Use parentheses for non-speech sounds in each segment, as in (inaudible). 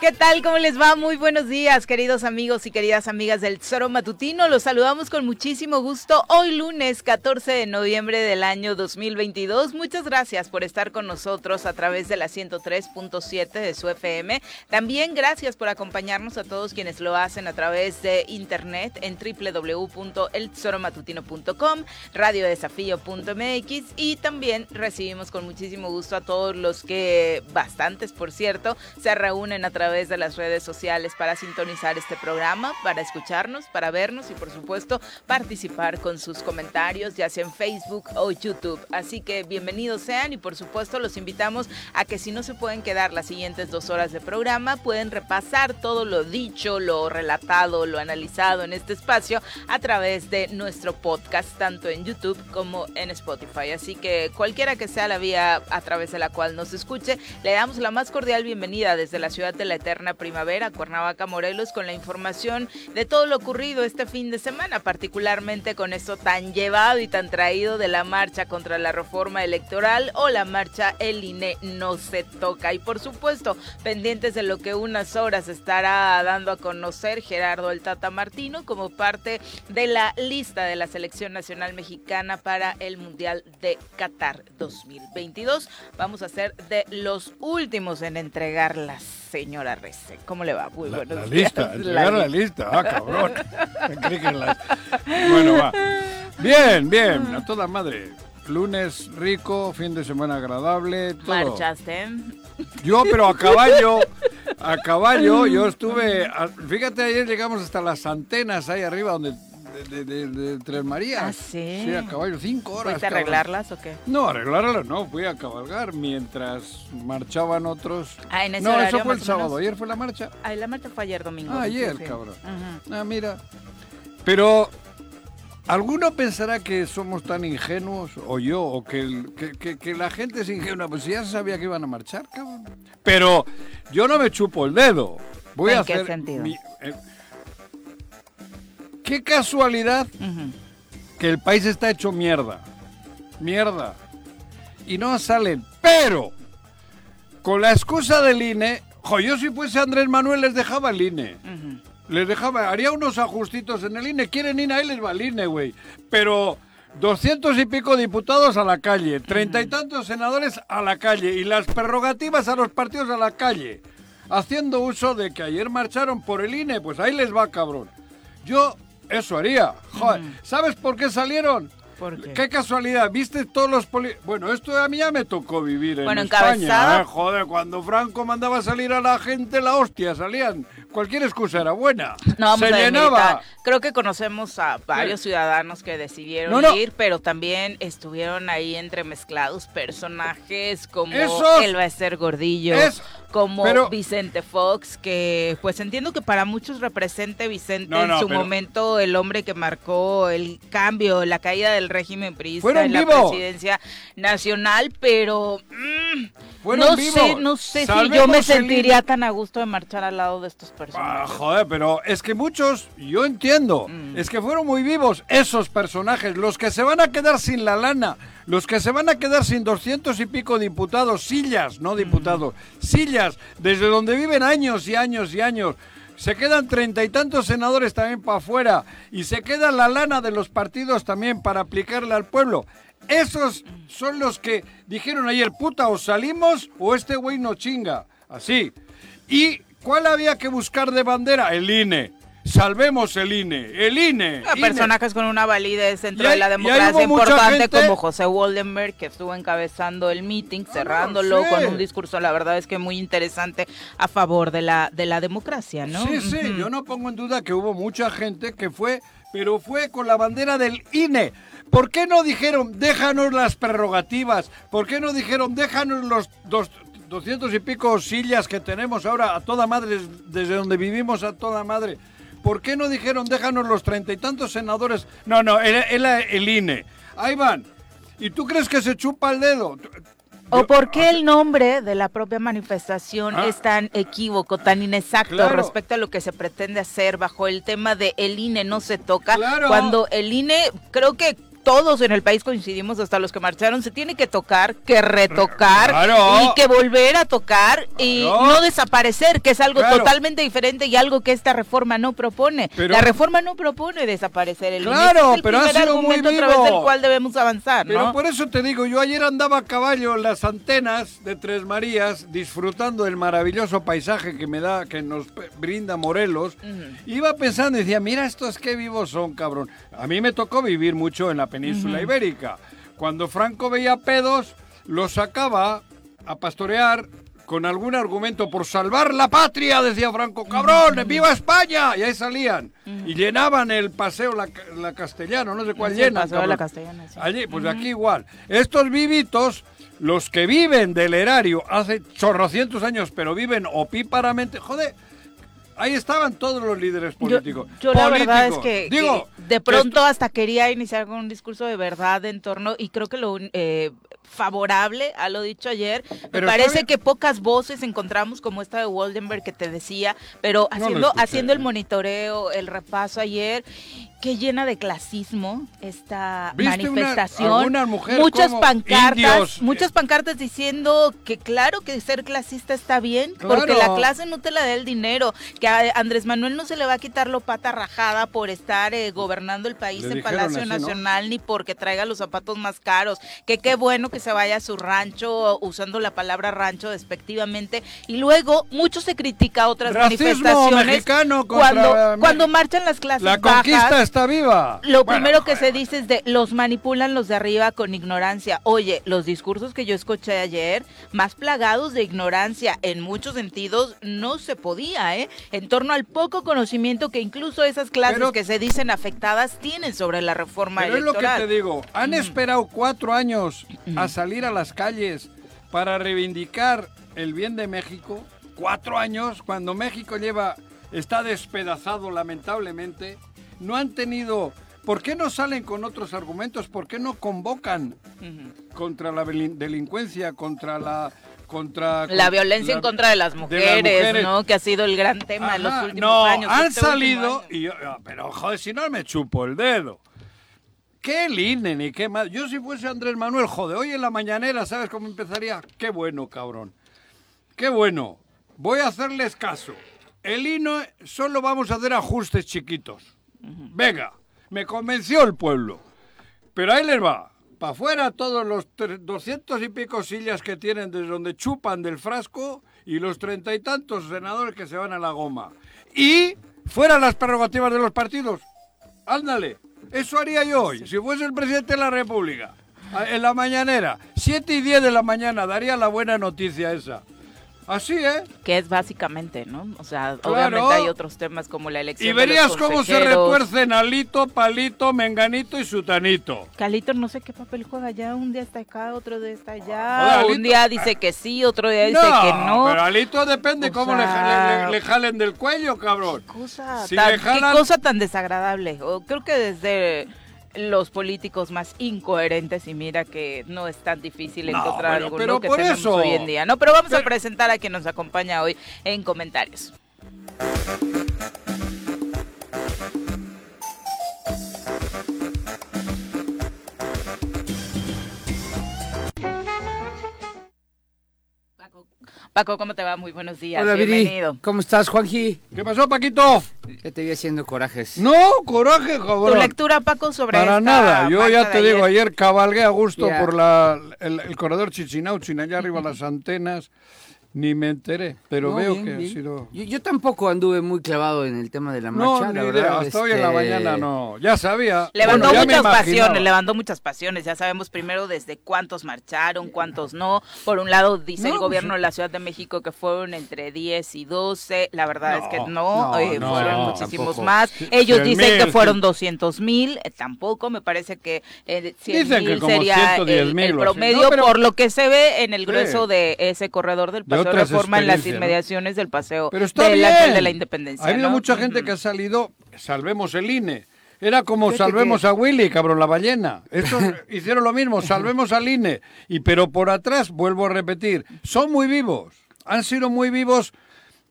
¿Qué tal? ¿Cómo les va? Muy buenos días, queridos amigos y queridas amigas del Tesoro Matutino. Los saludamos con muchísimo gusto hoy lunes 14 de noviembre del año 2022. Muchas gracias por estar con nosotros a través de la 103.7 de su FM. También gracias por acompañarnos a todos quienes lo hacen a través de internet en www.eltesoromatutino.com, radiodesafío.mx y también recibimos con muchísimo gusto a todos los que, bastantes por cierto, se reúnen a través través de las redes sociales para sintonizar este programa, para escucharnos, para vernos y por supuesto participar con sus comentarios, ya sea en Facebook o YouTube. Así que bienvenidos sean y por supuesto los invitamos a que si no se pueden quedar las siguientes dos horas de programa, pueden repasar todo lo dicho, lo relatado, lo analizado en este espacio a través de nuestro podcast, tanto en YouTube como en Spotify. Así que cualquiera que sea la vía a través de la cual nos escuche, le damos la más cordial bienvenida desde la ciudad de la eterna primavera, Cuernavaca, Morelos, con la información de todo lo ocurrido este fin de semana, particularmente con esto tan llevado y tan traído de la marcha contra la reforma electoral o la marcha El INE no se toca. Y por supuesto, pendientes de lo que unas horas estará dando a conocer Gerardo el Tata Martino como parte de la lista de la selección nacional mexicana para el Mundial de Qatar 2022. Vamos a ser de los últimos en entregarlas señora Rece. ¿Cómo le va? Muy la, buenos la días. Lista, la, la lista, ah, cabrón. (laughs) (laughs) Bueno, va. Bien, bien, a toda madre. Lunes rico, fin de semana agradable, todo. ¿Marchaste? Yo, pero a caballo, (laughs) a caballo, yo estuve, a, fíjate, ayer llegamos hasta las antenas ahí arriba donde de, de, de, Tres Marías. Ah, sí. Sí, a caballo, cinco horas. ¿Fuiste a arreglarlas o qué? No, arreglarlas no, fui a cabalgar mientras marchaban otros. Ah, en ese No, horario, eso fue más el o sábado, menos. ayer fue la marcha. Ay, la marcha fue ayer domingo. Ah, sí, ayer, sí. cabrón. Ujú. Ah, mira. Pero, ¿alguno pensará que somos tan ingenuos, o yo, o que, el- que- que- que la gente es ingenua? Pues si ya se sabía que iban a marchar, cabrón. Pero yo no me chupo el dedo. Voy ¿En a qué hacer sentido? mi- eh, qué casualidad Ujú. que el país está hecho mierda. Mierda. Y no salen. Pero, con la excusa del INE, jo, yo si fuese Andrés Manuel les dejaba el INE. Les dejaba, haría unos ajustitos en el INE. Quieren INE, ahí les va el INE, güey. Pero... Doscientos y pico diputados a la calle, treinta y tantos senadores a la calle y las prerrogativas a los partidos a la calle, haciendo uso de que ayer marcharon por el INE, pues ahí les va, cabrón. Yo eso haría. Joder, ¿Sabes por qué salieron? ¿Por qué? casualidad, viste todos los poli... Bueno, esto a mí ya me tocó vivir en Bueno, España. encabezada- ¿eh? Joder, cuando Franco mandaba salir a la gente, la hostia, salían. Cualquier excusa era buena. No vamos Se a llenaba. Eh. desmilitar. Creo que conocemos a varios ciudadanos que decidieron No, no. ir, pero también estuvieron ahí entremezclados personajes como Esos- El Bester Gordillo, Es- como pero- Vicente Fox, que pues entiendo que para muchos representa Vicente No, no, en su pero- momento el hombre que marcó el cambio, la caída del régimen priista Fueron en la vivos. presidencia nacional, pero mm, Fueron no vivos. sé, no sé si yo Salvemos me el sentiría tan a gusto de marchar al lado de estos Ah, personajes. joder, pero es que muchos, yo entiendo, es que fueron muy vivos esos personajes, los que se van a quedar sin la lana, los que se van a quedar sin doscientos y pico diputados, sillas, no diputados, sillas, desde donde viven años y años y años. Se quedan treinta y tantos senadores también para afuera y se queda la lana de los partidos también para aplicarla al pueblo. Esos son los que dijeron ayer, puta, o salimos o este güey no chinga. Así. ¿Y cuál había que buscar de bandera? El INE. Salvemos el INE. El E. INE. (laughs) A INE. personajes con una validez dentro Y hay- de la y ahí democracia hubo mucha importante gente- Ah, como José Woldenberg que estuvo encabezando el meeting, cerrándolo sí. con un discurso, la verdad es que muy interesante a favor de la de la democracia, ¿no? Sí, sí, yo no pongo en duda que hubo mucha gente que fue, pero fue con la bandera del INE. ¿Por qué no dijeron, déjanos las prerrogativas? ¿Por qué no dijeron, déjanos los dos, 200 y pico sillas que tenemos ahora a toda madre, desde donde vivimos a toda madre? ¿Por qué no dijeron, déjanos los treinta y tantos senadores? No, no, era, era el INE. Ahí van. ¿Y tú crees que se chupa el dedo? ¿O por qué el nombre de la propia manifestación Ah. es tan equívoco, tan inexacto Claro. respecto a lo que se pretende hacer bajo el tema de el INE no se toca? Claro. Cuando el INE creo que todos en el país coincidimos, hasta los que marcharon, se tiene que tocar, que retocar Claro. y que volver a tocar y Claro. no desaparecer, que es algo Claro. totalmente diferente y algo que esta reforma no propone. Pero- la reforma no propone desaparecer el INE. Claro, Ese es el pero ha primer sido muy argumento a través vivo. del cual debemos avanzar, Pero ¿no? por eso te digo, yo ayer andaba a caballo en las antenas de Tres Marías, disfrutando del maravilloso paisaje que me da, que nos pe- brinda Morelos. Iba pensando y decía, mira estos qué vivos son, cabrón. A mí me tocó vivir mucho en la península ibérica. Cuando Franco veía pedos, los sacaba a pastorear con algún argumento por salvar la patria, decía Franco, cabrón, viva España. Y ahí salían y llenaban el paseo, la, ca- la castellano, no sé cuál Sí, llena. pasó a la Castellana, sí. Allí, pues aquí igual. Estos vivitos, los que viven del erario hace chorrocientos años, pero viven opíparamente, joder. Ahí estaban todos los líderes políticos. Yo, yo la verdad es Políticos. que, Digo, que de que pronto hasta quería iniciar con un discurso de verdad en torno, y creo que lo un- eh, favorable a lo dicho ayer, me Pero está parece bien. que pocas voces encontramos como esta de Waldenberg que te decía, pero No lo haciendo, escuché. haciendo el monitoreo, el repaso ayer, que llena de clasismo esta ¿Viste una- manifestación. alguna mujer muchas como pancartas, indios? muchas pancartas diciendo que claro que ser clasista está bien, porque la Claro. clase clase no te la da el dinero, que a Andrés Manuel no se le va a quitar lo pata rajada por estar eh, gobernando el país Le en dijeron Palacio así, ¿no? Nacional ni porque traiga los zapatos más caros, que qué bueno que se vaya a su rancho usando la palabra rancho despectivamente y luego mucho se critica otras Racismo manifestaciones mexicano contra cuando México. cuando marchan las clases La bajas, conquista está viva. lo Bueno, primero que joder. se dice es de los manipulan los de arriba con ignorancia. Oye, los discursos que yo escuché ayer, más plagados de ignorancia en muchos sentidos, no se podía, ¿eh? En torno al poco conocimiento que incluso esas clases Pero- que se dicen afectadas tienen sobre la reforma Pero es lo que electoral. Mm. te digo, han esperado cuatro años a salir a las calles para reivindicar el bien de México. Cuatro años, cuando México lleva, está despedazado lamentablemente. No han tenido... ¿Por qué no salen con otros argumentos? ¿Por qué no convocan contra la belin- delincuencia, contra la... Contra, La violencia la- en contra de las, mujeres, mujeres? ¿no? Que ha sido el gran tema de los Ajá, últimos no, años. han este último salido, año. y yo- ah, pero joder, si no me chupo el dedo. Qué linen y qué mal. Yo si fuese Andrés Manuel, joder, hoy en la mañanera, ¿sabes cómo empezaría? Qué bueno, cabrón. Qué bueno. Voy a hacerles caso. El hino solo vamos a hacer ajustes chiquitos. Venga, me convenció el pueblo. Pero ahí les va. Para afuera todos los tre- 200 y pico sillas que tienen desde donde chupan del frasco y los treinta y tantos senadores que se van a la goma. Y fuera las prerrogativas de los partidos. Ándale. Eso haría yo hoy, si fuese el presidente de la República. A- En la mañanera, 7 y 10 de la mañana, daría la buena noticia esa. Así, ¿eh? Que es básicamente, ¿no? O sea, Claro. obviamente hay otros temas como la elección. Y de los verías cómo se consejeros. retuercen alito, palito, menganito y sutanito. Calito no sé qué papel juega ya, un día está acá, otro día está Joder, allá, Alito. un día dice que sí, otro día dice que no. Pero Alito depende O cómo le sea- jalen- le, le jalen del cuello, cabrón. Cosa Si tan- le jalan- Qué cosa tan desagradable. O creo que desde los políticos más incoherentes y mira que no es tan difícil No, encontrar pero- alguno pero que por tenemos eso. hoy en día. No, pero vamos a Pero- presentar a quien nos acompaña hoy en comentarios. Paco- Paco, ¿cómo te va? Muy buenos días. Hola, Viri. Bienvenido. ¿Cómo estás, Juanji? ¿Qué pasó, Paquito? Ya te vi haciendo corajes. No, coraje, Tu cabrón. lectura, Paco, sobre Para esta nada, yo marcha ya te de digo, ayer. ayer cabalgué a gusto Ya. por la, el, el corredor Chichinauchin, allá (laughs) arriba las antenas, ni me enteré, pero No, veo bien, que bien. ha sido... Yo, yo tampoco anduve muy clavado en el tema de la No, marcha, ni la idea, verdad. hasta hoy en la este, mañana no, ya sabía. Levantó Bueno, ya me muchas imaginaba. pasiones, levantó muchas pasiones. Ya sabemos primero desde cuántos marcharon, cuántos no. Por un lado, dice el pues No, gobierno de la Ciudad de México que fueron entre 10 y 12. La verdad es que no, no, eh, no, fueron no, muchísimos tampoco. más. Ellos 100,000, dicen que sí. fueron 200 mil, tampoco. Me parece que eh, 100 Dicen que mil como sería 110,000 el, el o así. promedio, No, pero- por lo que se ve en el Sí. grueso de ese corredor del De Paseo otras Reforma en las experiencias, ¿no? inmediaciones del Paseo Pero está del bien. Ángel de la Independencia. Ha habido ¿no? mucha gente que ha salido, salvemos el INE. Era como Fíjate salvemos que- a Willy, cabrón, la ballena. (laughs) Estos hicieron lo mismo, salvemos al INE. Y pero por atrás, vuelvo a repetir, son muy vivos. Han sido muy vivos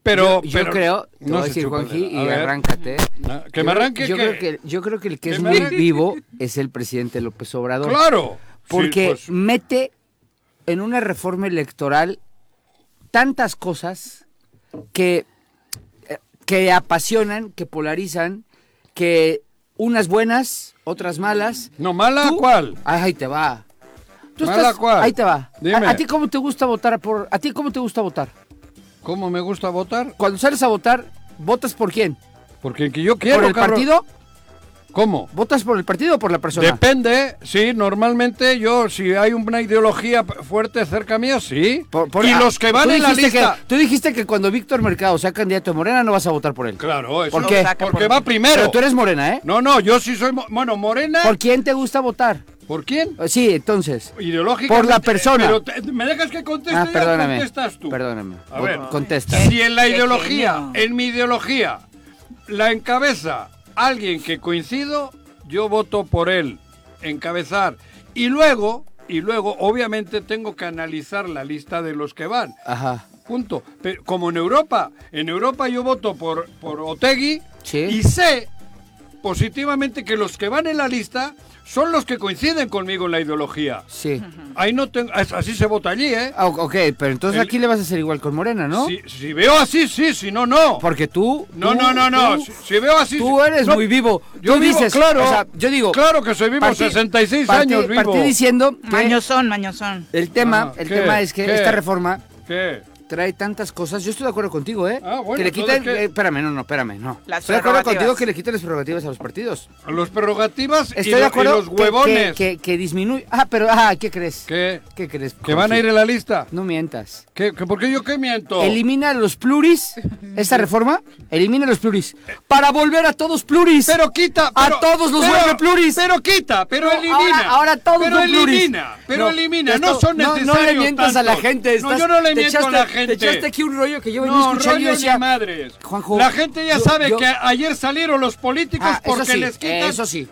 Pero, yo, yo pero- creo, te no voy a se decir chupa Juanji de la- y a ver. arráncate. Ah, que Yo me creo- arranque. Yo que- creo que, yo creo que el que, que es me muy arranque. vivo es el presidente López Obrador. Claro. Sí, Porque pues, mete en una reforma electoral tantas cosas que, eh, que apasionan, que polarizan, que unas buenas, otras malas. no, mala ¿Tú? cuál. Ay, ahí te va. ¿Mala cuál? Ahí te va. Dime. ¿A, a ti cómo te gusta votar por a ti cómo te gusta votar? ¿Cómo me gusta votar? Cuando sales a votar, ¿votas por quién? Porque el que yo quiero. ¿Por el cabrón. partido? ¿Cómo? ¿Votas por el partido o por la persona? Depende, sí, normalmente yo, si hay una ideología p- fuerte cerca mía, sí. Por- por- y ah, los que tú van en la dijiste lista. que- tú dijiste que cuando Víctor Mercado sea candidato de Morena no vas a votar por él. Claro, eso ¿Por qué? porque va primero. Pero tú eres Morena, ¿eh? No, no, yo sí soy. mo- Bueno, Morena. ¿Por quién te gusta votar? ¿Por quién? Eh, Sí, entonces. Ideológica. Por la persona. Pero te- me dejas que conteste Ah, y ya perdóname. contestas tú. Perdóname. A Vo- ver. Contesta. Si en la Qué ideología, genio. en mi ideología, la encabeza alguien que coincido, yo voto por él, encabezar. Y luego, y luego, obviamente tengo que analizar la lista de los que van. Ajá. Punto. Pero como en Europa, en Europa yo voto por, por Otegui Sí. y sé positivamente que los que van en la lista son los que coinciden conmigo en la ideología. Sí. (laughs) Ahí no tengo, as- así se vota allí, ¿eh? Ah, ok, pero entonces El- aquí le vas a hacer igual con Morena, ¿no? Si, si veo así, sí, si no, no. Porque tú. No, tú- no, no, no. tú- Si, si veo así. Tú sí. eres No, muy vivo. Yo Tú vivo, dices, claro. o sea, yo digo, Claro que soy vivo, partí- 66 partí- años vivo. Partí diciendo que Mañosón, mañosón. el tema, Ah, el ¿qué? tema es que ¿Qué? esta reforma ¿Qué? trae tantas cosas. Yo estoy de acuerdo contigo, ¿eh? Ah, bueno, que le entonces, quiten, ¿qué? eh, espérame, no, no, espérame, no. Las estoy de acuerdo prerrogativas. contigo que le quiten las prerrogativas a los partidos. Los prerrogativas y, Estoy lo- de y acuerdo los que- que- huevones. que, que disminuye. Ah, pero ah, ¿qué crees? ¿Qué? ¿Qué crees? ¿Que van a ir en la lista? No mientas. ¿Qué, que, ¿Por qué yo qué miento? Elimina los pluris. Esta reforma elimina los pluris para volver a todos pluris. Pero quita. A pero- todos los pero- vuelve pluris. Pero quita, pero No, elimina. Ahora, ahora todos Pero son pluris. elimina, pero No, elimina. esto- no son no- necesarios. No le mientas a la tantos. gente. no, estás- yo no le te miento a echaste- la gente. Te echaste aquí un rollo que yo venía No, escuchando y yo rollo decía, ni madres. Juanjo, la gente ya yo- sabe yo- que ayer salieron los políticos Ah, eso porque sí, les quitan eso sí,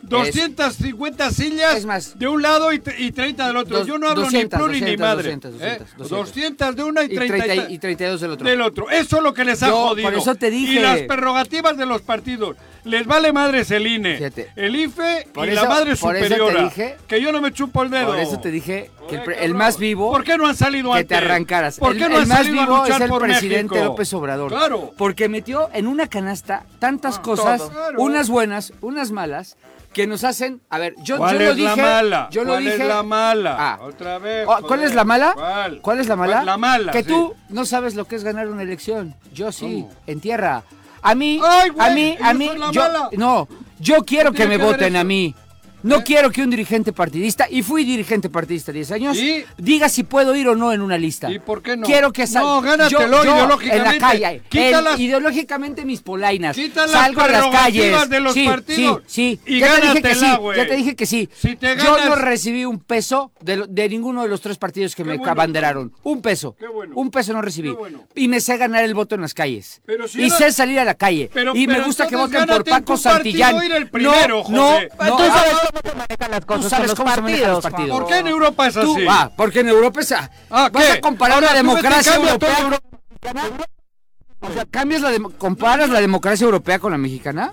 250 sillas Es más, de un lado y, tre- y 30 del otro. dos- yo no hablo 200, ni pluris ni 200, madre. 200, 200, 200 de una y y, 30, y 30 ta- y 32 del otro. del otro. Eso es lo que les ha Yo, jodido. por eso te dije. Y las prerrogativas de los partidos. Les vale madres el INE, Fíjate. el IFE Por y eso- la madre por eso te superiora. dije- que yo no me chupo el dedo. Por eso te dije que el, Oye, pre- el cabrón, más vivo. ¿Por qué no han salido que antes? te arrancaras. ¿Por El- qué no el, han más salido a vivo es luchar el por presidente México? López Obrador. Claro. Porque metió en una canasta tantas Ah, cosas, todo. Claro. unas buenas, unas malas, que nos hacen. A ver, yo, ¿Cuál yo lo es la dije. mala? Yo lo ¿Cuál dije. es la mala? Ah. Otra vez. Oh, ¿Cuál joder. es la mala? ¿Cuál? es la mala? ¿Cuál- La mala. Que sí. tú no sabes lo que es ganar una elección. Yo sí, ¿Cómo? en tierra. A mí, Ay, güey, a mí, yo a mí, soy la yo, mala. no, yo quiero que tiene me que ver voten a eso? ¿Eh? mí. No quiero que un dirigente partidista, y fui dirigente partidista 10 años, ¿Y? diga si puedo ir o no en una lista. ¿Y por qué no? Quiero que salga. No, gánatelo En la ideológicamente. calle. Quita el- las- ideológicamente mis polainas. Quita las Salgo a las prerrogativas calles. de los sí, partidos. Sí, sí. Y ya te dije que gánatela, sí. güey. Ya te dije que sí. Si te Yo no ganas- recibí un peso de, lo- de ninguno de los tres partidos que Qué me bueno. abanderaron. Un peso. Qué bueno. Un peso no recibí. Qué bueno. Y me sé ganar el voto en las calles. Pero si y era- sé salir a la calle. Pero- y me pero gusta que entonces voten por gánate en tu Paco partido Santillán. ir el primero, no, joder. no, no. Tú sabes Ah, cómo se manejan las tú cosas sabes con los cómo se manejan los partidos. partidos. ¿Por qué en Europa es Tú, así? ah, porque en Europa es... ah, Ah, vas ¿qué? a comparar Ahora la tú vete y democracia cambia europea. todo Europa. O sea, ¿cambias la demo- comparas la democracia europea con la mexicana?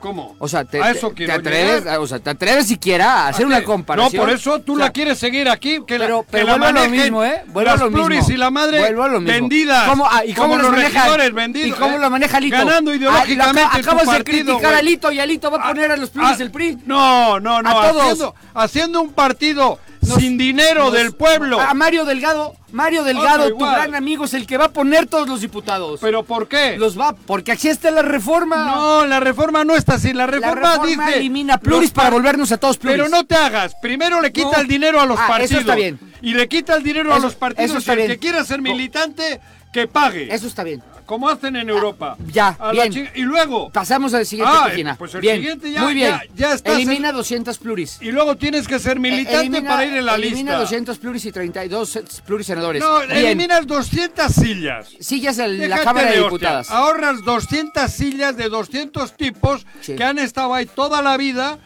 ¿Cómo? O sea, te, A te- eso te quiero atreves, llegar. o sea, te atreves siquiera a hacer ¿A una qué? comparación. No, por eso tú O sea, la quieres seguir aquí. Que pero, la, que pero la vuelvo a lo manejen mismo, ¿eh? Vuelvo las a lo mismo. pluris y la madre Vuelvo a lo mismo. vendidas. ¿Cómo, ah, ¿Y cómo, Como los los maneja? regidores vendidos, ¿Y cómo ¿eh? lo maneja Alito? Ganando Ah, y lo ideológicamente acaba- en tu Acabas de partido, criticar güey. a Alito y Alito va a poner a los pluris ah, del PRI. No, no, no. A todos. Haciendo, haciendo un partido Nos- sin dinero nos- del pueblo. A Mario Delgado, Mario Delgado, tu igual. gran amigo, es el que va a poner todos los diputados. ¿Pero por qué? los va, porque aquí está la reforma. No, la reforma no está así. la La reforma, reforma dice. elimina pluris los para par- volvernos a todos pluris. Pero no te hagas. Primero le quita No. el dinero a los Ah, eso partidos. está bien. Y le quita el dinero a Eso- los partidos. eso está y el bien. que quiera ser No. militante, que pague. Eso está bien. Ah, Como hacen en Europa. ya, A la bien. chi- Y luego. Pasamos a la siguiente Ah, página. pues el bien. siguiente ya- Muy bien. ya- ya estás Elimina 200 pluris. E-, Y luego tienes que ser militante Elimina- para ir en la Elimina lista. 200 pluris y 32 plurisenadores. No, Bien. eliminas 200 sillas. Sillas en la Déjate Cámara de, hostias. Diputadas. Ahorras 200 sillas de 200 tipos Sí. que han estado ahí toda la vida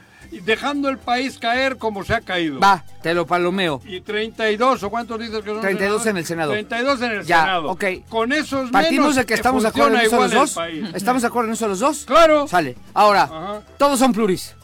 dejando el país caer como se ha caído. Va, te lo palomeo. Y 32, ¿o cuántos dices que son? 32 en el Senado. 32 en el Ya, Senado. ok. Con esos menos Partimos de que estamos de acuerdo en eso funciona los dos. igual el país. ¿Estamos de acuerdo en eso los dos? Claro. Sale. Ahora, Ajá. todos son pluris.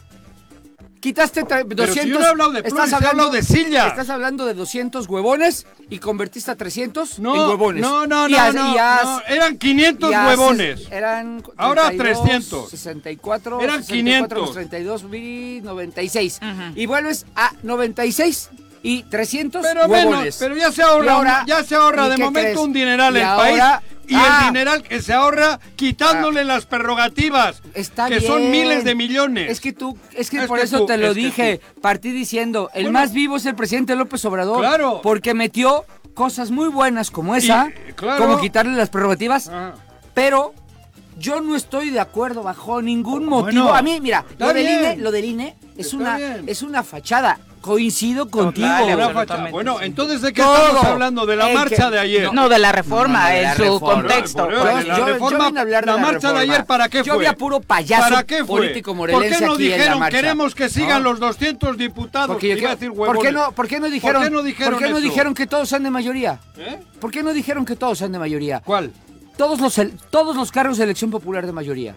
Quitaste tra- 200. Pero si yo no he hablado de pluris, he hablado de sillas. Estás hablando de 200 huevones y convertiste a 300 No, en huevones. no, no, Y no, has- no, y has- no, Eran 500 y has- huevones. Eran Ahora 32, 300. 64. Eran 64, 500. 32, vi 96. Ujú. Y vuelves a 96 y 300 Pero huevones. menos, pero ya se Y ahorra, ahora- ya se ahorra ¿y de qué momento crees? un dineral Y el ahora- país y ¡Ah! el dineral que se ahorra quitándole las prerrogativas Está que bien. son miles de millones. Es que tú, es que Es por que eso tú, te lo es que dije, partí diciendo, el Bueno. más vivo es el presidente López Obrador. Claro. Porque metió cosas muy buenas como esa, Y, claro. como quitarle las prerrogativas, Ajá. pero yo no estoy de acuerdo bajo ningún motivo. Bueno, A mí, mira, está lo del, bien. INE, lo del INE es Está una, bien. es una fachada. Coincido contigo. Claro, una facha. absolutamente, Bueno, sí. entonces de qué Todo. estamos hablando de la El marcha que- de ayer. No, de la reforma, No, no, de la en su reforma. contexto. Por eso, pues. de la reforma, vine a hablar de la marcha de reforma. ayer, ¿para qué Yo fue? había puro payaso ¿Para qué fue? político ¿Por morelense qué no aquí en la dijeron marcha? queremos que sigan No. los 200 diputados? Porque yo Iba quiero- a decir ¿Por qué huevones. no, por qué no dijeron? ¿Por qué no dijeron por qué no eso? dijeron que todos sean de mayoría? ¿Eh? ¿Por qué no dijeron que todos sean de mayoría? ¿Cuál? Todos los el- todos los cargos de elección popular de mayoría.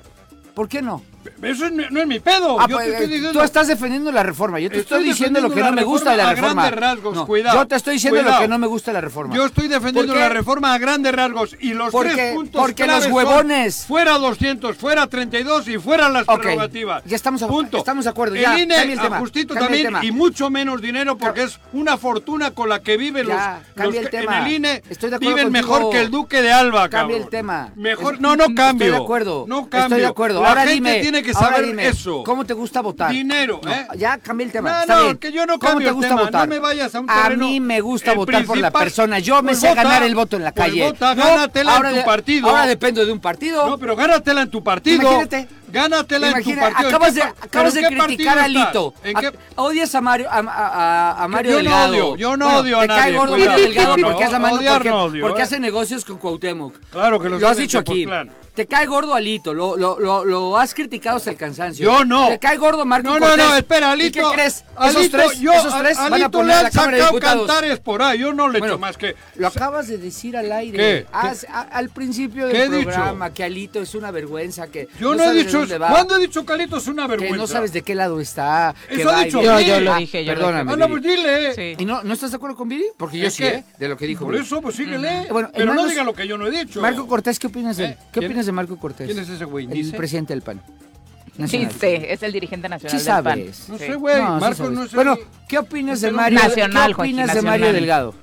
¿por qué no? Eso es mi- no es mi pedo. Ah, yo pues, te estoy eh, diciendo. tú estás defendiendo la reforma. Yo te estoy, Estoy diciendo lo que no defendiendo me la gusta de la reforma reforma. a grandes rasgos, No, cuidado, yo te estoy diciendo lo cuidado. que no me gusta de la reforma. Yo estoy defendiendo ¿Por qué? la reforma a grandes rasgos y los Porque- tres puntos porque los claves son huevones. fuera 200, fuera 32 y fuera las Ok, prerrogativas. ya estamos a- Punto. estamos de acuerdo, El ya, INE cambia el tema, ajustito cambia el también tema. y mucho menos dinero porque es una fortuna con la que viven Ya, los, cambia los el que- tema. en el INE. Estoy de acuerdo viven contigo. mejor que el duque de Alba, Cambia cabrón. el tema. Mejor Es- no no cambio. Estoy de acuerdo. No cambio. Estoy de acuerdo. La ahora gente dime, tiene que ahora saber dime, eso. ¿Cómo te gusta votar? Dinero, No, ¿eh? ya cambia el tema. No, está no, bien. que yo no ¿Cómo cambio te el gusta tema, no votar? me vayas a un A terreno- mí me gusta el votar por la principal- persona. Yo me Pues sé vota, ganar el voto en la pues calle. vota, No, gánatela en ahora tu de- partido. Ahora dependo de un partido. No, pero gánatela en tu partido. Imagínate. Gánatela Imagina- en tu partido. Acabas ¿En qué de, par- acabas pero de en qué criticar a partido estás? Lito. ¿En A- qué- odias a Mario, a, a- a Mario Yo no Delgado. odio, yo no Bueno, odio a Te cae nadie, gordo cuidado. Mario (laughs) Delgado No, porque, es la mano- odiar porque, no odio, porque ¿eh? hace negocios con Cuauhtémoc. Claro que los lo has hace en dicho aquí. Tepoztlán. Te cae gordo a Lito, lo, lo, lo, lo has criticado hasta el cansancio. Yo no. Te cae gordo Marco No, no, no, Cortés. espera, ¿Y Alito. qué crees? Alito, esos tres, yo, esos tres a- van a Alito poner a le la han Cámara de sacado este Diputados. cantares por ahí. Yo no le he Bueno, hecho más que. Lo acabas de decir al aire. ¿Qué? Haz- a- al principio ¿Qué he del programa, dicho? que Alito es una vergüenza, que Yo no, he sabes de dicho dónde eso. va, ¿Cuándo he dicho que Alito es una vergüenza? Que no sabes de qué lado está. Eso que ha va y dicho viene. Viri. Yo- yo lo Ah, dije, yo lo Perdóname. Ah, no, Viri. pues dile. Sí. ¿Y no, no estás de acuerdo con Viri? Porque yo Es sí, que- ¿eh? De lo que dijo Por Viri. eso, pues síguele. Bueno, pero no hermanos, diga lo que yo no he dicho. Marco Cortés, ¿qué opinas de él? ¿Eh? ¿Qué ¿Quién- opinas de Marco Cortés? quién es ese güey? El ¿Dice? presidente del PAN. Sí, Nacional. sí, es el dirigente nacional Sí del sabes. PAN. No Sí. sé, güey. No, sí Marco, sabes. no sé. Bueno, ¿qué opinas de Mario? Nacional, ¿Qué opinas Joaquín, de Mario nacional. Delgado?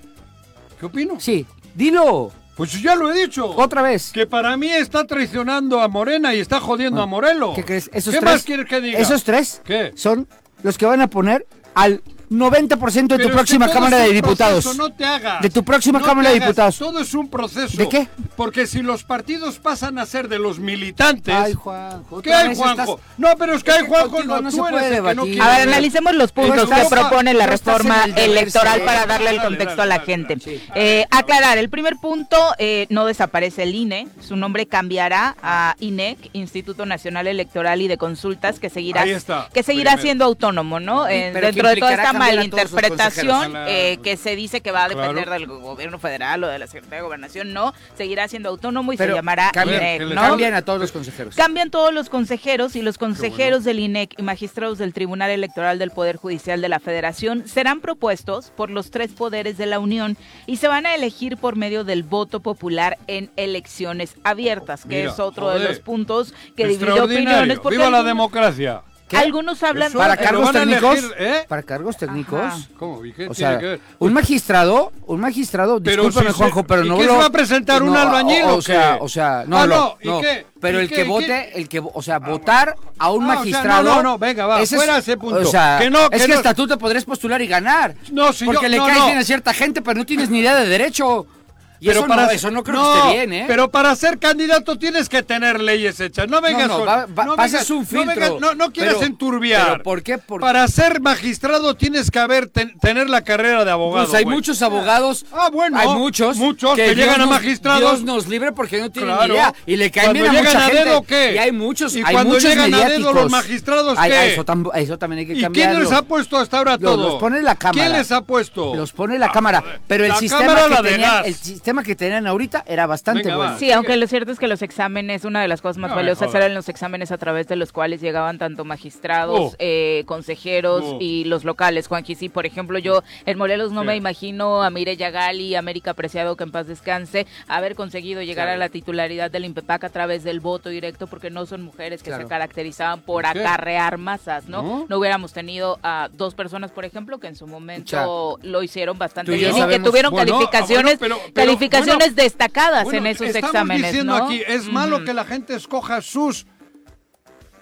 ¿Qué opino? Sí, dilo Pues ya lo he dicho. otra vez. Ah, Que para mí está traicionando a Morena y está jodiendo a Morelos. ¿Qué crees? Esos ¿Qué tres, más quieres que diga? Esos tres ¿Qué? son los que van a poner al 90% de Pero tu es próxima que todo Cámara es de un Diputados. proceso, no te hagas. De tu próxima No Cámara te de hagas. Diputados. Todo es un proceso. ¿De qué? Porque si los partidos pasan a ser de los militantes. Ay, Juanjo. ¿Qué otra hay, vez Juanjo? estás- No, pero es que hay, que Juanjo, contigo no, no tú se eres el puede que no debatir. quiere A ver, ver. analicemos los puntos estás- que propone la no estás reforma en el deber electoral ser. para darle el Dale, contexto a dale, la dale, gente. dale. Sí. Eh, aclarar, el primer punto, eh, no desaparece el INE, su nombre cambiará a INEC, Instituto Nacional Electoral y de Consultas, que seguirá, Ahí está, que seguirá primero. siendo autónomo, ¿no? Sí, Eh, pero que dentro de toda implicará esta cambiar a todos sus malinterpretación consejeros. eh, que se dice que va a depender Claro. del gobierno federal o de la Secretaría de Gobernación, no, seguirá siendo autónomo y Pero se llamará cambian, INEC, que le ¿no? cambian a todos los consejeros. Cambian todos los consejeros y los consejeros del INEC y magistrados del Tribunal Electoral del Poder Judicial de la Federación serán propuestos por los tres poderes de la Unión y se van a elegir por medio del voto popular en elecciones abiertas, que Mira, es otro de joder. los puntos que divide opiniones. Extraordinario. Porque Viva la algunos- democracia. ¿Qué? Algunos hablan... Eso ¿Para Pero cargos van a técnicos? elegir, ¿eh? ¿Para cargos técnicos? Ajá. Ah, ¿Cómo? ¿Y qué O tiene sea, que ver? Pues, un magistrado, un magistrado, Pero discúlpame si se- Juanjo, pero ¿y no qué se lo- va a presentar, un no, albañil O, o o sea, qué? o sea, no, Ah, lo- no, no, ¿y qué? Pero ¿y el qué? que ¿y qué? vote, el que, o sea, votar a un Ah, o sea, magistrado. no, no, no, venga, va, ese es- fuera ese punto. O sea, Que no, que es que no. hasta tú te podrías postular y ganar. No, si porque yo- le no, caes no. bien a cierta gente, pero no tienes ni idea de derecho. Y eso no- eso no creo que esté bien, ¿eh? Pero para ser candidato tienes que tener leyes hechas. No vengas no, con- va- va- no pasas vengas- un no filtro. vengas- No, no quieras Pero- enturbiar. pero ¿por qué? Por- Para ser magistrado tienes que haber ten- tener la carrera de abogado. Pues hay güey. muchos abogados. Ah, bueno. Hay muchos. Muchos que, Dios llegan a nos- magistrados. Dios nos libre porque no tienen Claro. ni idea. Y le caen Cuando bien a llegan mucha a gente. dedo, ¿qué? Y hay muchos. Y hay cuando muchos llegan a dedo mediáticos. los magistrados, Ay, ¿qué? ay, eso, tam- eso también hay que ¿Y cambiarlo. quién les ha puesto hasta ahora Los- todo? los pone la cámara. ¿Quién les ha puesto? Ah, Los pone la cámara. Pero el La sistema, cámara la que de tenían, gas. el sistema que tenían ahorita era bastante Venga, bueno. va. Sí, aunque lo cierto es que los exámenes, una de las cosas más No me valiosas jodas. eran los exámenes a través de los cuales llegaban tanto magistrados, Oh. eh, consejeros Oh. y los locales. Juanji, sí, por ejemplo, yo en Morelos no me Sí. imagino a Mireya Gali, a América Preciado, que en paz descanse, haber conseguido llegar Claro. a la titularidad del INPEPAC a través del voto directo, porque no son mujeres que Claro. se caracterizaban por ¿Por qué? acarrear masas, ¿no? No. ¿no? hubiéramos tenido a dos personas, por ejemplo, que en su momento lo hicieron bastante Tú y yo bien y que sabemos- tuvieron Bueno, ah, bueno, calificaciones, pero- pero, calificaciones bueno, destacadas en Bueno, esos estamos exámenes, diciendo ¿no? aquí, es malo que la gente escoja sus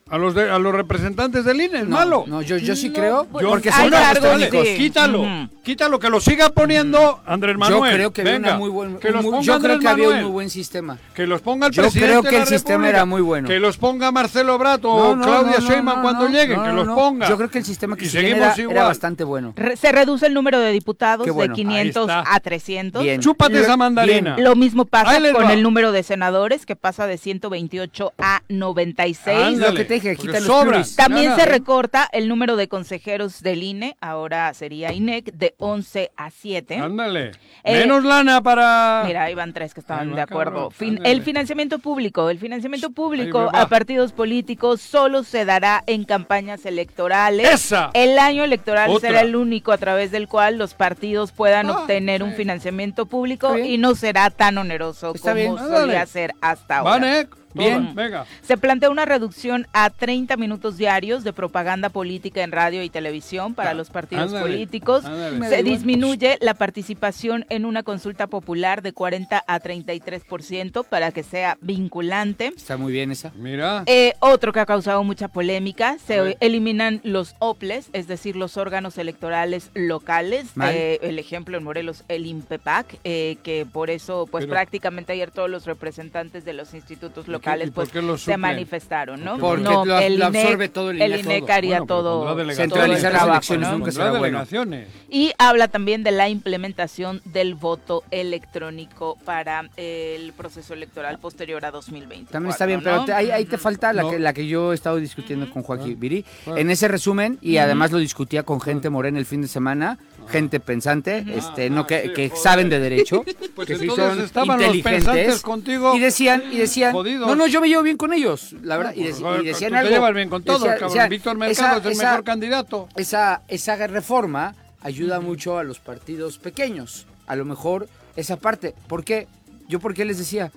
a los de- a los representantes del INE, es No, malo. no, yo, yo sí creo. pues, porque hay son una- cargos dale, de- quítalo, Ujú. quítalo que lo siga poniendo Andrés Manuel. yo creo que había venga, una muy buen- que los muy- ponga yo creo Andrés que había un Manuel, muy buen sistema. que los ponga el Yo presidente creo de que la el sistema República, era muy bueno. Que los ponga Marcelo Brato No, o no, Claudia no, no, Sheinbaum no, no, cuando lleguen, no, que no, los no. ponga. Yo creo que el sistema que y se seguimos era, igual. era bastante bueno. Re- se reduce el número de diputados Qué bueno, de 500 ahí está. a 300. Bien. Chúpate Lo- esa mandarina. Lo mismo pasa Ahí les con va. el número de senadores, que pasa de 128 a 96. Ándale, lo que te dije, porque quitan los sobran. pluris. También Ya, se ya. recorta el número de consejeros del INE, ahora sería INEC, de 11 a 7. Ándale. Eh, Menos lana para Mira, ahí van tres que estaban Ahí va, de acuerdo. cabrón, Fin- ándale. el financiamiento público. El financiamiento ahí público va. a partidos políticos solo se dará en campañas electorales. esa. El año electoral Otra. será el único a través del cual los partidos puedan Ah, obtener un sí. financiamiento público Está bien. y no será tan oneroso Está como bien. Ah, solía dale. ser hasta ahora. Van, eh, Bien. todas, Venga. Se plantea una reducción a 30 minutos diarios de propaganda política en radio y televisión para Ah, los partidos ándale, políticos. ándale. Me da Se igual. disminuye la participación en una consulta popular de 40 a 33% para que sea vinculante. Está muy bien esa. Mira. Eh, otro que ha causado mucha polémica, A se ver. eliminan los OPLES, es decir, los órganos electorales locales. Mal. Eh, el ejemplo en Morelos, el INPEPAC, eh, que por eso, pues Pero- prácticamente ayer todos los representantes de los institutos qué- y locales por pues, qué los se suplen? manifestaron, ¿no? Porque no, lo- lo absorbe todo el INE, INEC todo. haría Bueno, pero todo, pondrá todo el Centralizar las trabajo, elecciones ¿no? nunca Pondrá será bueno. delegaciones. Y habla también de la implementación del voto electrónico para el proceso electoral posterior a 2020. También está bien, pero te- ahí, ahí te falta la, No. Ah, que, la que yo he estado discutiendo con Joaquín Viri. Claro. En ese resumen, y además lo discutía con Ah. gente morena el fin de semana, gente pensante, este, no que, sí, que joder. saben de (laughs) derecho, Pues que sí entonces son estaban los pensantes inteligentes. contigo. Y decían, y decían, Jodidos. no, no, yo me llevo bien con ellos, la verdad. Y, Pues, dec- y joder, decían tú algo. Te llevas bien con todo, decía- cabrón. decía, Víctor esa- Mercado es el esa- mejor candidato. esa, esa reforma ayuda mucho a los partidos pequeños. A lo mejor esa parte. ¿Por qué? Yo por qué les decía.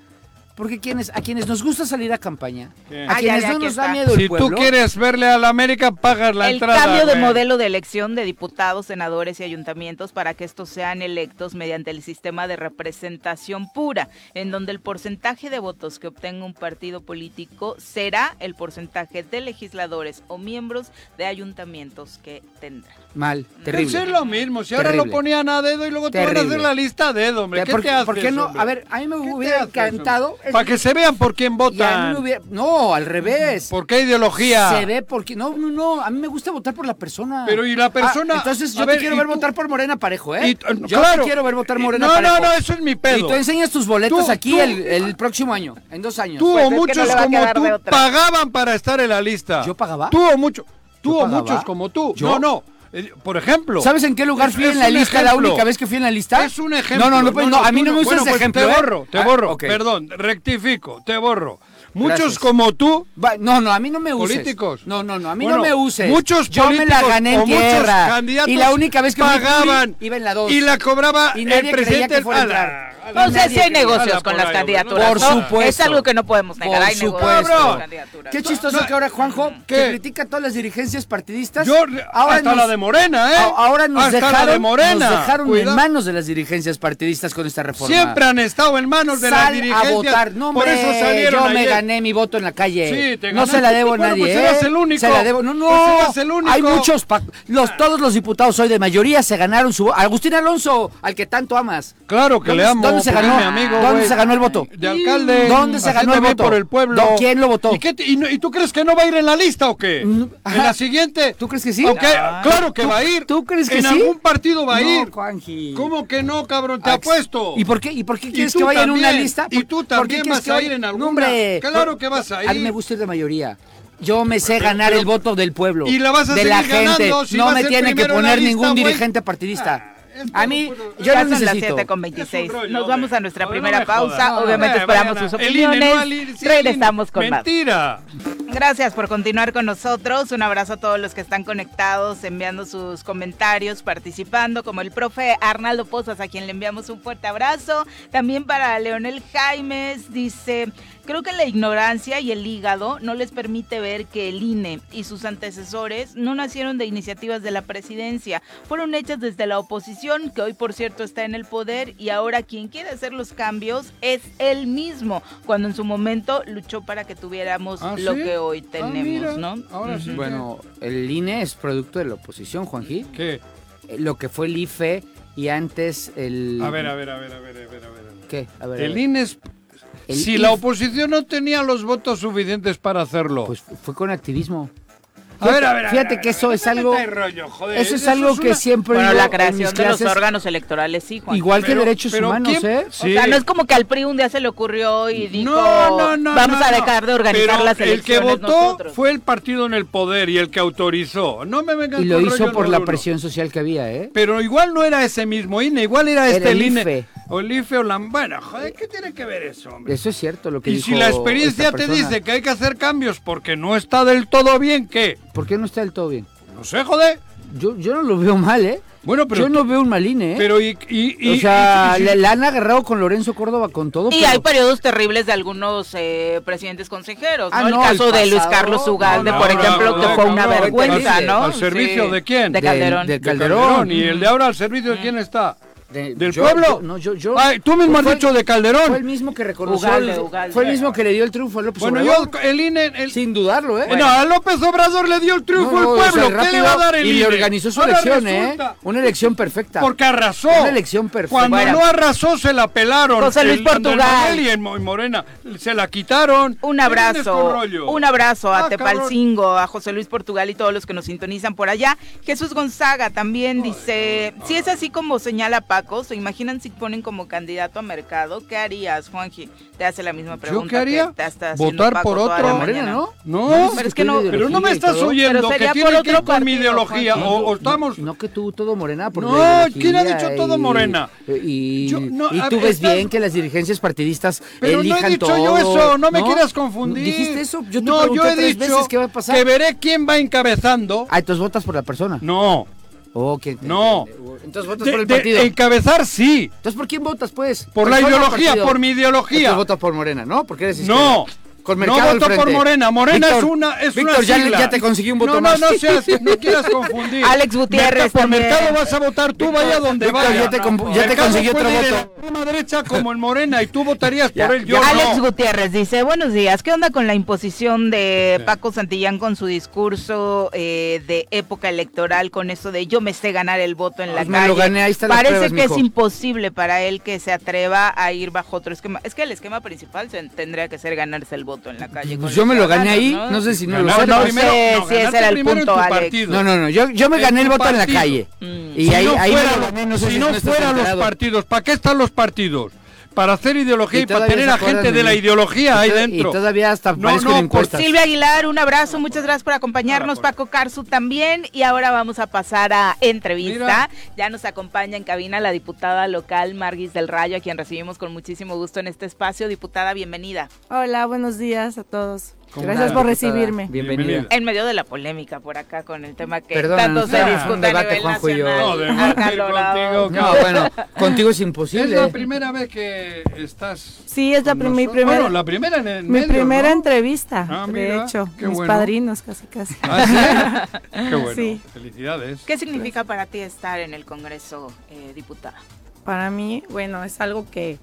Porque quienes, a quienes nos gusta salir a campaña, Bien. a Ah, ya, quienes ya, no aquí nos da está. miedo el Si pueblo, tú quieres verle a la América, pagas la el entrada. cambio de güey. modelo de elección de diputados, senadores y ayuntamientos para que estos sean electos mediante el sistema de representación pura, en donde el porcentaje de votos que obtenga un partido político será el porcentaje de legisladores o miembros de ayuntamientos que tendrá. mal, Pues es terrible. lo mismo. Si ahora Terrible. lo ponían a dedo y luego te van a Terrible. hacer la lista a dedo, hombre. ¿Qué ¿Por, te haces, por qué no? hombre? A ver, a mí me ¿Qué te hubiera haces, encantado. hombre? Para que se vean por quién y a mí me votan. hubiera- no, al revés. ¿Por qué ideología? Se ve porque. No, no, no. A mí me gusta votar por la persona. Pero, ¿y la Ah, persona? entonces yo A te ver, quiero ¿y ver tú? votar por Morena Parejo, ¿eh? Y- yo claro. te quiero ver votar Morena No, Parejo. no, no, eso es mi pedo. Y tú enseñas tus boletos Tú- aquí tú- el, el próximo año, en dos años. Tú Pues o es que no muchos le va a como quedar de tú otra. pagaban para estar en la lista. ¿Yo pagaba? Tú o mucho- tú ¿Yo o pagaba? muchos como tú. ¿Yo? No, no. Eh, Por ejemplo. ¿Sabes en qué lugar Es- fui es en la un lista? ejemplo. La única vez que fui en la lista. Es un ejemplo. No, no, no, pues, no, a mí tú no me gusta Bueno, ese pues ejemplo. Te ¿eh? borro, te Ah, borro. ok. Perdón, rectifico, te borro. Muchos Gracias. como tú. Va- No, no, a mí no me uses. Políticos. No, no, no, a mí Bueno, no me uses. Muchos Yo me la políticos gané o en muchos tierra. candidatos y la única vez que fui, pagaban iba en la dos. y la cobraba Y el nadie creía presidente que fuera a ala, entrar. ala. No sé nadie si Pues hay quería- negocios Ala, con por las ahí, candidaturas. Por ¿no? Es supuesto. algo que no podemos negar. Por hay negocios supuesto. con las candidaturas. Qué chistoso No, que ahora Juanjo, ¿qué? que critica todas las dirigencias partidistas. Yo, ahora hasta nos- la de Morena, ¿eh? a- Ahora nos hasta dejaron, la de Morena. nos dejaron Cuidado. en manos de las dirigencias partidistas con esta reforma. Siempre han estado en manos de la Sal a dirigencia. votar. No, Por hombre, eso salieron yo me ayer. gané mi voto en la calle. Sí, te no se la ganaste. debo a Bueno, nadie. pues ¿eh? eras el único. Se la debo. No, no. Pues eras el único. Hay muchos. pa- Los, todos los diputados hoy de mayoría se ganaron su voto. Agustín Alonso, al que tanto amas. Claro que ¿Dónde- le amo. ¿Dónde se porque ganó? es mi amigo, ¿Dónde güey. se ganó el voto? De alcalde. ¿Dónde se ganó el haciendo bien voto? por el pueblo. ¿Dó- quién lo votó? ¿Y, qué te- y no- y tú crees que no va a ir en la lista o qué? Mm, En ajá. la siguiente. ¿Tú crees que sí? Aunque- Ah. claro que ¿Tú- va a ir. tú crees que en sí? algún partido va a ir. No, Juanji. ¿Cómo que no, cabrón? Te Ah, apuesto. ¿Y por qué, y por qué quieres tú que vaya en una también, lista? y ¿Por- tú por qué también quieres vas que a vaya- ir en alguna. No, hombre. Claro Por- que vas a A mí ir. me gusta ir de mayoría. Yo me sé ganar el voto del pueblo. Y la vas a de la seguir gente. ganando si no vas me el tiene que primero en la poner lista, ningún güey. dirigista partidista. Ah, esto a mí, no puedo- yo ya no son las necesito. 7 con Es 26. un rollo, Nos vamos hombre. a nuestra Joder, no primera me pausa. jodas. Obviamente Eh, esperamos vayan sus a- el INE, opiniones. no al INE, sí, el INE. Regresamos con más. Mentira. Gracias por continuar con nosotros. Un abrazo a todos los que están conectados, enviando sus comentarios, participando, como el profe Arnaldo Pozas, a quien le enviamos un fuerte abrazo. También para Leonel Jaimes, dice, creo que la ignorancia y el hígado no les permite ver que el INE y sus antecesores no nacieron de iniciativas de la presidencia, fueron hechas desde la oposición, que hoy por cierto está en el poder y ahora quien quiere hacer los cambios es él mismo, cuando en su momento luchó para que tuviéramos ¿Ah, lo sí? que hoy Ah, mira, tenemos, ¿no? Ahora sí. Bueno, el INE es producto de la oposición, Juanji. ¿Qué? Eh, Lo que fue el IFE y antes el... A ver, a ver, a ver, a ver, a ver. A ver. ¿Qué? A ver, a El ver. INE es- El si la IF- oposición no tenía los votos suficientes para hacerlo. Pues fue con activismo. a ver, a ver. a fíjate ver, a que ver, eso no es me algo- metas en rollo, joder, eso es algo que una- siempre Bueno, digo la en mis creación de los clases, órganos electorales, sí, Juan. Igual que Pero- derechos pero humanos, ¿quién- ¿eh? O sea, no es como que al PRI un día se le ocurrió y dijo, vamos no, a no. dejar de organizar Pero las El que elecciones votó nosotros". fue el partido en el poder y el que autorizó. No me vengan Y lo con hizo rollo por la ninguno. presión social que había, ¿eh? Pero igual no era ese mismo INE, igual era, Era este el el INE. IFE. O el IFE o la... Bueno, joder, ¿qué tiene que ver eso, hombre? E. Eso es cierto lo que Y dijo si la experiencia esta te persona. dice que hay que hacer cambios porque no está del todo bien, ¿qué? ¿Por qué no está del todo bien? No sé, joder. Yo, yo no lo veo mal, ¿eh? Bueno, pero... yo no veo un mal INE, ¿eh? Pero y... y- y- o sea, y- y- la, la han agarrado con Lorenzo Córdoba con todo. Y pues, pero- hay periodos terribles de algunos eh, presidentes consejeros, Ah, ¿no? no, El caso el de Luis pasado. Carlos Ugalde, No, por no, ejemplo, no, que no, fue una eh, no, vergüenza, al- ¿no? al servicio de quién? De Del- Calderón. del de Calderón. Mm. Y el de ahora al servicio de quién está. de- ¿Del yo- pueblo? yo- no, yo- yo- Ay, tú mismo Pues has fue- dicho de Calderón. Fue el mismo que reconoció. Ugalde, el- Ugalde. Fue el mismo que le dio el triunfo a López Bueno, Obrador. yo el INE... el- Sin dudarlo, ¿eh? No, a López Obrador le dio el triunfo No, al no, o sea, pueblo. ¿Qué le rápido, va a dar el Y INE? le organizó su Ahora elección, ¿eh? resulta- Una elección perfecta. Porque arrasó. Una elección perfecta. Cuando Bueno. no arrasó, se la pelaron. José Luis El Andrés Portugal. Manuel Y el Mo- y Morena. Se la quitaron. Un ¿Qué vienes con abrazo, rollo? un abrazo a Ah, Tepalcingo, a José Luis Portugal y todos los que nos sintonizan por allá. Jesús Gonzaga también dice, si es así como señala Paco, ¿se imaginan si ponen como candidato a mercado? ¿Qué harías, Juanji? Te hace la misma pregunta. qué haría? que te está haciendo Votar Paco por toda otro. la Morena, mañana. ¿no? No, Pero es que no- pero no me estás Pero oyendo que sería por tiene que otro ver con mi partido, ideología. Juan. O, o estamos. No, que tú todo morena. Por la No, ideología ¿quién ha dicho todo morena? Y, Yo- no, y a tú ver, ves estás- bien que las dirigencias partidistas Pero no elijan he dicho todo, yo eso, no me quieras confundir. Dijiste eso, yo te no, pregunté yo he tres dicho veces qué va a pasar. que veré quién va encabezando. Ah, entonces votas por la persona. No, Oh, que- No. Entonces votas de- por el de partido. encabezar sí. Entonces, ¿por quién votas, pues? Por la ¿Persona o ideología, partido? por mi ideología. Entonces votas por Morena, ¿no? Porque eres No. izquierda. Con No mercado al voto por frente. Morena, Morena es Víctor, una- es Víctor, una ya, le- sigla. ya te conseguí un voto no, más. No, no, seas- no quieras (laughs) confundir. Alex Gutiérrez por también. mercado vas a votar tú, vaya donde Víctor, vaya. ya te compu- ya te Mercado conseguí otro puede ir en voto. la extrema derecha como en Morena y tú votarías (laughs) Ya, por él, yo ya. Alex no. Gutiérrez dice, buenos días, ¿qué onda con la imposición Este. de Paco Santillán con su discurso eh, de época electoral, con eso de yo me sé ganar el voto en la Pues me lo calle? gané, ahí están las Parece pruebas, que mijo. es imposible para él que se atreva a ir bajo otro esquema. Es que el esquema principal se- tendría que ser ganarse el voto en la calle. con Pues yo los me lo gané ahí, ciudadanos, no, sé si no Ganar lo sé. no pero- primero- si ese ganarte era el primero en punto, tu Alex. partido. No, no, no, yo, yo me En gané el tu voto en la partido. calle. Mm. Y si ahí, no ahí me fuera, lo gané, no sé si no estás fuera los enterado. partidos, ¿para qué están los partidos? Para hacer ideología y, Y para todavía tener se a acuerdan gente de de la mí. ideología ahí Y to- y dentro. todavía hasta no, parezco no, en por- encuestas. Silvia Aguilar, un abrazo, muchas gracias por acompañarnos, Paco Carzu también. Y ahora vamos a pasar a entrevista. Mira. Ya nos acompaña en cabina la diputada local Margis del Rayo, a quien recibimos con muchísimo gusto en este espacio. Diputada, bienvenida. Hola, buenos días a todos. ¿Cómo Gracias estás, por diputada? recibirme. Bienvenida. En medio de la polémica por acá con el tema que Perdona, tanto nos se traemos discute un a debate, nivel Juanjo y yo. nacional. No, debatir acalorado. contigo, No, bueno, contigo es imposible. Es la primera vez que estás. ¿eh? Sí, es la con prim- mi nosotros. primera, Bueno, la primera en el mi medio, primera ¿no? entrevista, Ah, de mira, hecho. qué mis bueno. padrinos, casi casi. ¿Ah, (laughs) sí? Qué bueno. Sí. Felicidades. ¿Qué significa para ti estar en el Congreso, eh, diputada? Para mí, bueno, es algo que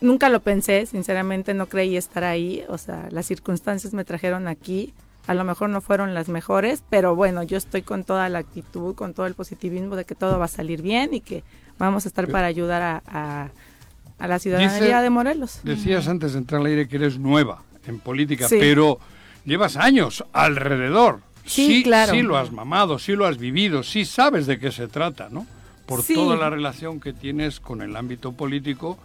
Nunca lo pensé, sinceramente no creí estar ahí, o sea, las circunstancias me trajeron aquí, a lo mejor no fueron las mejores, pero bueno, yo estoy con toda la actitud, con todo el positivismo de que todo va a salir bien y que vamos a estar para ayudar a, a- a la ciudadanía Dice- de Morelos. Decías antes de entrar al aire que eres nueva en política, Sí. pero llevas años alrededor. Sí, claro. Sí lo has mamado, sí lo has vivido, sí sabes de qué se trata, ¿no? Por Sí. toda la relación que tienes con el ámbito político,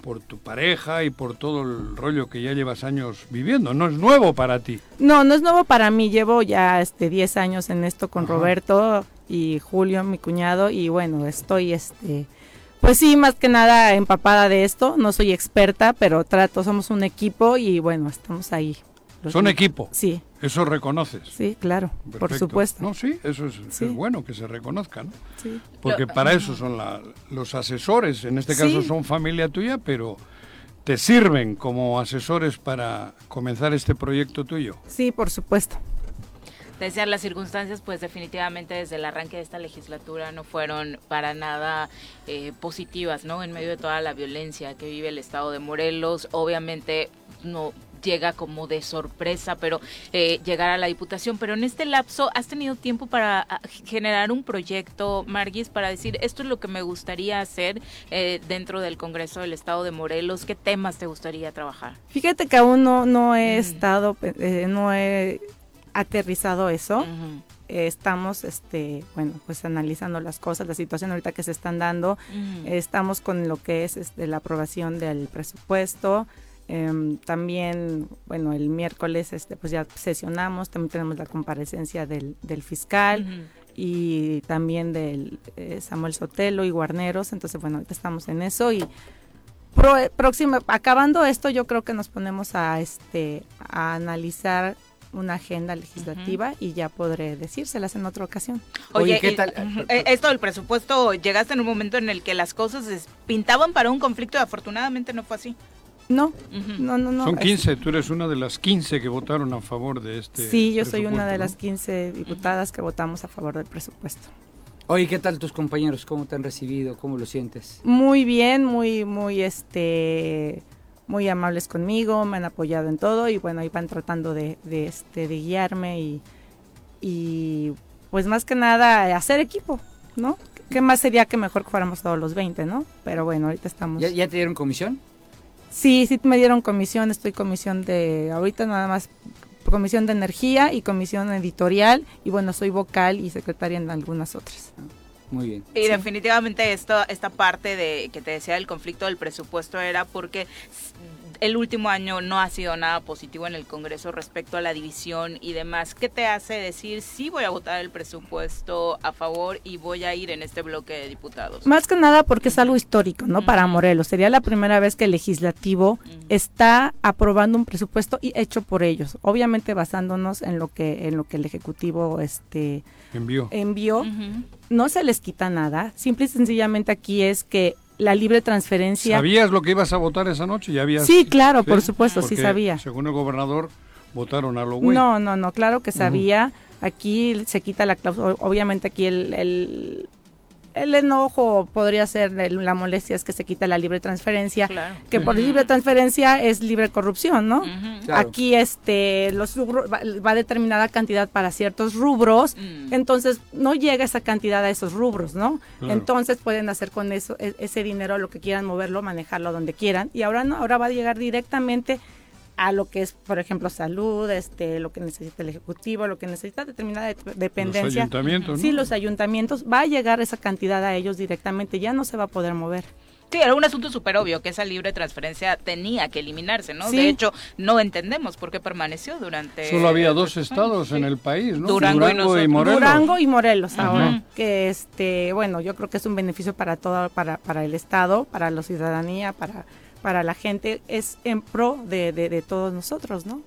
por tu pareja y por todo el rollo que ya llevas años viviendo. No es nuevo para ti. No, no es nuevo para mí. Llevo ya este 10 años en esto con Ajá. Roberto y Julio, mi cuñado, y bueno, estoy este pues sí, más que nada empapada de esto. No soy experta, pero trato, somos un equipo y bueno, estamos ahí. Los- Son equipo, Sí, eso reconoces. sí, claro, por Perfecto. supuesto. No, sí, eso es, Sí. es bueno que se reconozca, ¿no? Sí. Porque para eso son la- los asesores, en este caso Sí. son familia tuya, pero te sirven como asesores para comenzar este proyecto tuyo. Sí, por supuesto. Desear las circunstancias, pues definitivamente desde el arranque de esta legislatura no fueron para nada eh, positivas, ¿no? En medio de toda la violencia que vive el estado de Morelos, obviamente no llega como de sorpresa, pero eh, llegar a la diputación. Pero en este lapso, ¿has tenido tiempo para ah, generar un proyecto, Marguis, para decir esto es lo que me gustaría hacer eh, dentro del Congreso del Estado de Morelos? ¿Qué temas te gustaría trabajar? Fíjate que aún no, no he Mm. estado, eh, no he aterrizado eso. Ujú, Eh, estamos, este, bueno, pues analizando las cosas, la situación ahorita que se están dando. ujú. Estamos con lo que es este, la aprobación del presupuesto. Em, también, bueno, el miércoles este, pues ya sesionamos, también tenemos la comparecencia del, del fiscal Ujú. y también del eh, Samuel Sotelo y Guarneros. Entonces, bueno, ahorita estamos en eso y pro- próxima, acabando esto, yo creo que nos ponemos a, este, a analizar una agenda legislativa y ya podré decírselas en otra ocasión. Oye, Oye, ¿qué y- tal? ujú, (laughs) eh, Esto del presupuesto, llegaste en un momento en el que las cosas es- pintaban para un conflicto y afortunadamente no fue así. No, Ujú. no, no, no. Son es- 15, tú eres una de las 15 que votaron a favor de este. Sí, yo soy una de las presupuesto, 15 diputadas que votamos a favor del presupuesto. Oye, ¿qué tal tus compañeros? ¿Cómo te han recibido? ¿Cómo lo sientes? Muy bien, muy, muy, este, muy amables conmigo, me han apoyado en todo y bueno, ahí van tratando de, de, este, de guiarme y, y, pues más que nada hacer equipo, ¿no? ¿Qué más sería que mejor que fuéramos todos los 20, ¿no? Pero bueno, ahorita estamos... ¿Ya, ya te dieron comisión? Sí, sí me dieron comisión, estoy comisión de, ahorita nada más, comisión de energía y comisión editorial y bueno, soy vocal y secretaria en algunas otras. Muy bien. Y definitivamente esto, esta parte de que te decía del conflicto del presupuesto era porque s- el último año no ha sido nada positivo en el Congreso respecto a la división y demás. ¿Qué te hace decir sí voy a votar el presupuesto a favor y voy a ir en este bloque de diputados? Más que nada porque es algo histórico, ¿no? Para Morelos, sería la primera vez que el legislativo está aprobando un presupuesto y hecho por ellos, obviamente basándonos en lo que en lo que el ejecutivo este Envío. envió, Ujú. no se les quita nada, simple y sencillamente aquí es que la libre transferencia ¿Sabías lo que ibas a votar esa noche? ¿Ya habías... Sí, claro, por supuesto, sí Porque, sabía. Según el gobernador, votaron a lo güey. No, no, no, claro que sabía. Aquí se quita la cláusula. Obviamente aquí el, el, el enojo podría ser, el- la molestia es que se quita la libre transferencia, Claro. que por Ujú. libre transferencia es libre corrupción, ¿no? Ujú. Claro. Aquí este, los rubro- va, va determinada cantidad para ciertos rubros. Mm. Entonces no llega esa cantidad a esos rubros, ¿no? Claro. Entonces pueden hacer con eso e- ese dinero lo que quieran moverlo, manejarlo donde quieran y ahora no, ahora va a llegar directamente a lo que es, por ejemplo, salud, este, lo que necesita el ejecutivo, lo que necesita determinada de- Los dependencia. ayuntamientos, ¿no? Sí, los ayuntamientos va a llegar esa cantidad a ellos directamente, ya no se va a poder mover. Sí, era un asunto súper obvio que esa libre transferencia tenía que eliminarse, ¿no? Sí. De hecho, no entendemos por qué permaneció durante... Solo había dos estos años, estados en sí. el país, ¿no? Durango y nosotros. Morelos. Durango y Morelos Ajá. ahora, que este, bueno, yo creo que es un beneficio para todo, para, para el Estado, para la ciudadanía, para, para la gente, es en pro de, de, de todos nosotros, ¿no?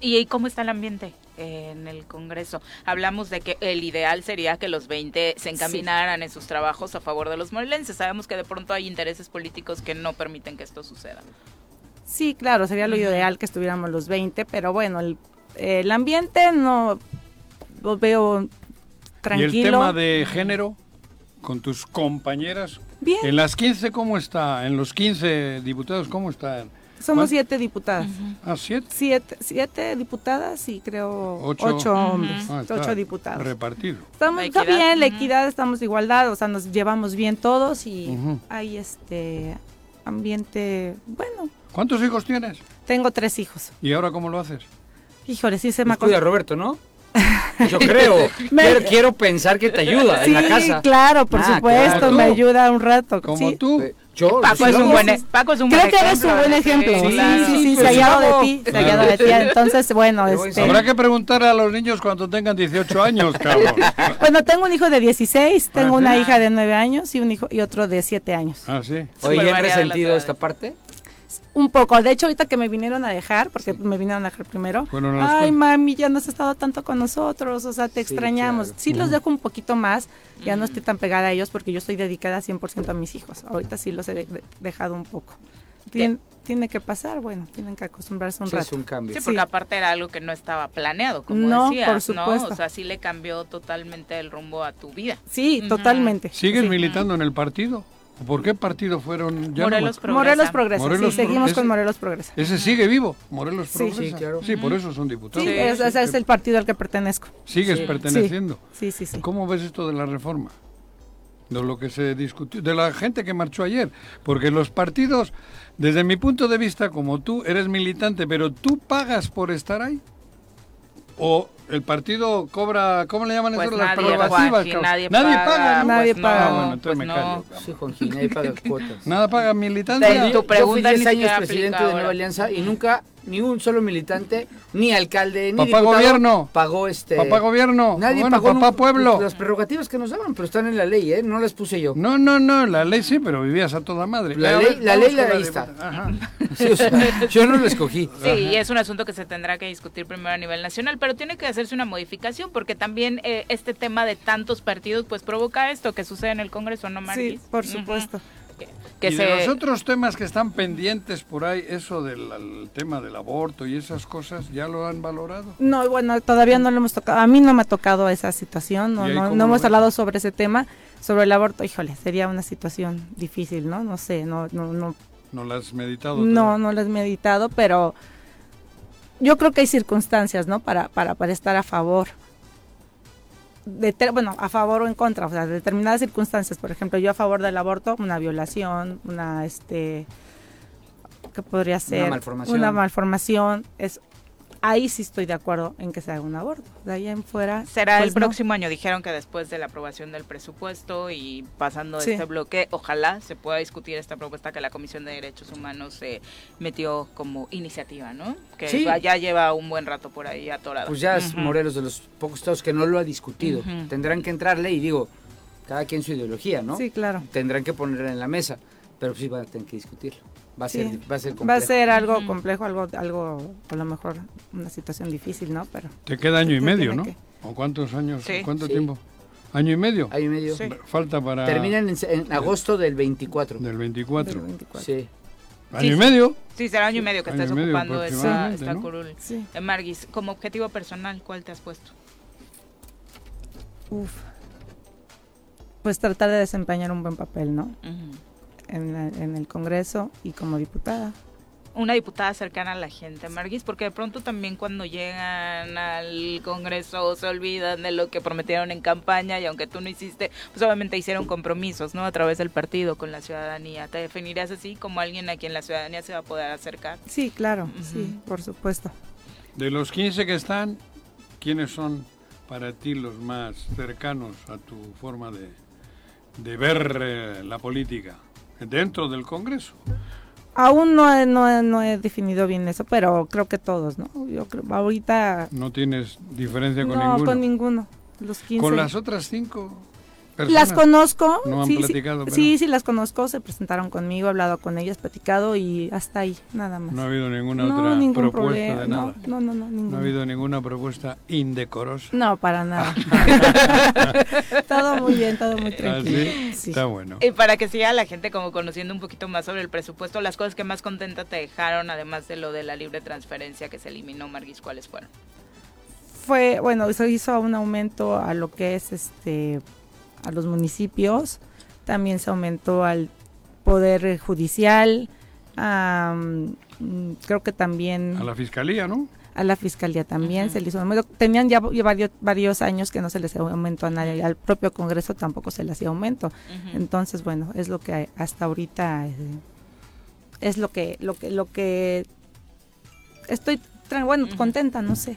¿Y, y cómo está el ambiente eh, en el Congreso? Hablamos de que el ideal sería que los 20 se encaminaran en sus trabajos a favor de los morelenses. Sabemos que de pronto hay intereses políticos que no permiten que esto suceda. Sí, claro, sería lo Ujú. ideal que estuviéramos los 20, pero bueno, el, el ambiente no lo veo ¿Y tranquilo. el tema de género con tus compañeras? Bien. En las 15, ¿cómo está? En los 15 diputados, ¿cómo están? Somos ¿Cuán- siete diputadas. Ah, siete. siete, siete diputadas y creo Ocho. ocho, Ujú. hombres, Ah, está ocho diputados. Repartido. Estamos La está equidad, bien, la ujú. equidad, estamos de igualdad, o sea, nos llevamos bien todos y Ujú. hay este ambiente, bueno, ¿Cuántos hijos tienes? tengo tres hijos. ¿Y ahora cómo lo haces? Híjole, sí se me Nos acon- Pues cuida (laughs) Roberto, ¿no? Yo creo. Me- quiero, quiero pensar que te ayuda Sí, en la casa. claro, por Ah, supuesto, claro. me Tú. ayuda un rato. Como sí. tú. Yo, Paco es, sí, un sí, buen, e-, sí. Paco es un buen Creo que ejemplo. eres ¿eh? un buen ejemplo. Sí, sí, claro. sí, Sí, se pues, hallado bravo. de ti, se hallado de ti. Entonces, bueno, Te voy a este, Habrá que preguntar a los niños cuando tengan 18 años, cabrón. bueno, tengo un hijo de 16, tengo una Ajá. hija de 9 años y un hijo y otro de 7 años. Ah, sí. Oye, ¿ya Supervariada ¿han la resentido otra esta vez. parte? Un poco, de hecho ahorita que me vinieron a dejar, porque me vinieron a dejar primero, Fueron a la ay escuela. mami, ya no has estado tanto con nosotros, o sea, te Sí, extrañamos. claro. Sí los dejo un poquito más, ya no Mm. estoy tan pegada a ellos porque yo estoy dedicada 100% a mis hijos, ahorita sí los he de- dejado un poco. Tien- tiene que pasar, bueno, tienen que acostumbrarse un Sí, es rato. un cambio. Sí, porque Sí. aparte era algo que no estaba planeado, como No, decías, por ¿no? supuesto. O sea, sí le cambió totalmente el rumbo a tu vida. Sí, (laughs) Ujú. totalmente. ¿Sigues Sí. militando en el partido? ¿Por qué partido fueron? Ya no me Morelos Progresa. Morelos Progresa, Morelos sí, seguimos Progresa. con Morelos Progresa. Ese sigue vivo, Morelos Sí. Progresa. Sí, claro. por eso son diputados. Sí, es- ese es el partido al que pertenezco. Sigues Sí. perteneciendo. Sí, sí, sí. ¿Cómo ves esto de la reforma? De lo que se discutió, de la gente que marchó ayer. Porque los partidos, desde mi punto de vista, como tú eres militante, pero tú pagas por estar ahí. O el partido cobra, ¿cómo le llaman Pues eso? nadie, Las prerrogativas, Joaquín, cabrón. nadie, paga, ¿no? Nadie pues paga. Ah, bueno, No, pues entonces me callo. no. cabrón. Sí, Joaquín, ahí paga cuotas. (laughs) Nada paga Pero militancia. tú- tu pregunta Yo ni fui 10 años siquiera presidente aplica de ahora. Nueva Alianza y nunca ni un solo militante, ni alcalde, ni Papá diputado gobierno. pagó este. Papá gobierno. Nadie bueno, pagó papá nu- pueblo. Las prerrogativas que nos daban, pero están en la ley, ¿eh? No las puse yo. No, no, no, la ley sí, pero vivías a toda madre. Eh, La A ley- ver, la vamos ley la con ahí está. diputada. Ajá. (laughs) Sí, (laughs) o sea, yo no lo escogí. Sí, y es un asunto que se tendrá que discutir primero a nivel nacional, pero tiene que hacerse una modificación porque también eh, este tema de tantos partidos pues provoca esto que sucede en el Congreso, ¿no, Sí, Marquis? por Ujú. supuesto. Que, que y se... de los otros temas que están pendientes por ahí, eso del al- tema del aborto y esas cosas, ¿ya lo han valorado? No, bueno, todavía no lo hemos tocado. A mí no me ha tocado esa situación, no, ¿Y ahí no, cómo no lo hemos ves? hablado sobre ese tema. Sobre el aborto, híjole, sería una situación difícil, ¿no? No sé, no, no, no, ¿No lo has meditado? no, todavía? no lo he meditado, pero yo creo que hay circunstancias, ¿no? Para, para, para estar a favor. De ter- bueno, a favor o en contra, o sea, determinadas circunstancias. Por ejemplo, yo a favor del aborto, una violación, una, este, ¿qué podría ser? malformación. Una malformación, es, ahí sí estoy de acuerdo en que se haga un aborto. De ahí en fuera. Será pues, el no. próximo año, dijeron que después de la aprobación del presupuesto y pasando Sí. este bloque, ojalá se pueda discutir esta propuesta que la Comisión de Derechos Humanos eh, metió como iniciativa, ¿no? Que Sí. va- ya lleva un buen rato por ahí atorada. Pues ya es Ujú. Morelos de los pocos estados que no lo ha discutido. Ujú. Tendrán que entrarle y digo, cada quien su ideología, ¿no? Sí, claro. Tendrán que ponerla en la mesa, pero sí van a tener que discutirlo. Va a Sí. ser, va a ser Va a complejo. ser algo Ujú. complejo, algo, algo, a lo mejor una situación difícil, ¿no? Pero Te queda año y Sí, medio, tiene ¿no? que- ¿O cuántos años? Sí. ¿Cuánto Sí. tiempo? ¿Año y medio? Año y medio. Sí. Falta para... Terminan en, en agosto del 24. Del del 24. 24. Sí. ¿Año y medio? Sí, será año y medio que Año estás y medio ocupando esta, aproximadamente, esta ¿no? curul. Sí. Eh, Marguis, como objetivo personal, ¿cuál te has puesto? Uf. Pues tratar de desempeñar un buen papel, ¿no? Ujú. En, la- en el Congreso y como diputada. una diputada cercana a la gente, Marguis, porque de pronto también cuando llegan al Congreso se olvidan de lo que prometieron en campaña y aunque tú no hiciste, pues obviamente hicieron compromisos, ¿no? A través del partido con la ciudadanía. ¿Te definirás así como alguien a quien la ciudadanía se va a poder acercar? Sí, claro, sí, Ujú. por supuesto. De los 15 que están, ¿quiénes son para ti los más cercanos a tu forma de, de ver eh, la política? Dentro del Congreso. Aún no he, no, he- no he definido bien eso, pero creo que todos, ¿no? Yo creo, ahorita No tienes diferencia con no ninguno. con ninguno. Los 15. Con las otras cinco personas. Las conozco. No han sí, sí, platicado, pero- sí, sí, las conozco. Se presentaron conmigo, he hablado con ellas, platicado y hasta ahí, nada más. No ha habido ninguna No, otra ningún propuesta problema. de nada. No, no, no, no, No ninguna. ha habido ninguna propuesta indecorosa. No, para (laughs) nada. todo muy bien, todo muy tranquilo. Así Sí. Ah, está bueno. Y para que siga la gente como conociendo un poquito más sobre el presupuesto, las cosas que más contenta te dejaron, además de lo de la libre transferencia que se eliminó, Marguis, ¿cuáles fueron? Fue, bueno, se hizo un aumento a lo que es este a los municipios. también se aumentó al Poder Judicial, am, mm, creo que también A la fiscalía, ¿no? a la Fiscalía también Ujú. se le hizo un aumento. Tenían ya, ya varios, varios años que no se les aumentó a nadie, al propio Congreso tampoco se le hacía aumento. Entonces, bueno, es lo que hasta ahorita eh, es lo que lo que lo que estoy tra- bueno, Ujú. contenta, no sé.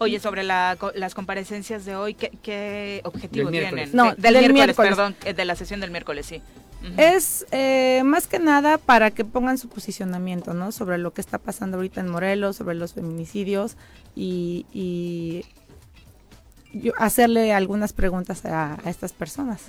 Oye, sobre la co- las comparecencias de hoy, ¿qué, qué objetivo Del miércoles. tienen? No, De- del, del miércoles, miércoles. perdón, eh, de la sesión del miércoles, sí. Ujú. Es eh, más que nada para que pongan su posicionamiento, ¿no? Sobre lo que está pasando ahorita en Morelos, sobre los feminicidios y, y yo- hacerle algunas preguntas a, a estas personas.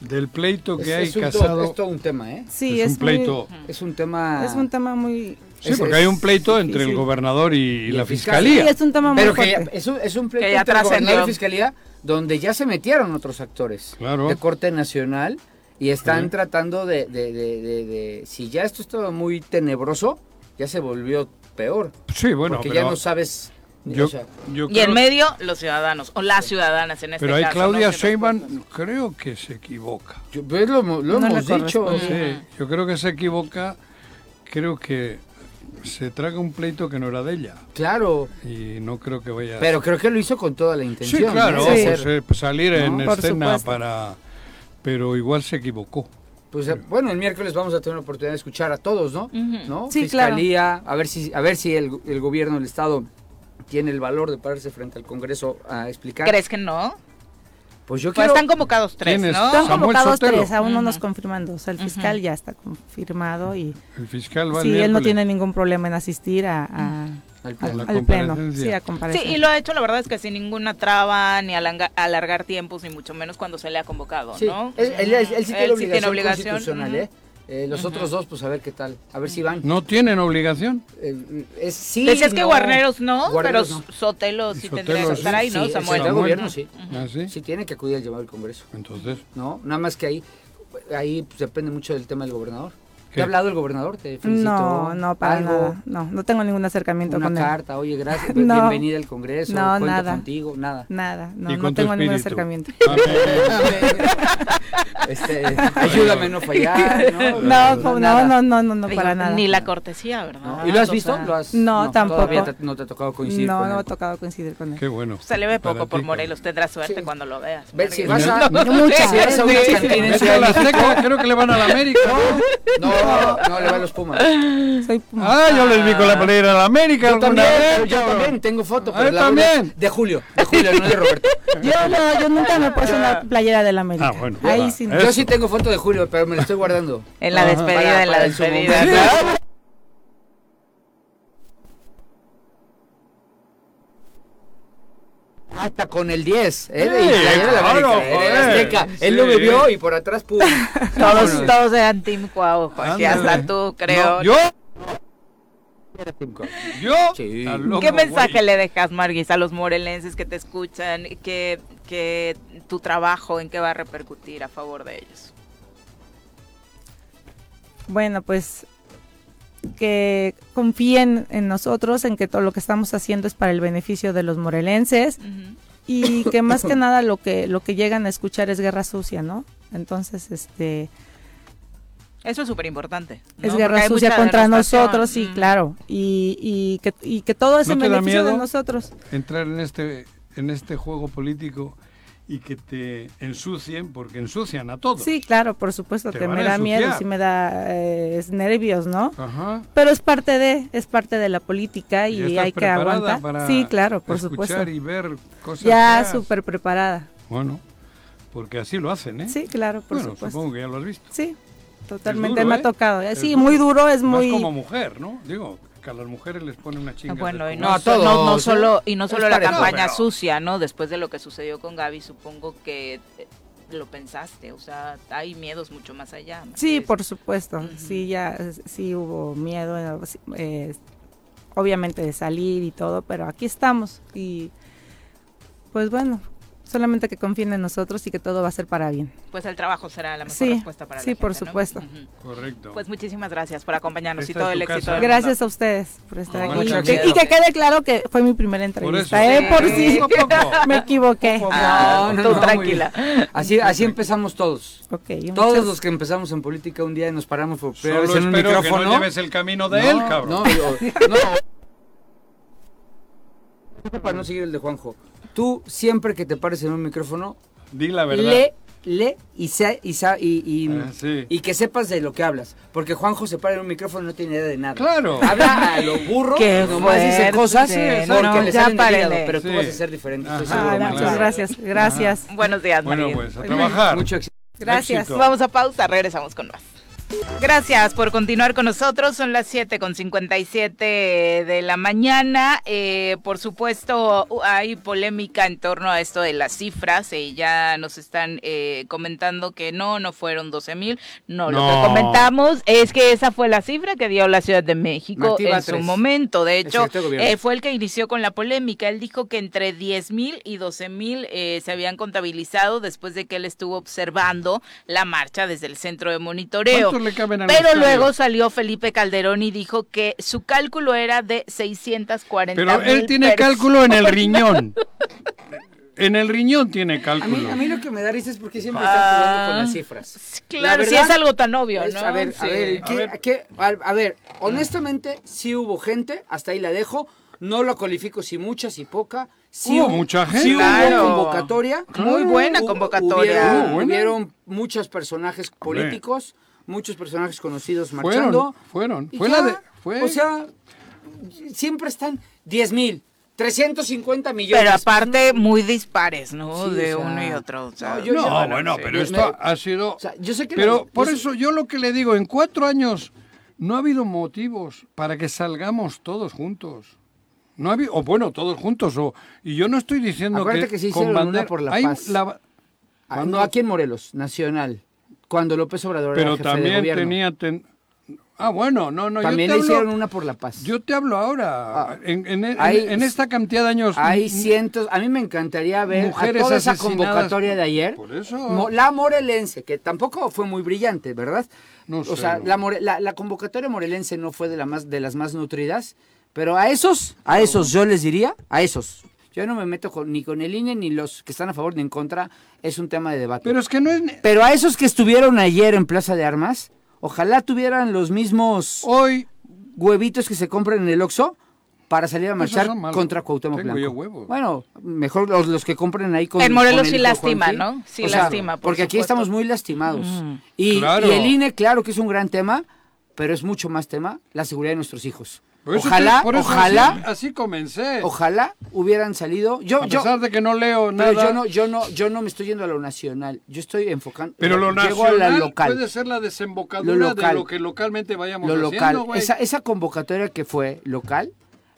Del pleito que hay es, un to- casado. es todo un tema, ¿eh? Sí, es, es, un pleito. muy- Es un tema... muy- es un tema muy Sí, es- porque hay un pleito es entre el difícil. gobernador y, el la fiscal. Sí, fiscalía. es un tema muy Pero que fuerte. ya- es un, es un Que pleito ya entre el gobernador y trascendió. la fiscalía donde ya se metieron otros actores Claro. de corte nacional y están Sí. tratando de, de- de- de- de- Si ya esto estaba muy tenebroso, ya se volvió peor. Sí, bueno, porque pero ya no sabes... yo, o sea, yo Y en creo- medio, los ciudadanos, o las ciudadanas en este pero ahí caso. Claudia ¿no? Si nos Sheinbaum creo que se equivoca. yo- pues lo, hemos- lo No le hemos dicho. corresponde. Ujú. Sí, yo creo que se equivoca. Creo que se traga un pleito que no era de ella Claro, y no creo que vaya. pero creo que lo hizo con toda la sí, intención. ¿no? claro, Sí. pues, eh, pues salir en No, por escena supuesto. para, pero igual se equivocó. Pues, eh, bueno, el miércoles vamos a tener la oportunidad de escuchar a todos, ¿no? Ujú. ¿No? Sí, claro. Fiscalía, a ver si, a ver si el, el gobierno del Estado tiene el valor de pararse frente al Congreso a explicar. ¿Crees que no? Pues yo Pues quiero... están convocados tres, ¿Quién es? ¿no? Están Samuel convocados Sotelo. tres, aún no nos Ujú. confirman dos. El fiscal ya está confirmado y El fiscal va el sí, él no miércoles tiene ningún problema en asistir a, a- al a- A la pleno. al pleno. comparecencia. Sí, a Sí, comparecer. y lo ha hecho, la verdad es que sin ninguna traba, ni alanga- alargar tiempos, ni mucho menos cuando se le ha convocado, Sí, ¿no? él, él- él- él sí tiene Él obligación, constitucional, ujú. ¿eh? Eh, Los otros dos, pues a ver qué tal, a ver si van. No tienen obligación. Eh, es, sí, Decías Pues que no. Guarneros no, Guarneros pero no. Sotelo sí Sotelo tendría que sí. estar ahí, ¿no, Sí, Samuel? el gobierno sí. ¿Ah, sí? Sí tiene que acudir al llamado del Congreso, Entonces, ¿no? Nada más que ahí, ahí pues, depende mucho del tema del gobernador. ¿Qué? ¿Te ha hablado el gobernador? ¿Te felicitó? no, no, para ¿Algo? nada. No, no tengo ningún acercamiento Una con él. carta, (laughs) oye, gracias, pues, No. bienvenida al Congreso, No, cuento nada. contigo, nada. Nada, no, y no con tu tengo ningún espíritu. acercamiento. (laughs) Amén. Este, ayúdame a no fallar, (laughs) ¿no? No, no, nada. no, no, no, no, Digo, para nada. Ni la cortesía, ¿verdad? ¿No? ¿Y lo has O visto? sea, ¿Lo has- No, tampoco. Todavía te- no te ha tocado coincidir no, con no él. me ha tocado coincidir con él. qué bueno. Se le ve poco Para por ti, Morelos, tendrás suerte Sí. cuando lo veas. Ven, si Mario. vas a, No, muchas si vas a una veces. cantina en Vete Ciudad a de la México- Azteca, creo que le van a la América. (laughs) No, no, no, le van los Pumas. Yo Soy Puma. Ah, yo les vi con la playera a la América alguna también, vez. yo cabrón. también, tengo foto. Ah, pero yo la verdad- también. De Julio, de Julio, (laughs) no de Roberto. Yo, no, yo nunca me he puesto una playera de la América. Ah, bueno. Ahí sí. no. Eso. Ah. Yo sí tengo foto de Julio, pero me la estoy guardando. (laughs) En la Ajá. despedida, Para- en la para en su despedida. momento. ¿no? (laughs) Hasta con el 10, ¿eh? Sí, de playera de la claro, América, ¿eh? de la joder. Azteca. Sí. Él lo bebió y por atrás, (laughs) pum. Todos, todos eran Team Cuau, Joaquín, Ándale. hasta tú, creo. No, yo, yo. Sí. Estás loco, ¿Qué mensaje güey. le dejas, Marguis, a los morelenses que te escuchan? Que, que tu trabajo, ¿en qué va a repercutir a favor de ellos? Bueno, pues que confíen en nosotros, en que todo lo que estamos haciendo es para el beneficio de los morelenses y que más que nada lo que lo que llegan a escuchar es guerra sucia, ¿no? Entonces, este, Eso es súper importante. es guerra sucia contra nosotros, sí, claro, y, y que y que todo es ¿No en te da beneficio de miedo? nosotros. Entrar en este, en este juego político y que te ensucien, porque ensucian a todos. Sí, claro, por supuesto Te que van me a da miedo, ensuciar. sí me da eh, es nervios, ¿no? Ajá. Pero es parte de es parte de la política ¿Ya y, estás hay que preparada aguantar. para Sí, claro, por escuchar supuesto. y ver cosas. Ya feas? súper preparada. Bueno, porque así lo hacen, ¿eh? Sí, claro, por bueno, supuesto. supongo que ya lo has visto. Sí, totalmente Es duro, me ¿eh? ha tocado. Eh, Es sí, duro. muy duro, es muy... Más como mujer, ¿no? Digo, que a las mujeres les pone una chinga. Bueno, y después. no, Ah, No, so- no- no todos, solo, ¿eh? y no Es solo la parejo. campaña No, pero- sucia, ¿no? Después de lo que sucedió con Gaby, supongo que eh, lo pensaste. O sea, hay miedos mucho más allá. ¿no? Sí, Es- por supuesto. Ujú. Sí, ya, eh, sí hubo miedo, eh, sí, eh, obviamente de salir y todo, pero aquí estamos. Y pues bueno, solamente que confíen en nosotros y que todo va a ser para bien. Pues el trabajo será la mejor Sí, respuesta para la sí, por gente, ¿no? supuesto. Ujú. Correcto. Pues muchísimas gracias por acompañarnos Esta y todo es el tu éxito. casa. del mundo. Gracias a ustedes por estar No, aquí. muchas Y que- Y gracias. que quede claro que fue mi primera entrevista, eso. ¿eh? Por Sí. si Poco a poco. (laughs) me equivoqué. Ah, No, tú no, no, tranquila. Así, así empezamos todos. Ok, Todos muchas- los que empezamos en política un día y nos paramos por primera Solo vez en un espero que micrófono. no lleves el camino de No, él, cabrón. No, yo- no. (laughs) Para no seguir el de Juanjo. Tú, siempre que te pares en un micrófono, Di la verdad. lee, lee y, se- y, sa- y, y- Ah, sí. y que sepas de lo que hablas. Porque Juanjo se para en un micrófono y no tiene idea de nada. Claro. Habla a lo burro, Qué nomás dice fuerte, cosas ¿no? porque No, le ya salen del hígado, párenle. pero tú Sí. vas a ser diferente. estoy Ajá. Ah, seguro, Claro. muchas Manuel. gracias, gracias, Ah, Buenos días, Bueno, María. pues a trabajar. Mucho éxito. gracias. Éxito. Vamos a pausa, regresamos con más. Gracias por continuar con nosotros. Son las 7 con 57 de la mañana. Eh, por supuesto, u- hay polémica en torno a esto de las cifras. Eh, ya nos están eh, comentando que no, no fueron 12 mil. No, lo No. que comentamos es que esa fue la cifra que dio la Ciudad de México Martí en Batres, su momento. De hecho, el este secretario de gobierno. eh, fue el que inició con la polémica. Él dijo que entre 10 mil y 12 mil eh, se habían contabilizado después de que él estuvo observando la marcha desde el centro de monitoreo. ¿Cuántos le caben al Pero estadio? luego salió Felipe Calderón y dijo que su cálculo era de 640 Pero él mil tiene personas. cálculo en el riñón. En el riñón tiene A cálculo. mí, a mí lo que me da risa es porque siempre Ah. están jugando con las cifras. Claro, La si es verdad algo tan obvio, es- ¿no? A ver, a Sí. ver, ¿qué- A ver. Mm. qué- al- a ver, honestamente, sí hubo gente, hasta ahí la dejo. No lo califico si mucha, si poca. Sí Hubo mucha gente. Sí hubo Claro. convocatoria. Muy buena Hu- convocatoria. hubiera- Hubo buena. Hubieron muchos personajes políticos, muchos personajes conocidos marchando. fueron. Y Fue ya, la de- fue- O sea, siempre están 10 mil, 350 millones. Pero aparte muy dispares, ¿no? Sí, de o sea, uno y otro. o sea. no, yo- no, ya- bueno, sí. pero Me- esto me- ha sido. o sea, yo sé que pero la- por yo sé- eso yo lo que le digo, en cuatro años no ha habido motivos para que salgamos todos juntos. No ha habido, o bueno, todos juntos. O, y yo no estoy diciendo Acuérdate que, que se con hicieron una bandera- por la hay paz. la- Ah, Cuando- no, aquí en Morelos, nacional. Cuando López Obrador era pero jefe de también gobierno. tenía. ten- ah, bueno, no, no. También yo le te hablo- hicieron una por la paz. Yo te hablo ahora. Ah, en, en- en- hay- en esta cantidad de años. Hay cientos, a mí me encantaría ver Mujeres a toda esa asesinadas. convocatoria de ayer. Por eso. Mo- La morelense, que tampoco fue muy brillante, ¿verdad? No sé, o sea, no. la, more- la- la convocatoria morelense no fue de, la más, de las más nutridas, pero a esos, a esos yo les diría, a esos. Yo no me meto con- ni con el INE ni los que están a favor ni en contra, es un tema de debate. Pero es que no es. Pero a esos que estuvieron ayer en Plaza de Armas, ojalá tuvieran los mismos Hoy. huevitos que se compran en el Oxxo para salir a Esos marchar son malos. contra Cuauhtémoc Tengo Blanco. yo huevos. Bueno, mejor los, los que compren ahí con En Morelos con sí hijo lastima, Juanji. ¿no? Sí O sea, lastima, por porque aquí supuesto. estamos muy lastimados. Mm. Y, Claro. y el INE, claro que es un gran tema, pero es mucho más tema la seguridad de nuestros hijos. por eso ojalá, te- por eso Así, ojalá, así comencé. ojalá hubieran salido. Yo, a yo, pesar de que no leo nada. pero yo no, yo no, yo no me estoy yendo a lo nacional. Yo estoy enfocando. Pero lo llego nacional a la local. puede ser la desembocadura Lo local. de lo que localmente vayamos lo local. haciendo, güey. Esa, esa convocatoria que fue local,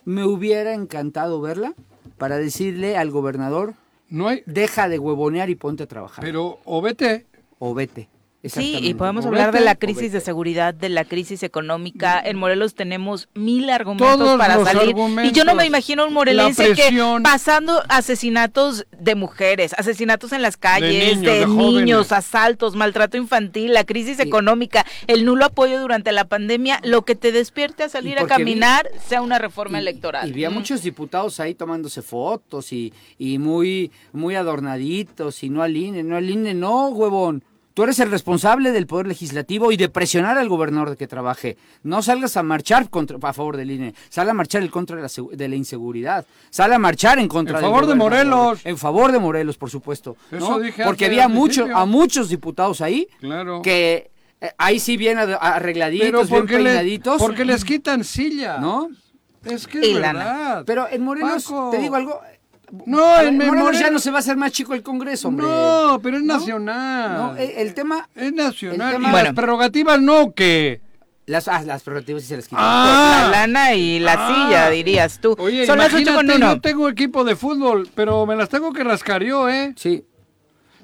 me hubiera encantado verla para decirle al gobernador, No hay, deja de huevonear y ponte a trabajar. pero o vete. o vete. Sí, Exactamente. y podemos O hablar de vete, la o crisis de vete. seguridad, de la crisis económica. En Morelos tenemos mil argumentos Todos para los salir. y yo no me argumentos. imagino un morelense La que presión. pasando asesinatos de mujeres, asesinatos en las calles, niños, de de niños, jóvenes. asaltos, maltrato infantil, la crisis económica, el nulo apoyo durante la pandemia, lo que te despierte a salir a porque vi- caminar sea una reforma Y- electoral. Y, vi a Mm. muchos diputados ahí tomándose fotos y, y muy, muy adornaditos y no al INE, no al INE, no, huevón. Tú eres el responsable del Poder Legislativo y de presionar al gobernador de que trabaje. No salgas a marchar contra, a favor del INE. Sal a marchar en contra de la, segu- de la inseguridad. Sal a marchar en contra En del favor de gobernador. Morelos. En favor de Morelos, por supuesto. ¿no? Eso dije Porque antes, había al mucho, principio. a muchos diputados ahí Claro. que eh, ahí sí bien ad- Pero arregladitos, bien ¿por qué, le- peinaditos. por qué les quitan silla? ¿No? Es que Y es lana. verdad. Pero en Morelos, Paco. te digo algo. No, A ver, en Morelos, Morelos- ya no se va a hacer más chico el Congreso, hombre. No, pero es ¿No? nacional. No, e- el tema. Es nacional. El Y tema- las Bueno. prerrogativas no que. Las, ah, las prerrogativas sí se las quitan. Ah, la lana y la Ah. silla, dirías tú. Oye, Son las ocho imagínate, con uno. yo tengo equipo de fútbol, pero me las tengo que rascar yo, ¿eh? Sí,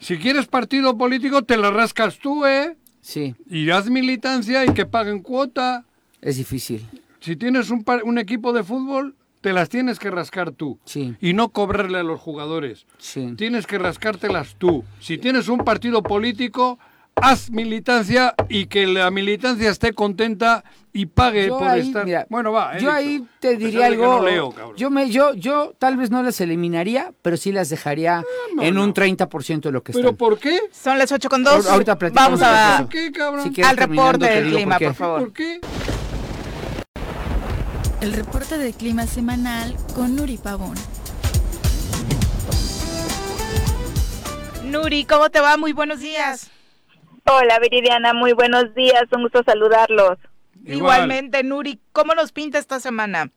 Si quieres partido político, te las rascas tú, ¿eh? sí. Y haz militancia y que paguen cuota. Es difícil. Si tienes un, par- un equipo de fútbol, te las tienes que rascar tú. Sí. Y no cobrarle a los jugadores. Sí. Tienes que rascártelas tú. Si tienes un partido político, haz militancia y que la militancia esté contenta y pague Yo por ahí, estar. mira, bueno, va. eh, he Yo dicho. ahí A te pesar diría de que algo. no leo, cabrón. yo, me, yo, yo tal vez no las eliminaría, pero sí las dejaría en un 30% de lo que Ah, ¿Pero están. por qué? Son las 8 con 2. Ahorita platicamos Vamos a, ¿Por qué, cabrón? Si quieres al terminando, reporte te del digo por clima, qué. por favor. ¿Por qué? El reporte de clima semanal con Nuri Pavón. Nuri, ¿cómo te va? Muy buenos días. Hola Viridiana, muy buenos días, un gusto saludarlos. Igual. Igualmente, Nuri, ¿cómo nos pinta esta semana?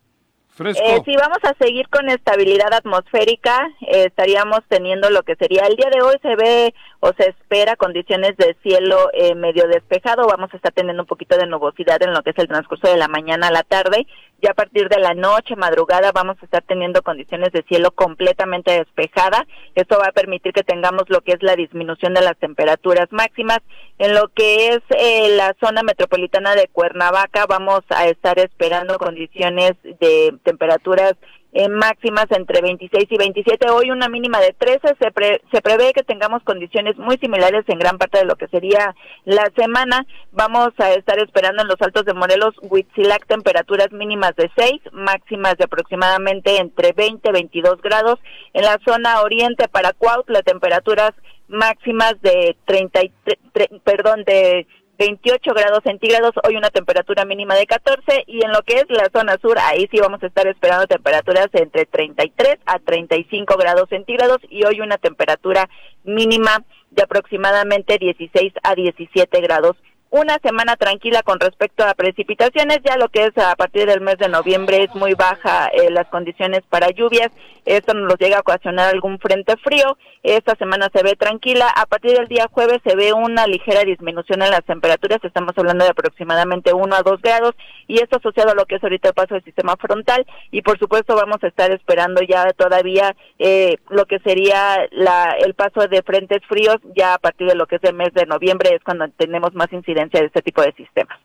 Fresco. Eh, si vamos a seguir con estabilidad atmosférica, eh, estaríamos teniendo lo que sería el día de hoy se ve o se espera condiciones de cielo eh, medio despejado, vamos a estar teniendo un poquito de nubosidad en lo que es el transcurso de la mañana a la tarde, ya a partir de la noche, madrugada, vamos a estar teniendo condiciones de cielo completamente despejada, esto va a permitir que tengamos lo que es la disminución de las temperaturas máximas, en lo que es eh, la zona metropolitana de Cuernavaca vamos a estar esperando condiciones de temperaturas eh, máximas entre 26 y 27. Hoy una mínima de 13. Se, pre- se prevé que tengamos condiciones muy similares en gran parte de lo que sería la semana. Vamos a estar esperando en los altos de Morelos, Huitzilac, temperaturas mínimas de 6, máximas de aproximadamente entre 20 y 22 grados. En la zona oriente para Cuautla, temperaturas máximas de 30, y tre- tre- perdón, de 28 grados centígrados, hoy una temperatura mínima de 14 y en lo que es la zona sur, ahí sí vamos a estar esperando temperaturas entre 33 a 35 grados centígrados y hoy una temperatura mínima de aproximadamente 16 a 17 grados. Una semana tranquila con respecto a precipitaciones, ya lo que es a partir del mes de noviembre es muy baja eh, las condiciones para lluvias, esto nos llega a ocasionar algún frente frío, esta semana se ve tranquila. A partir del día jueves se ve una ligera disminución en las temperaturas. Estamos hablando de aproximadamente 1 a 2 grados. Y esto asociado a lo que es ahorita el paso del sistema frontal. Y por supuesto, vamos a estar esperando ya todavía eh, lo que sería la, el paso de frentes fríos. Ya a partir de lo que es el mes de noviembre es cuando tenemos más incidencia de este tipo de sistemas.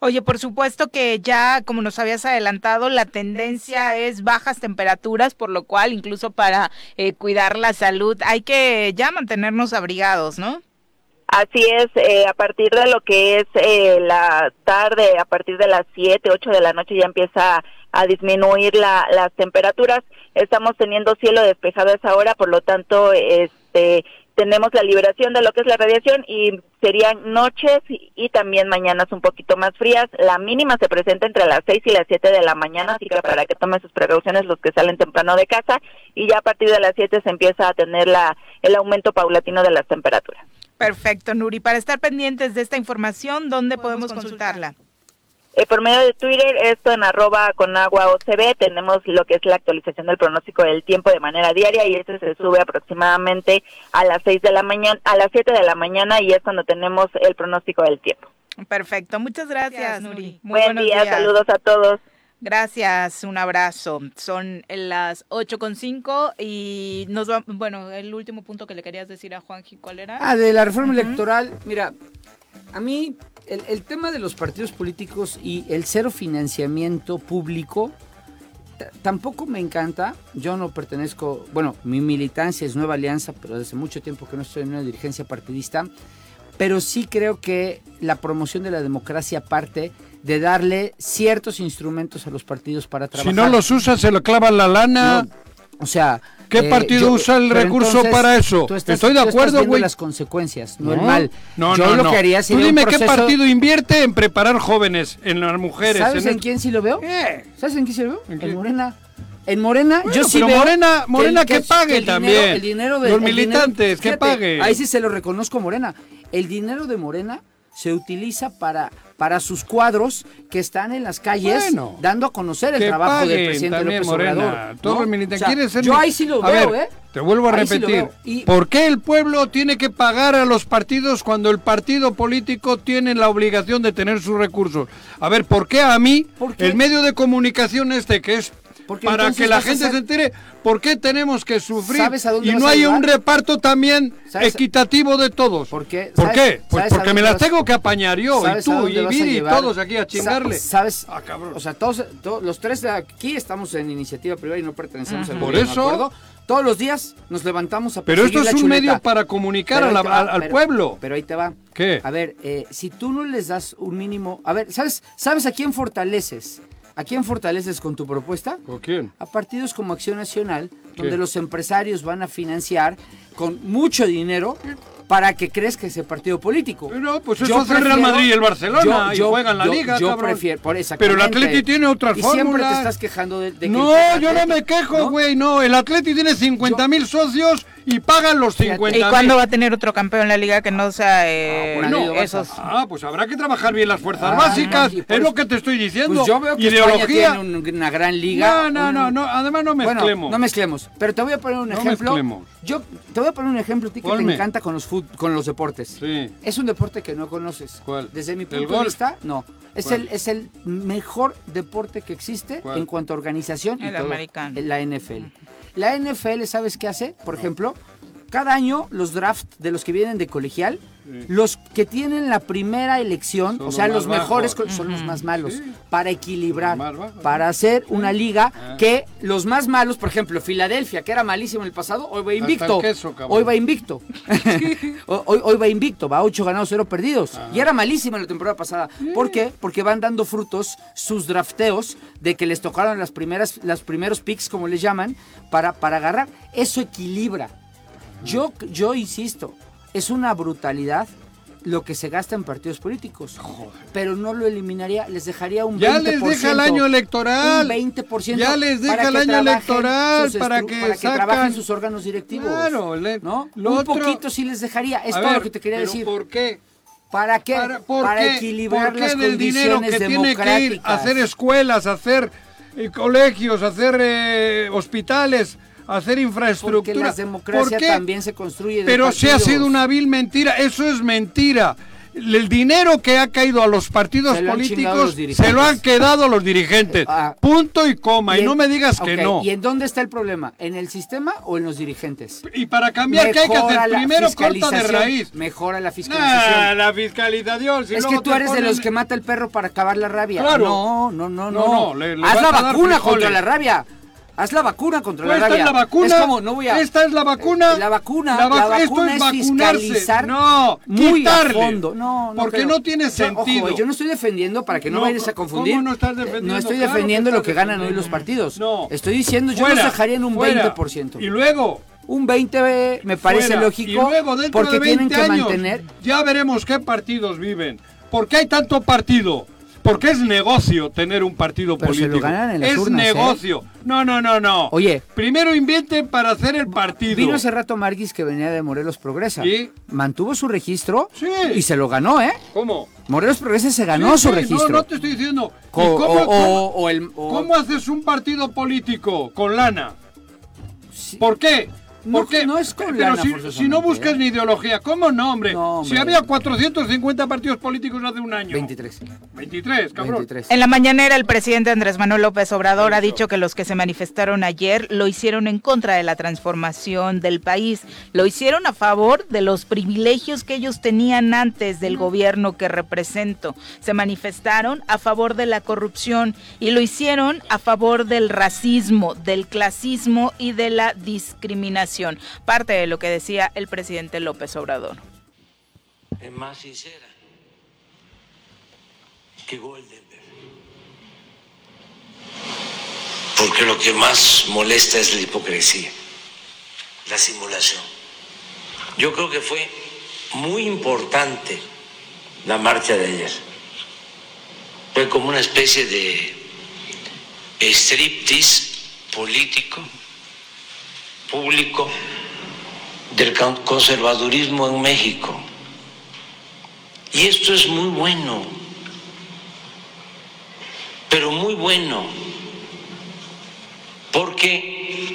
Oye, por supuesto que ya, como nos habías adelantado, la tendencia es bajas temperaturas, por lo cual incluso para eh, cuidar la salud hay que ya mantenernos abrigados, ¿no? Así es, eh, a partir de lo que es eh, la tarde, a partir de las 7, 8 de la noche ya empieza a, a disminuir la- las temperaturas. Estamos teniendo cielo despejado a esa hora, por lo tanto, este, tenemos la liberación de lo que es la radiación y serían noches y, y también mañanas un poquito más frías. La mínima se presenta entre las 6 y las 7 de la mañana, así que para que tomen sus precauciones los que salen temprano de casa y ya a partir de las 7 se empieza a tener la, el aumento paulatino de las temperaturas. Perfecto, Nuri. Para estar pendientes de esta información, ¿dónde podemos consultarla? Eh, por medio de Twitter, esto en arroba con agua OCB, tenemos lo que es la actualización del pronóstico del tiempo de manera diaria y este se sube aproximadamente a las 6 de la mañana, a las 7 de la mañana y es cuando tenemos el pronóstico del tiempo. Perfecto, muchas gracias, Nuri. Muy Buen buenos día, días. saludos a todos. Gracias, un abrazo. Son las 8.5 y nos va, bueno, el último punto que le querías decir a Juanji, ¿cuál era? Ah, de la reforma electoral. Mira, a mí el, el tema de los partidos políticos y el cero financiamiento público t- tampoco me encanta. Yo no pertenezco, bueno, mi militancia es Nueva Alianza, pero desde mucho tiempo que no estoy en una dirigencia partidista. Pero sí creo que la promoción de la democracia parte de darle ciertos instrumentos a los partidos para trabajar. Si no los usa, se lo clavan la lana. No, o sea, eh, ¿Qué partido usa el pero recurso para eso? tú estás- Estoy de tú estás acuerdo, viendo güey. las consecuencias, no, No, el mal. No, Yo no, lo no. que haría Tú sería dime un qué proceso- partido invierte en preparar jóvenes, en las mujeres. ¿Sabes en el- quién sí lo veo? Eh, ¿Sabes en quién sí lo veo? ¿En En, quién? Morena. En Morena, Bueno, yo sí pero veo Morena- el- Morena que es- pague el dinero- también. el dinero de Los el dinero- militantes, que paguen. Ahí sí se lo reconozco a Morena. El dinero de Morena se utiliza para para sus cuadros que están en las calles Bueno. dando a conocer el que trabajo del paguen presidente también, López Morena. Obrador. Todos ¿no? los militantes. O sea, ¿Quieres ser yo mi- ahí sí lo A veo, ver, ¿eh? Te vuelvo a Ahí sí lo repetir. veo. Y- ¿Por qué el pueblo tiene que pagar a los partidos cuando el partido político tiene la obligación de tener sus recursos? A ver, ¿por qué a mí, ¿Por qué? el medio de comunicación este, que es Porque para entonces que la vas a gente hacer- se entere por qué tenemos que sufrir ¿Sabes a dónde y vas no a hay llegar? un reparto también ¿Sabes a- equitativo de todos. ¿Por qué? ¿Por ¿Sabes- qué? Pues sabes a porque me dónde las vas- tengo que apañar yo, y ¿Sabes a tú, dónde y vas a Viri, y llevar? todos aquí a Sa- chingarle. ¿Sabes? Ah, cabrón. O sea, todos, todos- los tres de aquí estamos en iniciativa privada y no pertenecemos al Por gobierno, eso. ¿de acuerdo? Todos los días nos levantamos a Pero esto perseguir es la un chuleta. medio para comunicar Pero a la- ahí te va, al- al pero- pueblo. Pero ahí te va. ¿Qué? A ver, eh, si tú no les das un mínimo... A ver, ¿sabes, ¿sabes a quién fortaleces? ¿A quién fortaleces con tu propuesta? ¿Con quién? a partidos como Acción Nacional, donde Sí. los empresarios van a financiar con mucho dinero para que crezca ese partido político. No, pues eso hace el Real Madrid y el Barcelona, y juegan la liga, Yo cabrón. prefiero, por Pero el exactamente. Atleti tiene otras Y siempre te fórmulas. estás quejando de, de que No, el yo no Atleti- me quejo, ¿no? güey, no. El Atleti tiene 50 mil socios y pagan los 50 ¿Y mil. cuándo va a tener otro campeón en la liga que no sea eh, Ah, bueno, esos? Ah, pues habrá que trabajar bien las fuerzas Ah, básicas. y por Es eso- lo que te estoy diciendo. Pues yo veo que Ideología. España tiene un- una gran liga. No, no, un- no, no, además no Bueno, mezclemos. no mezclemos. Pero te voy a poner un No ejemplo. mezclemos. Yo te voy a poner un ejemplo a ti que Ponme. te encanta con los fut- con los deportes. Sí. Es un deporte que no conoces. ¿Cuál? Desde mi ¿El punto de golf? vista, no. Es ¿Cuál? el, es el mejor deporte que existe ¿Cuál? en cuanto a organización. y El todo. americano. La NFL. La NFL, ¿sabes qué hace? Por ejemplo, cada año los drafts de los que vienen de colegial, Sí. los que tienen la primera elección, Son o sea, los los más mejores bajos. co- son los más malos, Sí. para equilibrar, Los más bajos, para hacer una liga Ah. que los más malos, por ejemplo, Filadelfia, que era malísimo en el pasado, hoy va invicto. el queso, cabrón. hoy va invicto. hoy, hoy- hoy va invicto, va 8 ganados, 0 perdidos. Y era malísimo en la temporada pasada. ¿Por qué? Porque van dando frutos sus drafteos de que les tocaron las primeras, los primeros picks, como les llaman, para, para agarrar. Eso equilibra. Yo, yo insisto, es una brutalidad lo que se gasta en partidos políticos. Pero no lo eliminaría, les dejaría un Ya 20%. les deja el año electoral. Un 20%. Ya les deja para el que año trabajen electoral, sus para estru- que trabajen sacan- sus órganos directivos. Claro, le- ¿no? lo un otro- poquito sí les dejaría. Es A todo ver, lo que te quería ¿pero decir. ¿Por qué? ¿Para qué? Para, ¿por Para qué? equilibrar ¿Por qué las del dinero que condiciones tiene que ir a democráticas? hacer escuelas, a hacer eh, colegios, a hacer eh, hospitales, a hacer Porque infraestructura? la democracia ¿Por qué? también se construye de Pero se ha partidos. sido una vil mentira, eso es mentira. El dinero que ha caído a los partidos Se lo han chingado los políticos dirigentes. se lo han quedado los dirigentes. Ah. Punto y coma, y, no en- me digas que Ok, no. ¿Y Y, en dónde está el problema? ¿En el sistema o en los dirigentes? para cambiar, ¿qué hay que Mejora hacer? la Primero corta de fiscalización, raíz. Mejora la fiscalización. Nah, la fiscalización. si es que luego tú te eres ponen- de los que mata el perro para acabar la rabia. Claro. No, no, no, no. No, no, le- le Haz vas la a dar vacuna frijoles. contra la rabia. Haz la vacuna contra Pues la esta rabia. es la vacuna. Es como, no voy a... Esta es la vacuna. Eh, La vacuna. La La, vacu- esto vacuna es es, vacunarse. fiscalizar No, muy quitarle. a fondo. No, no Porque creo. no tiene O sea, ojo, sentido. yo no estoy defendiendo, para que no, No, vayas a ¿cómo confundir. no estás eh, defendiendo? No estoy Claro que defendiendo lo estás que ganan hoy defendiendo. los partidos. No. Estoy diciendo, yo Fuera, los dejaría en un fuera. 20%. Y luego, Un 20 me parece fuera. lógico Y luego, dentro porque de 20 tienen que años, mantener Ya veremos qué partidos viven. ¿Por qué hay tanto partido? Porque es negocio tener un partido Pero se lo político. ganan en las es urnas, ¿eh? negocio. No, no, no, no. Oye. Primero invierten para hacer el partido. Vino hace rato Marguis que venía de Morelos Progresa. Sí. Mantuvo su registro Sí. y se lo ganó, ¿eh? ¿Cómo? Morelos Progresa se ganó Sí, su sí, registro. No, no te estoy diciendo. ¿Y Co- cómo- o- cómo- o- o el- o- ¿Cómo haces un partido político con lana? ¿Por qué? No, ¿Por qué? no es con Pero lana, si- si, forzosamente, no buscas ¿eh? ni ideología, ¿cómo no, hombre? No, hombre. Si había 450 partidos políticos hace un año. 23. 23, cabrón. 23. En la mañanera, el presidente Andrés Manuel López Obrador ha dicho que los que se manifestaron ayer lo hicieron en contra de la transformación del país, lo hicieron a favor de los privilegios que ellos tenían antes del gobierno que represento, se manifestaron a favor de la corrupción y lo hicieron a favor del racismo, del clasismo y de la discriminación. Parte de lo que decía el presidente López Obrador. es más sincera que Goldenberg. Porque lo que más molesta es la hipocresía, la simulación. Yo creo que fue muy importante la marcha de ayer. Fue como una especie de striptease político, público, del con- conservadurismo en México. Y esto es muy bueno, pero muy bueno, porque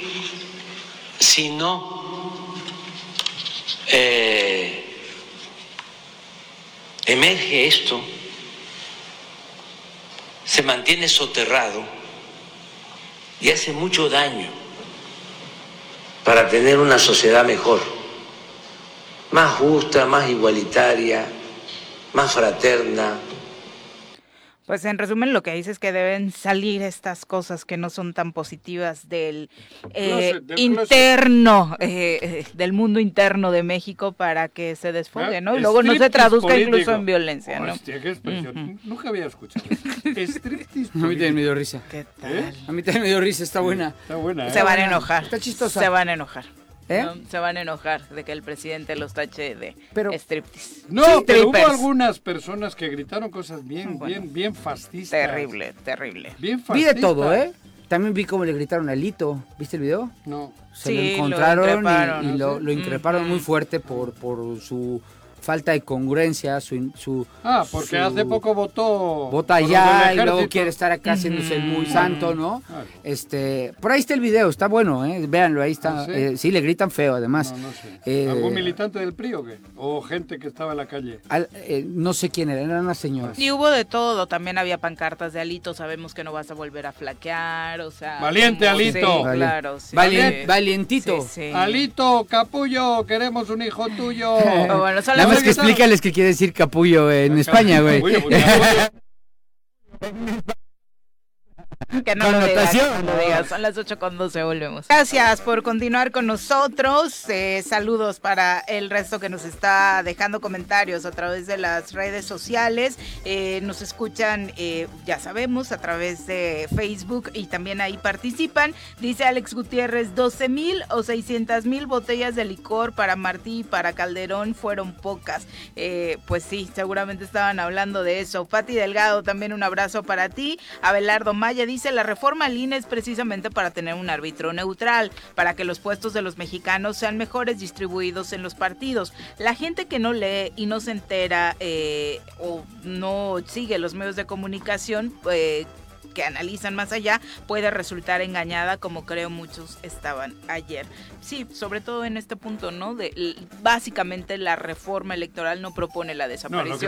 si no, eh, emerge esto, se mantiene soterrado y hace mucho daño para tener una sociedad mejor, más justa, más igualitaria, más fraterna. Pues en resumen lo que dice es que deben salir estas cosas que no son tan positivas del, eh, Closet, del interno, eh, eh, del mundo interno de México para que se desfogue, ¿no? Y luego no se Ah, Striptease traduzca político. Oh, este, incluso en violencia, ¿no? Hostia, qué expresión. Nunca había escuchado. (laughs) Striptease A mí también me político. dio risa. ¿Qué tal? ¿Eh? A mí también me dio risa, está buena. Está buena, ¿eh? Se van a enojar. Está chistosa. Se van a enojar. ¿Eh? ¿no? Se van a enojar de que el presidente los tache de Pero- striptease. No, Sí, pero hubo strippers. algunas personas que gritaron cosas bien, Bueno. bien, bien fascistas. Terrible, terrible. Bien Vi fascistas. de todo, ¿eh? También vi cómo le gritaron a Lito. ¿Viste el video? No. Se Sí, lo lo encontraron y- y, increparon, Mm. lo, ¿sí? lo increparon muy fuerte por, por su falta de congruencia, su... in- su Ah, porque su- hace poco votó. Vota por los allá del y luego ejército. Mm. Ah, quiere estar acá haciéndose el muy santo, ¿no? Claro. Este, por ahí está el video, está bueno, ¿eh? Véanlo, ahí está. Ah, ¿sí? Eh, sí, le gritan feo, además. No, no sé. Eh, ¿Algún militante del PRI o qué? O gente que estaba en la calle. al- eh, no sé quién era, era una señora. Y hubo de todo, también había pancartas de Alito, sabemos que no vas a volver a flaquear, o sea... Valiente, Alito. Sí, Vale. claro, sí. Valien- Sí, Valientito. sí. Alito, capullo, queremos un hijo tuyo. Pero (laughs) bueno, son Nada las- más que explícales qué quiere decir capullo en Acá- España, güey. Capullo, pues, capullo. (laughs) que no lo digas, connotación. que no lo digas. Son las 8 con 12, volvemos. Gracias por continuar con nosotros. Eh, saludos para el resto que nos está dejando comentarios a través de las redes sociales. Eh, nos escuchan, eh, ya sabemos, a través de Facebook y también ahí participan. Dice Alex Gutiérrez, 12 mil o 600 mil botellas de licor para Martí y para Calderón fueron pocas. Eh, pues sí, seguramente estaban hablando de eso. Pati Delgado, también un abrazo para ti. Abelardo Maya dice, la reforma al INE es precisamente para tener un árbitro neutral, para que los puestos de los mexicanos sean mejores distribuidos en los partidos. La gente que no lee y no se entera eh, o no sigue los medios de comunicación, eh, que analizan más allá puede resultar engañada como creo muchos estaban ayer. Sí, sobre todo en este punto, ¿no? De l- básicamente la reforma electoral no propone la No, lo que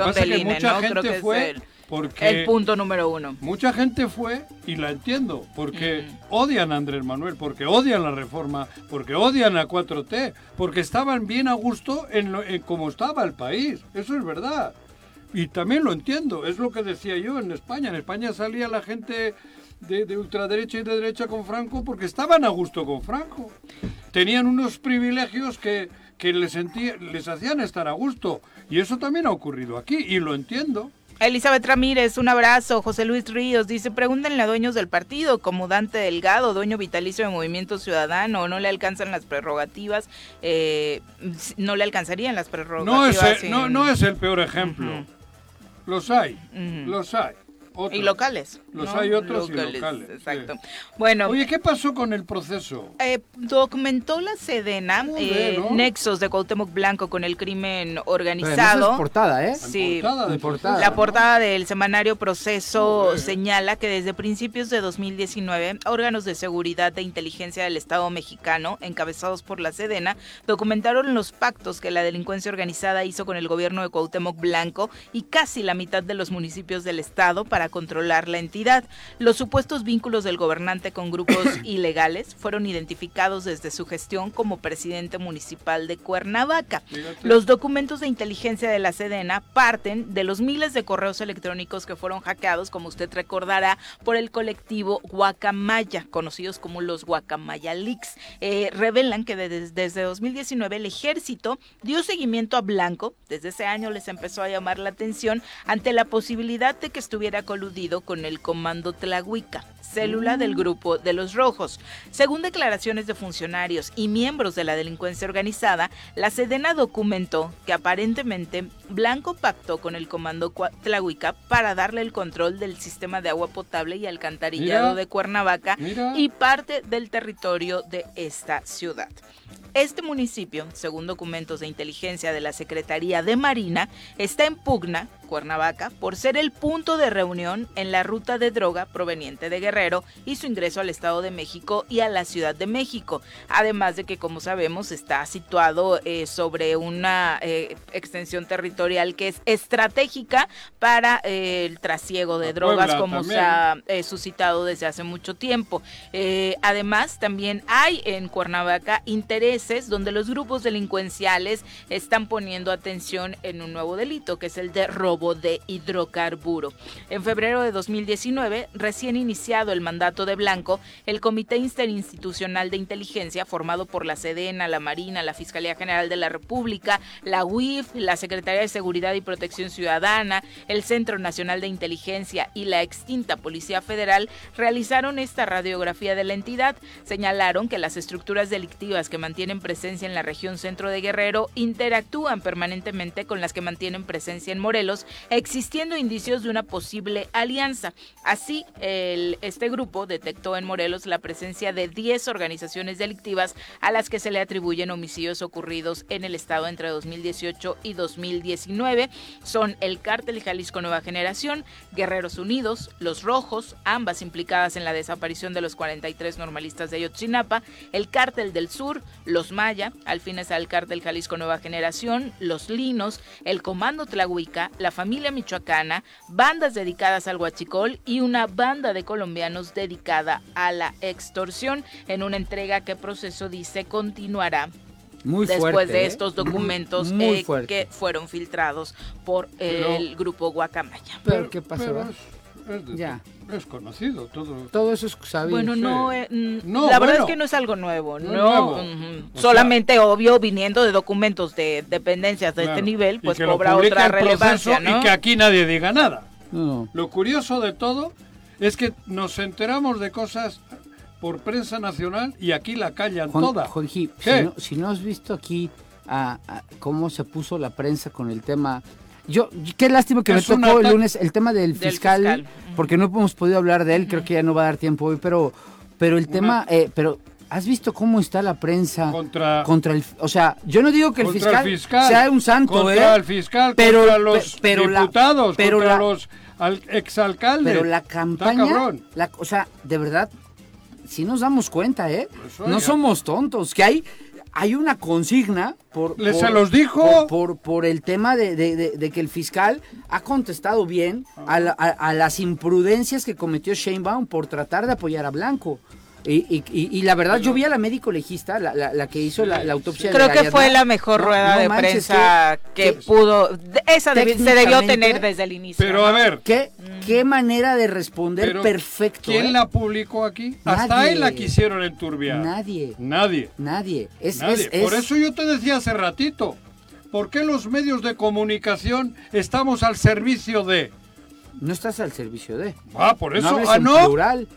desaparición pasa es del que INE, mucha ¿no? Creo que gente es fue el, porque el punto número uno. Mm. Mucha gente fue, y la entiendo, porque odian a Andrés Manuel, porque odian la reforma, porque odian a 4T, porque estaban bien a gusto en, lo- en cómo estaba el país. Eso es verdad. Y también lo entiendo, es lo que decía yo en España. En España salía la gente de, de ultraderecha y de derecha con Franco porque estaban a gusto con Franco. Tenían unos privilegios que, que les, sentía- les hacían estar a gusto. Y eso también ha ocurrido aquí, y lo entiendo. Elizabeth Ramírez, un abrazo. José Luis Ríos dice, pregúntenle a dueños del partido, como Dante Delgado, dueño vitalicio de Movimiento Ciudadano, no le alcanzan las prerrogativas, eh, no le alcanzarían las No prerrogativas. es, el, sin- no, no es el peor ejemplo. Los hay, Ujú. los hay. otros. Y locales. Los ¿no? hay otros y locales, Exacto. sí. Bueno, Oye, ¿qué pasó con el proceso? eh, documentó la Sedena Joder, eh, ¿no? nexos de Cuauhtémoc Blanco con el crimen Además, es organizado. portada, ¿eh? Sí. Portada de Portada. proceso, La ¿no? portada del semanario Proceso Joder. señala que desde principios de 2019, órganos de seguridad e inteligencia del Estado mexicano, encabezados por la Sedena, documentaron los pactos que la delincuencia organizada hizo con el gobierno de Cuauhtémoc Blanco y casi la mitad de los municipios del Estado para controlar la entidad. Los supuestos vínculos del gobernante con (coughs) grupos ilegales fueron identificados desde su gestión como presidente municipal de Cuernavaca. Fíjate. Los documentos de inteligencia de la Sedena parten de los miles de correos electrónicos que fueron hackeados, como usted recordará, por el colectivo Guacamaya, conocidos como los Guacamaya Leaks. Eh, revelan que desde, desde 2019 el ejército dio seguimiento a Blanco. Desde ese año les empezó a llamar la atención ante la posibilidad de que estuviera coludido con el comando Tlahuica, célula del grupo de los Rojos. Según declaraciones de funcionarios y miembros de la delincuencia organizada, la Sedena documentó que aparentemente Blanco pactó con el comando Cua- Tlahuica para darle el control del sistema de agua potable y alcantarillado Mira. de Cuernavaca Mira. y parte del territorio de esta ciudad. Este municipio, según documentos de inteligencia de la Secretaría de Marina, está en pugna Cuernavaca por ser el punto de reunión en la ruta de droga proveniente de Guerrero y su ingreso al Estado de México y a la Ciudad de México. Además de que, como sabemos, está situado eh, sobre una eh, extensión territorial que es estratégica para eh, el trasiego de A drogas, Puebla como se también. ha eh, suscitado desde hace mucho tiempo. Eh, además, también hay en Cuernavaca intereses donde los grupos delincuenciales están poniendo atención en un nuevo delito, que es el de robo de hidrocarburo. En febrero de 2019, recién iniciado el mandato de Blanco, el Comité Interinstitucional de Inteligencia, formado por la Sedena, la Marina, la Fiscalía General de la República, la UIF, la Secretaría de Seguridad y Protección Ciudadana, el Centro Nacional de Inteligencia y la extinta Policía Federal, realizaron esta radiografía de la entidad. Señalaron que las estructuras delictivas que mantienen presencia en la región centro de Guerrero interactúan permanentemente con las que mantienen presencia en Morelos, existiendo indicios de una posible alianza. Así, el- este grupo detectó en Morelos la presencia de 10 organizaciones delictivas a las que se le atribuyen homicidios ocurridos en el estado entre 2018 y 2019. Son el Cártel Jalisco Nueva Generación, Guerreros Unidos, Los Rojos, ambas implicadas en la desaparición de los 43 normalistas de Ayotzinapa, el Cártel del Sur, Los Maya, Alfines al Cártel Jalisco Nueva Generación, Los Linos, el Comando Tlahuica, la familia michoacana, bandas dedicadas al huachicol y una banda de colombianos dedicada a la extorsión en una entrega que proceso dice continuará Muy después fuerte, de ¿eh? estos documentos Muy eh, fuerte. que fueron filtrados por Pero- el grupo Guacamaya. Pero, ¿qué pasó? Pero verdad? es, es de- Ya. es conocido todo. Todo eso es sabido. Bueno, sí. no, eh, mm, No, la verdad bueno. es que no es algo nuevo, no. No mm, es nuevo. ujú. O sea- Solamente, obvio, viniendo de documentos de dependencias de Claro. este nivel, Y pues que lo cobra otra publica el proceso relevancia, ¿no? Y que aquí nadie diga nada. No, no. Lo curioso de todo es que nos enteramos de cosas por prensa nacional y aquí la callan Juan- toda. Juanji, ¿Qué? si no, si no has visto aquí a- a cómo se puso la prensa con el tema. Yo, qué lástima que Es me un tocó el ataque- lunes el tema del Del fiscal, fiscal, ujú. porque no hemos podido hablar de él, creo que ya no va a dar tiempo hoy, pero, pero el tema, eh, pero ¿has visto cómo está la prensa Contra- contra el, o sea, yo no digo que el Contra fiscal, sea un santo, contra ¿eh? el fiscal, Pero- contra los pe- pero la- diputados, pero contra la- los al- exalcaldes. Pero la Está campaña, cabrón. la, o sea, de verdad, si nos damos cuenta, ¿eh? Eso no ya. somos tontos, que hay, hay una consigna por... Les por- se los dijo. Por, por, por el tema de, de- de- de que el fiscal ha contestado bien a, la- a- a las imprudencias que cometió Sheinbaum por tratar de apoyar a Blanco. Y, y- y- y la verdad, yo vi a la médico legista, la, la- la que hizo la, la autopsia de Creo que Gallardo. fue la mejor No, rueda no de manches, prensa qué- que, qué- pudo. de- Esa debi- se debió Técnicamente- tener desde el inicio. Pero a ¿no? Mm. ver, ¿Qué, qué manera de responder pero perfecto. ¿quién ¿eh? la publicó aquí? Hasta Nadie. ahí la quisieron enturbiar. Nadie, Nadie. nadie. Es, Nadie. es- Por es- eso yo te decía hace ratito, ¿por qué los medios de comunicación estamos al servicio de... No estás al servicio de. Ah, por no eso... hables ah, en no. plural.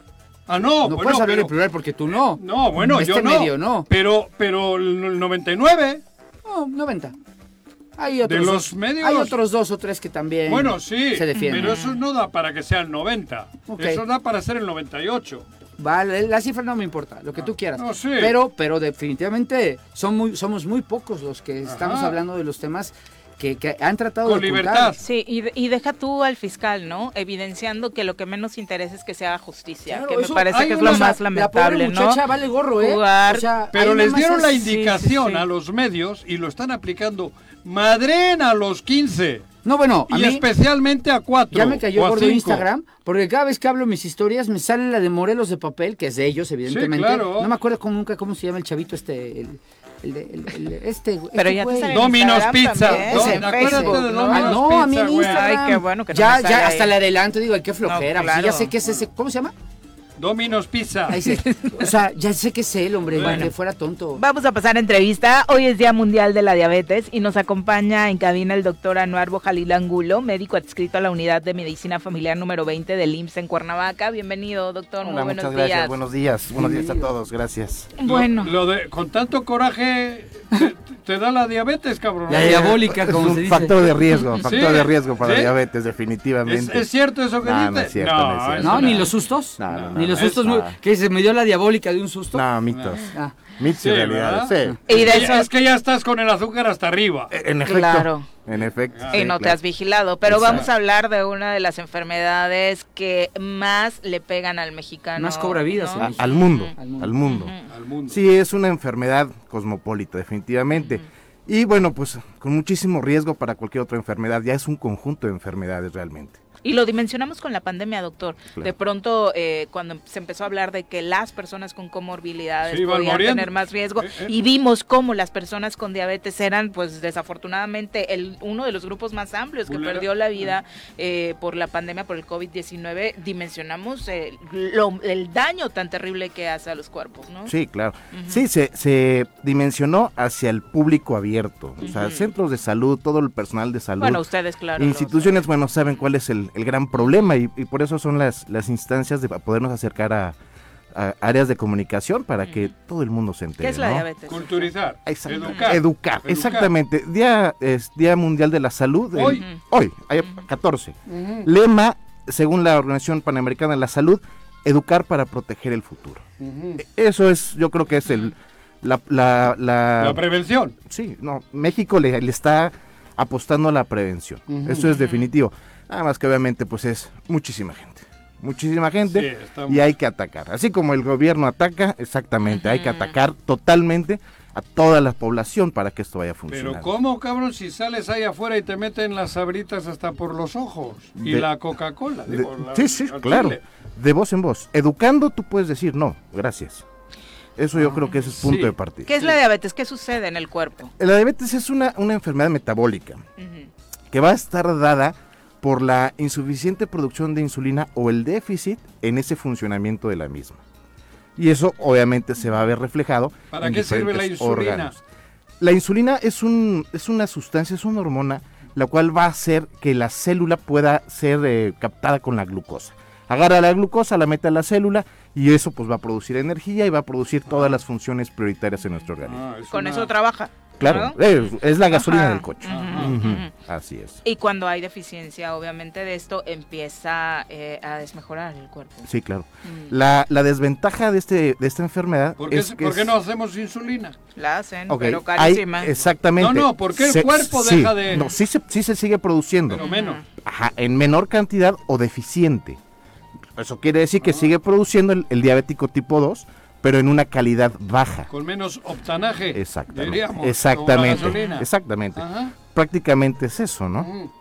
Ah, no. No bueno, puedes hablar pero- en plural porque tú no. No, bueno, este yo no. medio no. Oh, Pero, pero el 99... No, 90. Hay otros los dos. medios. Hay otros dos o tres que también Bueno, sí, se defienden. pero eso no da para que sea el 90. Ok. Eso da para ser el 98. Vale, la cifra no me importa, lo que tú quieras. Ah, no, sí. Pero, pero definitivamente son muy, somos muy pocos los que estamos Ajá. hablando de los temas que, que han tratado Con de ocultar. libertad. Sí, y, de- y deja tú al fiscal, ¿no? Evidenciando que lo que menos interesa es que se haga justicia, Claro, que me eso- parece hay que es una- lo más la pobre lamentable, ¿no? muchacha vale gorro, ¿eh? Jugar. O sea, Pero ahí les nomás dieron la es- indicación sí, sí. a los medios y lo están aplicando. Madren a los 15 No, bueno, a y mí... especialmente a 4. Ya me cayó gordo Instagram, porque cada vez que hablo mis historias me sale la de Morelos de papel, que es de ellos, evidentemente. claro. No me acuerdo cómo- nunca cómo se llama el chavito este, el, el de- el- el- este, güey, Pero este ya te güey. salen en Domino's Instagram Pizza. también, Dom- en acuérdate de Facebook, Domino's ¿no? Ah, no, a mí en Pizza, güey. Instagram. Ay, qué bueno que no ya, me sale ya, ahí. hasta le adelanto, digo, ay, qué flojera. No, pues, claro. ya sé que es ese, ¿cómo se llama? Dominos Pizza. Ahí se- o sea, ya sé que es él, hombre, ni Bueno. que fuera tonto. Vamos a pasar a entrevista. Hoy es Día Mundial de la Diabetes y nos acompaña en cabina el doctor Anuar Bojalil Angulo, médico adscrito a la Unidad de Medicina Familiar número 20 del IMSS en Cuernavaca. Bienvenido, doctor. Hola, Muy muchas buenos gracias. días. Buenos días. Buenos días a todos. Gracias. Lo- Bueno. Lo, de, con tanto coraje te, te da la diabetes, cabrón. La diabólica, Eh, Es como un se dice. factor de riesgo, factor de riesgo para ¿Sí? diabetes, ¿Es, definitivamente. es cierto eso que No, dices? no es cierto, no es cierto. No, ni no. los sustos. No, no, no, ni no, los sustos muy- Ah. que se me dio la diabólica de un susto. No, mitos. Ah, Mitos Sí, y realidades. ¿verdad? Sí. Y de Es- eso- Es que ya estás con el azúcar hasta arriba. Eh, En efecto. Claro. En efecto. Y sí, Eh, no te claro. has vigilado, pero Exacto. vamos a hablar de una de las enfermedades que más le pegan al mexicano. Más cobra vidas, ¿no? el A- al mundo, Ujú. al mundo. Al mundo. Al mundo. Sí, es una enfermedad cosmopolita, definitivamente. Y bueno, pues con muchísimo riesgo para cualquier otra enfermedad. Ya es un conjunto de enfermedades realmente. Y lo dimensionamos con la pandemia, doctor. Claro. De pronto, eh, cuando se empezó a hablar de que las personas con comorbilidades Sí, iban podían muriendo. tener más riesgo, Eh, eh. y vimos cómo las personas con diabetes eran, pues desafortunadamente, el, uno de los grupos más amplios que Vulnera- perdió la vida eh, por la pandemia, por el COVID-19, dimensionamos eh, lo- el daño tan terrible que hace a los cuerpos, ¿no? Sí, claro. Ujú. Sí, se, se dimensionó hacia el público abierto. O sea, Ujú. centros de salud, todo el personal de salud. Bueno, ustedes, claro. los- instituciones, bueno, saben cuál es el, el gran problema y, y por eso son las, las instancias de pa- podernos acercar a, a áreas de comunicación para que todo el mundo se entere. ¿Qué es la ¿no? diabetes? Culturizar. Exacto. Educar, Educar. Educar. exactamente. Día, es Día Mundial de la Salud. el- Hoy. hoy, ayer, 14. Lema, según la Organización Panamericana de la Salud, educar para proteger el futuro. E- Eso es, yo creo que es el... La, la, la- La prevención. sí, no, México le, le está apostando a la prevención. Eso es definitivo. Nada más que obviamente pues es muchísima gente. Muchísima gente Sí, está y hay que atacar. Así como el gobierno ataca, exactamente, hay que atacar totalmente a toda la población para que esto vaya funcionando. Pero ¿cómo, cabrón, si sales ahí afuera y te meten las sabritas hasta por los ojos? Y De- la Coca-Cola. De- digo, la- sí, sí, al claro. chile. De voz en voz. Educando tú puedes decir no, gracias. Eso yo creo que ese es punto sí. de partida. ¿Qué es la diabetes? ¿Qué sucede en el cuerpo? La diabetes es una, una enfermedad metabólica Ujú. que va a estar dada por la insuficiente producción de insulina o el déficit en ese funcionamiento de la misma. Y eso obviamente se va a ver reflejado. ¿Para en qué sirve la diferentes insulina? órganos. La insulina es, un, es una sustancia, es una hormona, la cual va a hacer que la célula pueda ser eh, captada con la glucosa. Agarra la glucosa, la mete a la célula y eso pues va a producir energía y va a producir todas las funciones prioritarias en nuestro organismo. Ah, es Con una- eso trabaja. Claro, ¿no? eh, es la gasolina Ajá. del coche. Ajá. Ujú, Ujú. Así es. Y cuando hay deficiencia, obviamente, de esto empieza eh, a desmejorar el cuerpo. Sí, claro. Mm. La, la desventaja de, este, de esta enfermedad ¿Por qué, es se- que por qué es- no hacemos insulina? La hacen, Ok, pero hay- carísima. exactamente. No, no, ¿por qué el cuerpo sí, deja de- No, sí se, sí se sigue produciendo. Pero menos. Ajá, en menor cantidad o deficiente. Eso quiere decir Ah. que sigue produciendo el, el diabético tipo 2, pero en una calidad baja. Con menos optanaje. Exactamente. diríamos, como la exactamente. gasolina. Exactamente. Ajá. Prácticamente es eso, ¿no? Ujú.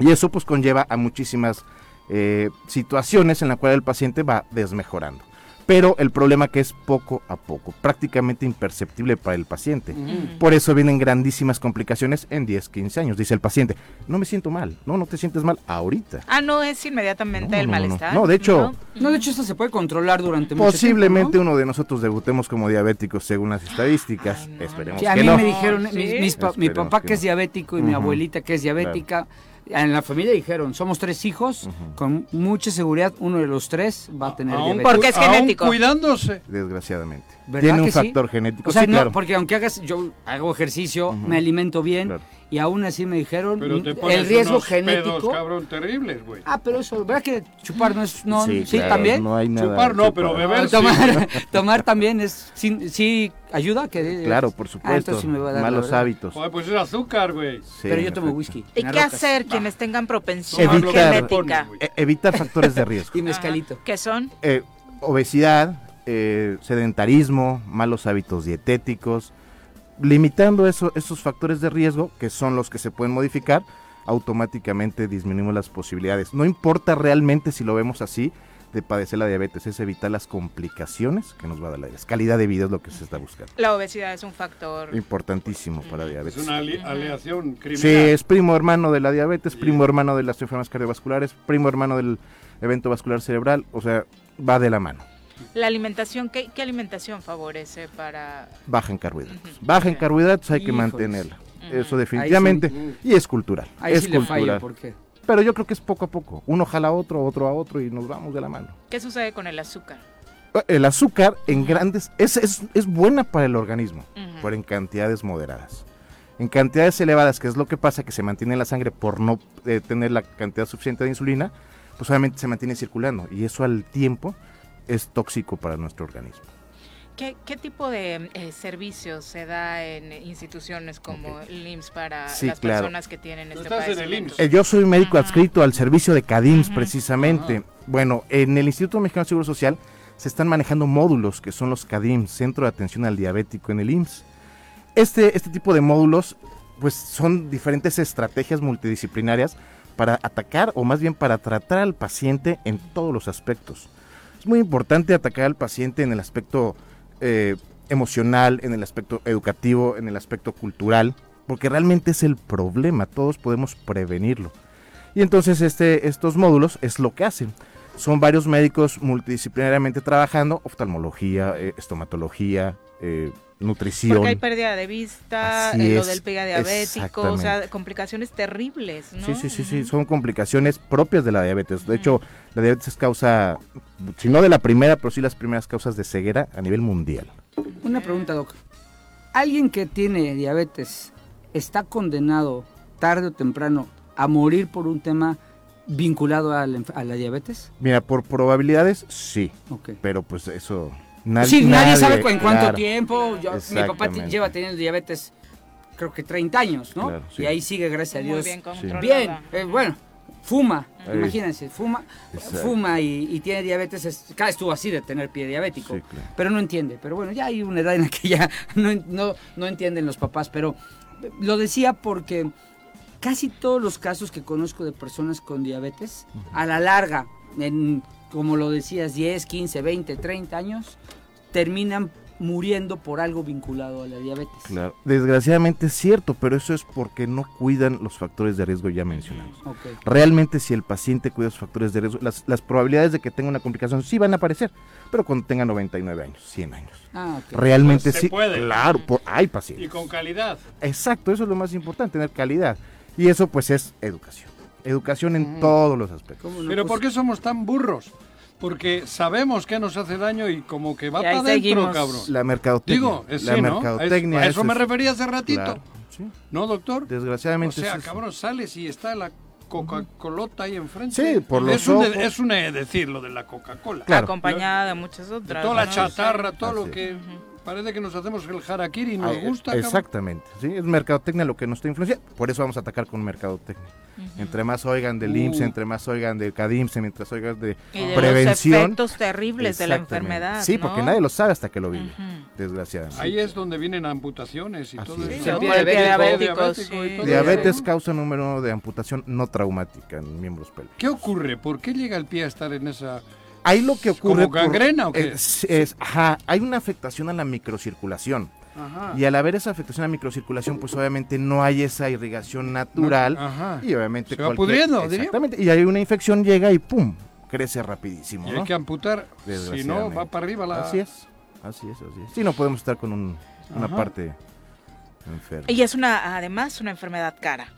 Y eso pues conlleva a muchísimas eh, situaciones en la cual el paciente va desmejorando. Pero el problema que es poco a poco, prácticamente imperceptible para el paciente. Por eso vienen grandísimas complicaciones en 10, 15 años. Dice el paciente, no me siento mal, no, no te sientes mal ahorita. Ah, no es inmediatamente No, el no, no, no. malestar. No, de hecho, No, de hecho, esto se puede controlar durante mucho tiempo, Posiblemente ¿no? uno de nosotros debutemos como diabéticos según las estadísticas. Ay, no, Esperemos Sí, a que mí no. me dijeron, Sí. mis- mis pa- mi Esperemos papá que que es no. diabético y mi Ujú. abuelita que es diabética, en la familia dijeron, somos tres hijos, con mucha seguridad uno de los tres va a tener Aún- diabetes. Porque es aún genético. cuidándose. Desgraciadamente. ¿Verdad Tiene un que sí? factor genético. O sea, sí, no, claro. porque aunque hagas, yo hago ejercicio, me alimento bien Claro. y aún así me dijeron Pero mm, te pones el riesgo unos genético. pedos, cabrón, terribles, güey. ah, pero eso, ¿verdad que chupar no es, no, sí, claro, también? No hay nada. Chupar no, pero para- beber Ah, sí. tomar, (laughs) tomar también es, sí, sí ayuda que Claro, por Ah, supuesto. entonces sí me va a dar, la Malos verdad. hábitos. Joder, pues es azúcar, güey. Sí, Pero yo en tomo efecto. whisky. ¿Y en qué arrocas. hacer quienes tengan propensión Tomar lo que Evitar- te pones, genética? güey. E- evitar factores de riesgo. (laughs) Y mezcalito. Ajá. ¿Qué son? Eh, obesidad, eh, sedentarismo, malos hábitos dietéticos. Limitando eso, esos factores de riesgo, que son los que se pueden modificar, automáticamente disminuimos las posibilidades. No importa realmente si lo vemos así de padecer la diabetes, es evitar las complicaciones que nos va a dar la diabetes. Calidad de vida es lo que se está buscando. La obesidad es un factor. Importantísimo para la Es diabetes. una ali- aleación criminal. Sí, es primo hermano de la diabetes, primo hermano de las enfermedades cardiovasculares, primo hermano del evento vascular cerebral, o sea, va de la mano. La alimentación, ¿qué, qué alimentación favorece para...? Baja en carbohidratos. Baja en carbohidratos, hay que Híjoles. mantenerla. Eso definitivamente. Y es cultural. Ahí es sí le fallo, cultural. porque Pero yo creo que es poco a poco. Uno jala a otro, otro a otro y nos vamos de la mano. ¿Qué sucede con el azúcar? El azúcar en grandes es, es, es buena para el organismo, Ujú. pero en cantidades moderadas. En cantidades elevadas, que es lo que pasa, que se mantiene en la sangre por no eh, tener la cantidad suficiente de insulina, pues obviamente se mantiene circulando y eso al tiempo es tóxico para nuestro organismo. ¿Qué, qué tipo de eh, servicios se da en instituciones como el IMSS para Sí, las claro. personas que tienen este estás en el padecimiento? IMSS. Eh, Yo soy médico Ajá. adscrito al servicio de CADIMS, Ujú. precisamente. Bueno, en el Instituto Mexicano de Seguro Social se están manejando módulos que son los CADIMS, Centro de Atención al Diabético en el IMSS. Este, este tipo de módulos, pues son diferentes estrategias multidisciplinarias para atacar o más bien para tratar al paciente en todos los aspectos. Es muy importante atacar al paciente en el aspecto eh, emocional, en el aspecto educativo, en el aspecto cultural, porque realmente es el problema, todos podemos prevenirlo. Y entonces este, estos módulos es lo que hacen. Son varios médicos multidisciplinariamente trabajando, oftalmología, eh, estomatología, eh, nutrición. Porque hay pérdida de vista, Así eh, lo es, del pega diabético, o sea, exactamente. complicaciones terribles, ¿no? Sí, sí, sí, sí, son complicaciones propias de la diabetes. De hecho, la diabetes es causa, si no de la primera, pero sí las primeras causas de ceguera a nivel mundial. Una pregunta, Doc. ¿Alguien que tiene diabetes está condenado tarde o temprano a morir por un tema vinculado a la, enf- a la diabetes? Mira, por probabilidades, sí, Ok. pero pues eso... nadie- sí, nadie, sabe cu- en cuánto claro. tiempo. Yo- mi papá ti- Exactamente. lleva teniendo diabetes creo que 30 años, ¿no? Claro, sí. Y ahí sigue, gracias a Muy Dios. bien controlada. Bien, eh, bueno, fuma, Ahí. imagínense, fuma, Exacto. fuma y, y tiene diabetes, es- cada estuvo así de tener pie diabético, Sí, claro. pero no entiende, pero bueno, ya hay una edad en la que ya (laughs) no, en- no, no entienden los papás, pero eh, lo decía porque casi todos los casos que conozco de personas con diabetes, a la larga, en, como lo decías, 10, 15, 20, 30 años, terminan muriendo por algo vinculado a la diabetes. Claro. Desgraciadamente es cierto, pero eso es porque no cuidan los factores de riesgo ya mencionados. Ok. Realmente si el paciente cuida sus factores de riesgo, las, las probabilidades de que tenga una complicación sí van a aparecer, pero cuando tenga 99 años, 100 años. Ah, ok. Realmente Pues, se sí. puede. Claro, por- hay pacientes. Y con calidad. Exacto, eso es lo más importante, tener calidad. Y eso pues es educación. Educación en todos los aspectos. ¿Cómo no? Pero Pues- ¿por qué somos tan burros? Porque sabemos que nos hace daño y como que va Y para ahí adentro, seguimos. cabrón. La mercadotecnia. Digo, es la sí, ¿no? mercadotecnia. Es- a eso me es- refería hace ratito, claro, sí. ¿no, doctor? O Desgraciadamente. sea, eso es- cabrón, sales y está la Coca-Colota ahí enfrente. Sí, por los es un de- ojos. es un eh, decir lo de la Coca-Cola. Claro. acompañada de muchas De otras. toda la ¿no? chatarra, todo lo Así que parece que nos hacemos el harakiri y nos Ah, eh, gusta. cabrón. Exactamente, sí, es mercadotecnia lo que nos está influenciando, por eso vamos a atacar con mercadotecnia. Entre más oigan del IMSS, Uh. entre más oigan del CADIMSE, mientras oigan de Y de los prevención. efectos terribles de la Exactamente. enfermedad. Sí, ¿no? porque nadie lo sabe hasta que lo vive, desgraciadamente. Ahí es donde vienen amputaciones y Así todo es. eso. Sí, ¿no? diabético, diabético y sí. todo eso. Diabetes causa número uno de amputación no traumática en miembros pélvicos. ¿Qué ocurre? ¿Por qué llega el pie a estar en esa...? Ahí lo que ocurre... ¿Como gangrena o qué? Es, es- ajá, hay una afectación a la microcirculación. Ajá. Y al haber esa afectación a la microcirculación, pues obviamente no hay esa irrigación natural. Ajá. Y obviamente... Se va cualquier- pudriendo, diríamos. Exactamente. Y hay una infección, llega y ¡pum! Crece rapidísimo, Y ¿no? hay que amputar, si no Desgraciadamente. va para arriba la... Así es. Así es, así es. Sí, no podemos estar con un- una Ajá. parte enferma. Y es una, además, una enfermedad cara.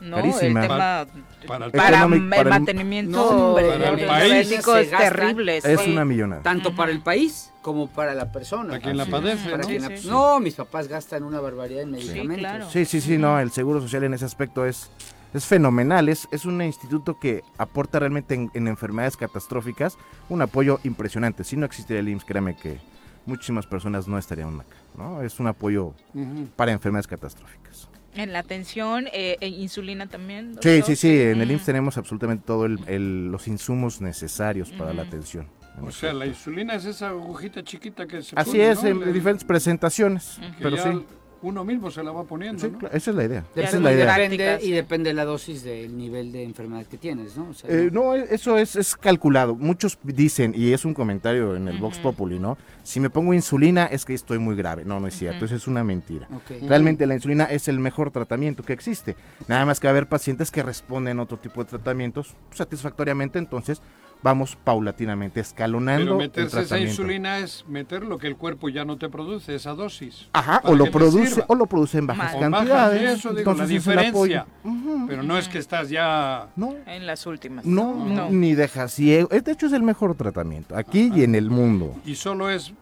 ¿no? Carísima. El tema Para el- para, Economic- el para el- mantenimiento No, hombre, de para el los país. diabéticos Se gasta. terribles. Es sí. una millonada. Tanto para el país como para la persona. Para quien la Así padece, es, para ¿no? quien la- Sí, sí. No, mis papás gastan una barbaridad en medicamentos. claro. Sí, sí, sí, no, el Seguro Social en ese aspecto es, es fenomenal, es, es un instituto que aporta realmente en, en enfermedades catastróficas un apoyo impresionante. Si no existiera el IMSS, créame que muchísimas personas no estarían acá, ¿no? Es un apoyo Ujú. para enfermedades catastróficas. En la atención, eh, e insulina también. Sí, doctor. Mm. sí, sí, en el IMSS tenemos absolutamente todos los insumos necesarios para la atención. O sea, la insulina es esa agujita chiquita que se Así pone, es, ¿no? en La- diferentes presentaciones, que pero ya sí. Uno mismo se la va poniendo, sí, ¿no? claro, esa es la idea. Ya Esa no es la hay idea. Depende, Prácticas. y depende de la dosis del nivel de enfermedad que tienes, ¿no? O sea, Eh, no, e- eso es, es calculado. Muchos dicen, y es un comentario en el Vox Populi, ¿no? Si me pongo insulina es que estoy muy grave. No, no es cierto, eso es una mentira. Ok. Realmente la insulina es el mejor tratamiento que existe. Nada más que va a haber pacientes que responden a otro tipo de tratamientos satisfactoriamente, entonces vamos paulatinamente escalonando Pero el meterse esa tratamiento. insulina es meter lo que el cuerpo ya no te produce, esa dosis. Ajá, para o lo que te produce sirva. o lo produce en bajas O bajas, cantidades. y eso, digo, entonces la es el apoyo. diferencia. Pero no es que estás ya... No, En las últimas. no, Ah, ni deja ciego. Eh, De hecho es el mejor tratamiento aquí y en el mundo. Y solo es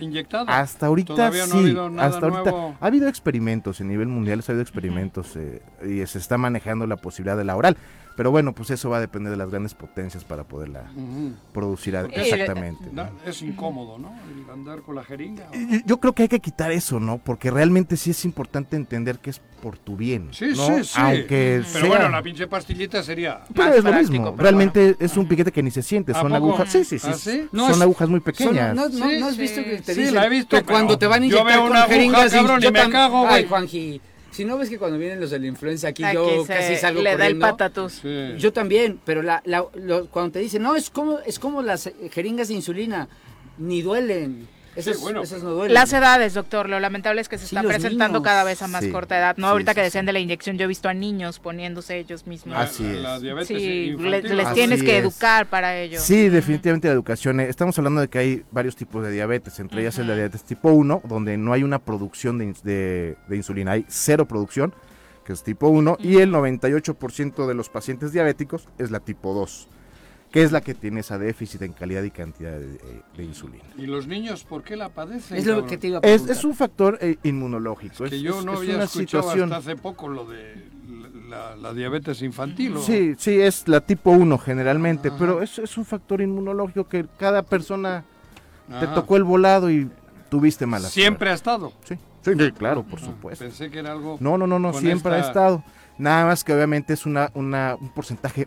inyectado. Hasta ahorita Todavía sí, no ha habido nada hasta ahorita nuevo. ha habido experimentos a nivel mundial, ha habido experimentos eh, y se está manejando la posibilidad de la oral, pero bueno, pues eso va a depender de las grandes potencias para poderla Ujú. producir a- Porque es- exactamente. ¿no? Na- Eh, es incómodo, ¿no? El andar con la jeringa. Y- y- Yo creo que hay que quitar eso, ¿no? Porque realmente sí es importante entender que es por tu bien. Sí, ¿no? sí, sí. Aunque Pero sea- bueno, la pinche pastillita sería. Pero Más es lo práctico, mismo. pero Realmente es un piquete que ni se siente. ¿A Son poco? agujas. Sí, sí, sí. ¿Ah, sí? No, son es- agujas muy Son- pequeñas. no, no- Sí, no has sí. visto que te Sí, dicen la he visto, que pero cuando te van a yo inyectar veo con una aguja, jeringas cabrón, yo y me tam- cago, güey. Ay, Juanji, si no ves que cuando vienen los de la influenza aquí Aquí yo se casi salgo le da el corriendo. patatús. Sí. Yo también, pero la, la- lo- cuando te dicen, no, es como, es como las eh, jeringas de insulina, ni duelen. Esas, Sí, bueno, esas no duelen. Las edades, doctor, lo lamentable es que se Sí, está los presentando niños. cada vez a más Sí, corta edad. No, sí, ahorita sí, que sí. decían de la inyección, yo he visto a niños poniéndose ellos mismos. La- Así la es. diabetes sí, infantil. le- les Así tienes que es. educar para ello. Sí, definitivamente la educación. eh, Estamos hablando de que hay varios tipos de diabetes, entre ellas el de diabetes tipo 1, donde no hay una producción de, ins- de- de insulina, hay cero producción, que es tipo 1, y el 98% de los pacientes diabéticos es la tipo 2, que es la que tiene esa déficit en calidad y cantidad de, eh, de insulina. ¿Y los niños por qué la padecen? es lo cabrón? que te iba a Es, preguntar. es un factor eh, inmunológico. Que es- yo es- no es había una escuchado situación. hasta hace poco lo de la, la diabetes infantil. ¿o? Sí, sí, es la tipo 1 generalmente, Ajá. pero es, es un factor inmunológico que cada persona te Ajá. tocó el volado y tuviste mala suerte. Siempre ha estado. Sí, sí, sí, claro, por supuesto. Pensé que era algo. No, no, no, no, con siempre ha esta- estado. Nada más que obviamente es una, una, un porcentaje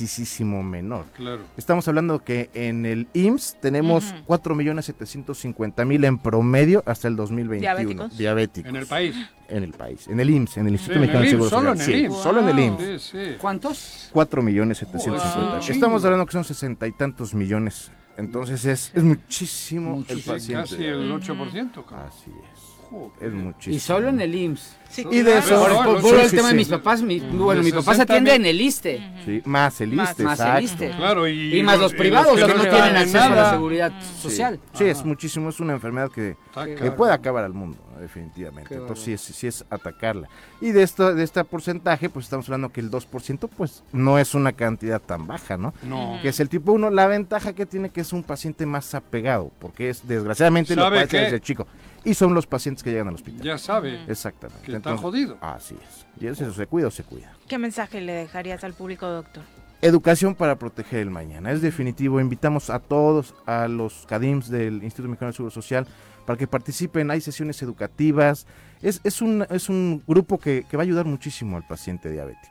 muchísimo menor. Claro. Estamos hablando que en el IMSS tenemos Ujú. 4.750.000 en promedio hasta el 2021. ¿Diabéticos? Diabéticos. En el país. En el país. En el IMSS, en el Instituto en Mexicano el de IMSS, Seguro solo Social. en el Sí, IMSS. solo en el Wow. IMSS. Sí, sí. ¿Cuántos? 4.750.000. Wow. Estamos hablando que son sesenta y tantos millones. Entonces es, es muchísimo, el Sí, paciente. casi el 8%. cabrón. Así es. Joder. Es muchísimo. Y solo en el IMSS. Sí, Y de eso- Por, no, por- no, por sí, el sí, tema de sí. mis papás, mi- Mm. bueno, mi De papá se 60 atiende mil. en el ISSSTE. Sí, más el Más- ISSSTE, más el exacto. ISSSTE. Claro, y, Y más los y privados, los que no tienen ganan acceso a nada. Ah. la seguridad Sí. social. Sí, es Ajá. muchísimo, es una enfermedad que, Está que cabrón. puede acabar al mundo, definitivamente. Qué Entonces sí es, sí es atacarla. Y de esto, de este porcentaje, pues estamos hablando que el 2%, pues no es una cantidad tan baja, ¿no? No. Que es el tipo 1, la ventaja que tiene que es un paciente más apegado, porque es desgraciadamente lo ¿Sabe padece qué? desde chico. Y son los pacientes que llegan al hospital. Ya sabe. Exactamente. Que está Entonces, jodido. Así es. Y eso se cuida o se cuida. ¿Qué mensaje le dejarías al público, doctor? Educación para proteger el mañana. Es definitivo. Invitamos a todos, a los CADIMS del Instituto Mexicano del Seguro Social, para que participen. Hay sesiones educativas. Es, es, un, es un grupo que, que va a ayudar muchísimo al paciente diabético.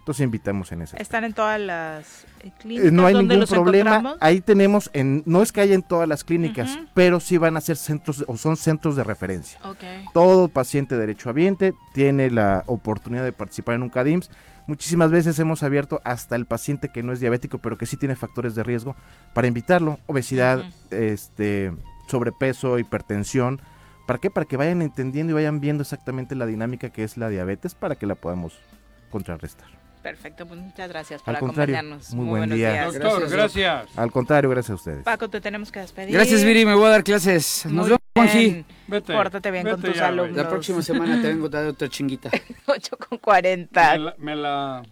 Entonces invitamos en ese. Están en todas las eh, clínicas. Eh, No hay ¿Dónde ningún los problema. encontramos? Ahí tenemos, en, no es que haya en todas las clínicas, Ujú. pero sí van a ser centros o son centros de referencia. Ok. Todo paciente derechohabiente tiene la oportunidad de participar en un CADIMS. Muchísimas veces hemos abierto hasta el paciente que no es diabético, pero que sí tiene factores de riesgo, para invitarlo. Obesidad, este, sobrepeso, hipertensión. ¿Para qué? Para que vayan entendiendo y vayan viendo exactamente la dinámica que es la diabetes para que la podamos contrarrestar. Perfecto, pues muchas gracias por Al contrario, acompañarnos. muy buen buenos día. días. Doctor, Gracias, gracias. Al contrario, gracias a ustedes. Paco, te tenemos que despedir. Gracias, Viri, me voy a dar clases. Nos Muy vemos, Juanji. bien. Vete. Pórtate bien con Vete tus ya, güey. alumnos. La próxima (laughs) semana te vengo a dar otra chinguita. 8 con Me 40. la- me la...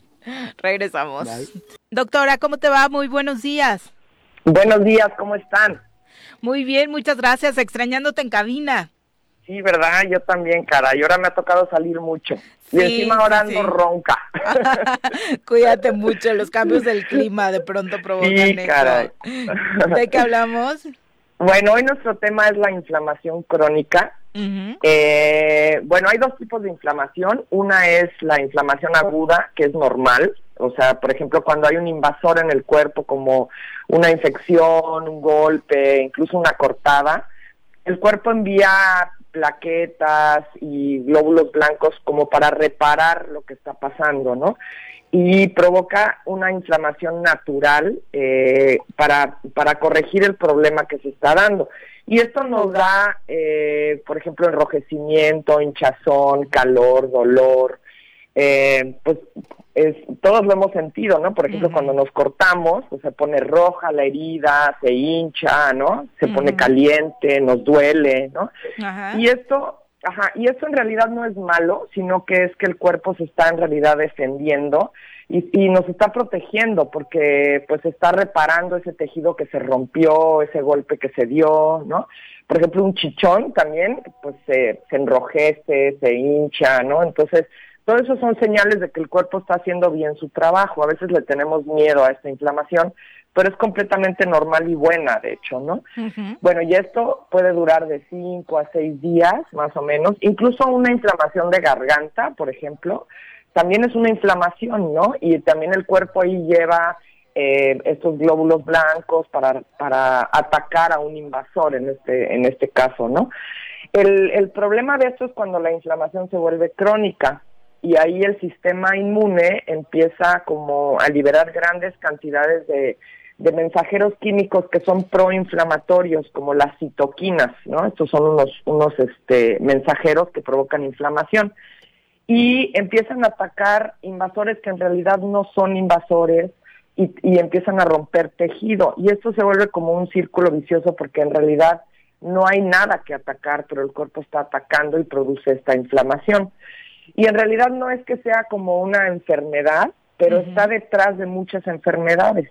Regresamos. Bye. Doctora, ¿cómo te va? Muy buenos días. Buenos días, ¿cómo están? Muy bien, muchas gracias. Extrañándote en cabina. Sí, ¿verdad? Yo también, cara. Y ahora me ha tocado salir mucho. y Sí, encima ahora sí, ando sí. ronca. Cuídate mucho, los cambios del clima de pronto Oh, provocan Sí, esto. caray. ¿De qué hablamos? (laughs) Bueno, hoy nuestro tema es la inflamación crónica. Ujú. Eh, bueno, hay dos tipos de inflamación. Una es la inflamación aguda, que es normal. O sea, por ejemplo, cuando hay un invasor en el cuerpo, como una infección, un golpe, incluso una cortada, el cuerpo envía plaquetas y glóbulos blancos como para reparar lo que está pasando, ¿no? Y provoca una inflamación natural eh, para, para corregir el problema que se está dando. Y esto nos da, eh, por ejemplo, enrojecimiento, hinchazón, calor, dolor. Eh, pues es, todos lo hemos sentido, ¿no? Por ejemplo, Ujú. cuando nos cortamos, pues, se pone roja la herida, se hincha, ¿no? Se pone Ujú. caliente, nos duele, ¿no? Ajá. Y esto, ajá, y esto en realidad no es malo, sino que es que el cuerpo se está en realidad defendiendo y, y nos está protegiendo porque pues está reparando ese tejido que se rompió, ese golpe que se dio, ¿no? Por ejemplo, un chichón también, pues se, se enrojece, se hincha, ¿no? Entonces, todo eso son señales de que el cuerpo está haciendo bien su trabajo. A veces le tenemos miedo a esta inflamación, pero es completamente normal y buena, de hecho, ¿no? Ujú. Bueno, y esto puede durar de 5 a 6 días, más o menos. Incluso una inflamación de garganta, por ejemplo, también es una inflamación, ¿no? Y también el cuerpo ahí lleva eh, estos glóbulos blancos para, para atacar a un invasor en este, en este caso, ¿no? El, el problema de esto es cuando la inflamación se vuelve crónica y ahí el sistema inmune empieza como a liberar grandes cantidades de, de mensajeros químicos que son proinflamatorios, como las citoquinas, ¿no? Estos son unos, unos este, mensajeros que provocan inflamación. Y empiezan a atacar invasores que en realidad no son invasores y, y empiezan a romper tejido. Y esto se vuelve como un círculo vicioso porque en realidad no hay nada que atacar, pero el cuerpo está atacando y produce esta inflamación. Y en realidad no es que sea como una enfermedad, pero está detrás de muchas enfermedades.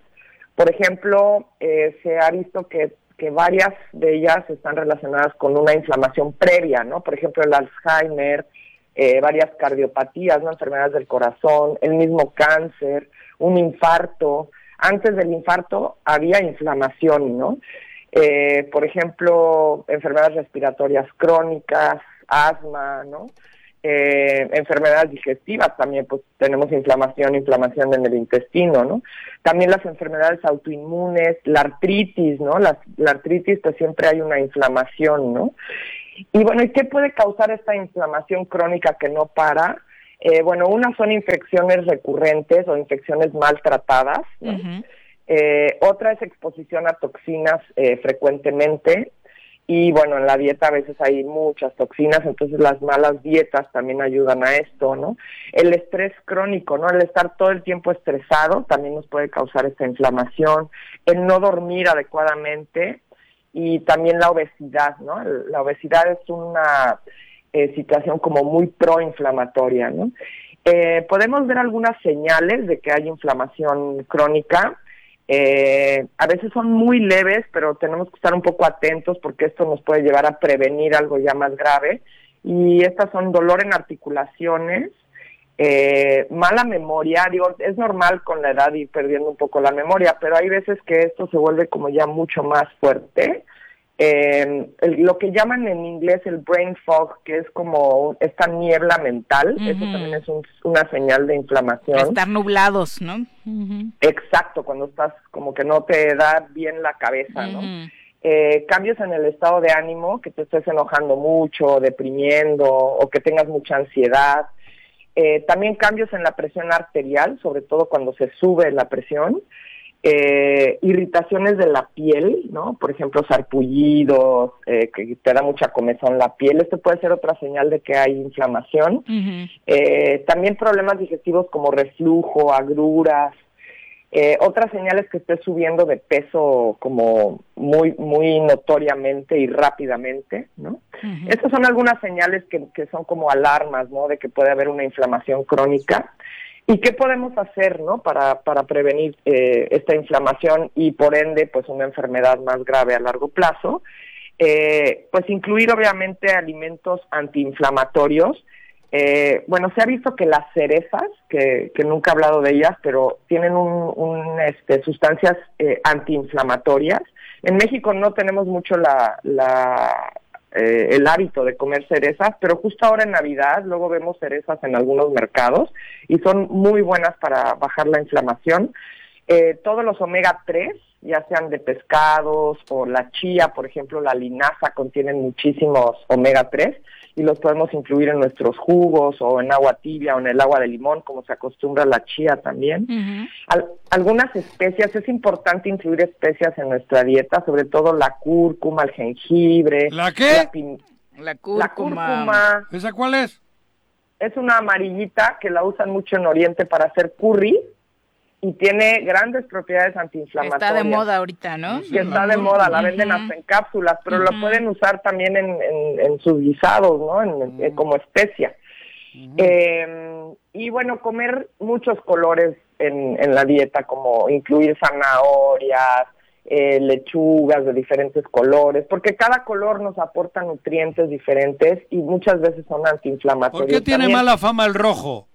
Por ejemplo, eh, se ha visto que, que varias de ellas están relacionadas con una inflamación previa, ¿no? Por ejemplo, el Alzheimer, eh, varias cardiopatías, ¿no? enfermedades del corazón, el mismo cáncer, un infarto. Antes del infarto había inflamación, ¿no? Eh, por ejemplo, enfermedades respiratorias crónicas, asma, ¿no? eh, enfermedades digestivas también, pues tenemos inflamación, inflamación en el intestino, ¿no? También las enfermedades autoinmunes, la artritis, ¿no? Las- la artritis, pues siempre hay una inflamación, ¿no? Y bueno, ¿y qué puede causar esta inflamación crónica que no para? Eh, bueno, unas son infecciones recurrentes o infecciones maltratadas, ¿no? Eh, otra es exposición a toxinas eh, frecuentemente. Y bueno, en la dieta a veces hay muchas toxinas, entonces las malas dietas también ayudan a esto, ¿no? El estrés crónico, ¿no? El estar todo el tiempo estresado también nos puede causar esta inflamación. El no dormir adecuadamente y también la obesidad, ¿no? El- La obesidad es una eh, situación como muy proinflamatoria, ¿no? Eh, podemos ver algunas señales de que hay inflamación crónica. Eh, a veces son muy leves, pero tenemos que estar un poco atentos porque esto nos puede llevar a prevenir algo ya más grave. Y estas son dolor en articulaciones, eh, mala memoria, digo, es normal con la edad ir perdiendo un poco la memoria, pero hay veces que esto se vuelve como ya mucho más fuerte. Eh, el- lo que llaman en inglés el brain fog, que es como esta niebla mental, eso Ujú. también es un- una señal de inflamación. Estar nublados, ¿no? Exacto, cuando estás como que no te da bien la cabeza, Ah, ¿no? Eh, cambios en el estado de ánimo, que te estés enojando mucho, deprimiendo o que tengas mucha ansiedad. Eh, también cambios en la presión arterial, sobre todo cuando se sube la presión. Eh, irritaciones de la piel, ¿no? Por ejemplo, sarpullidos, eh, que te da mucha comezón la piel. Esto puede ser otra señal de que hay inflamación. Eh, también problemas digestivos como reflujo, agruras. Eh, otra señal es que estés subiendo de peso como muy, muy notoriamente y rápidamente, ¿no? Estas son algunas señales que, que son como alarmas, ¿no? De que puede haber una inflamación crónica. ¿Y qué podemos hacer, ¿no? Para, para prevenir eh, esta inflamación y por ende, pues una enfermedad más grave a largo plazo. Eh, pues incluir obviamente alimentos antiinflamatorios. Eh, bueno, se ha visto que las cerezas, que, que nunca he hablado de ellas, pero tienen un, un, este, sustancias eh, antiinflamatorias. En México no tenemos mucho la, la, eh, el hábito de comer cerezas, pero justo ahora en Navidad luego vemos cerezas en algunos mercados y son muy buenas para bajar la inflamación. Eh, todos los omega 3, ya sean de pescados o la chía, por ejemplo, la linaza contienen muchísimos omega 3 y los podemos incluir en nuestros jugos o en agua tibia o en el agua de limón, como se acostumbra la chía también. Al- algunas especias, es importante incluir especias en nuestra dieta, sobre todo la cúrcuma, el jengibre. ¿La qué? pin- La la cúrcuma. ¿Esa cuál es? Es una amarillita que la usan mucho en Oriente para hacer curry y tiene grandes propiedades antiinflamatorias. Está de moda ahorita, ¿no? Que está de moda, la venden hasta en cápsulas, pero la pueden usar también en, en- en sus guisados, ¿no? En- Mm. Em, en- como especia. Eh, y bueno, comer muchos colores en, en la dieta, como incluir zanahorias, eh, lechugas de diferentes colores, porque cada color nos aporta nutrientes diferentes y muchas veces son antiinflamatorios. ¿Por qué tiene también. mala fama el rojo?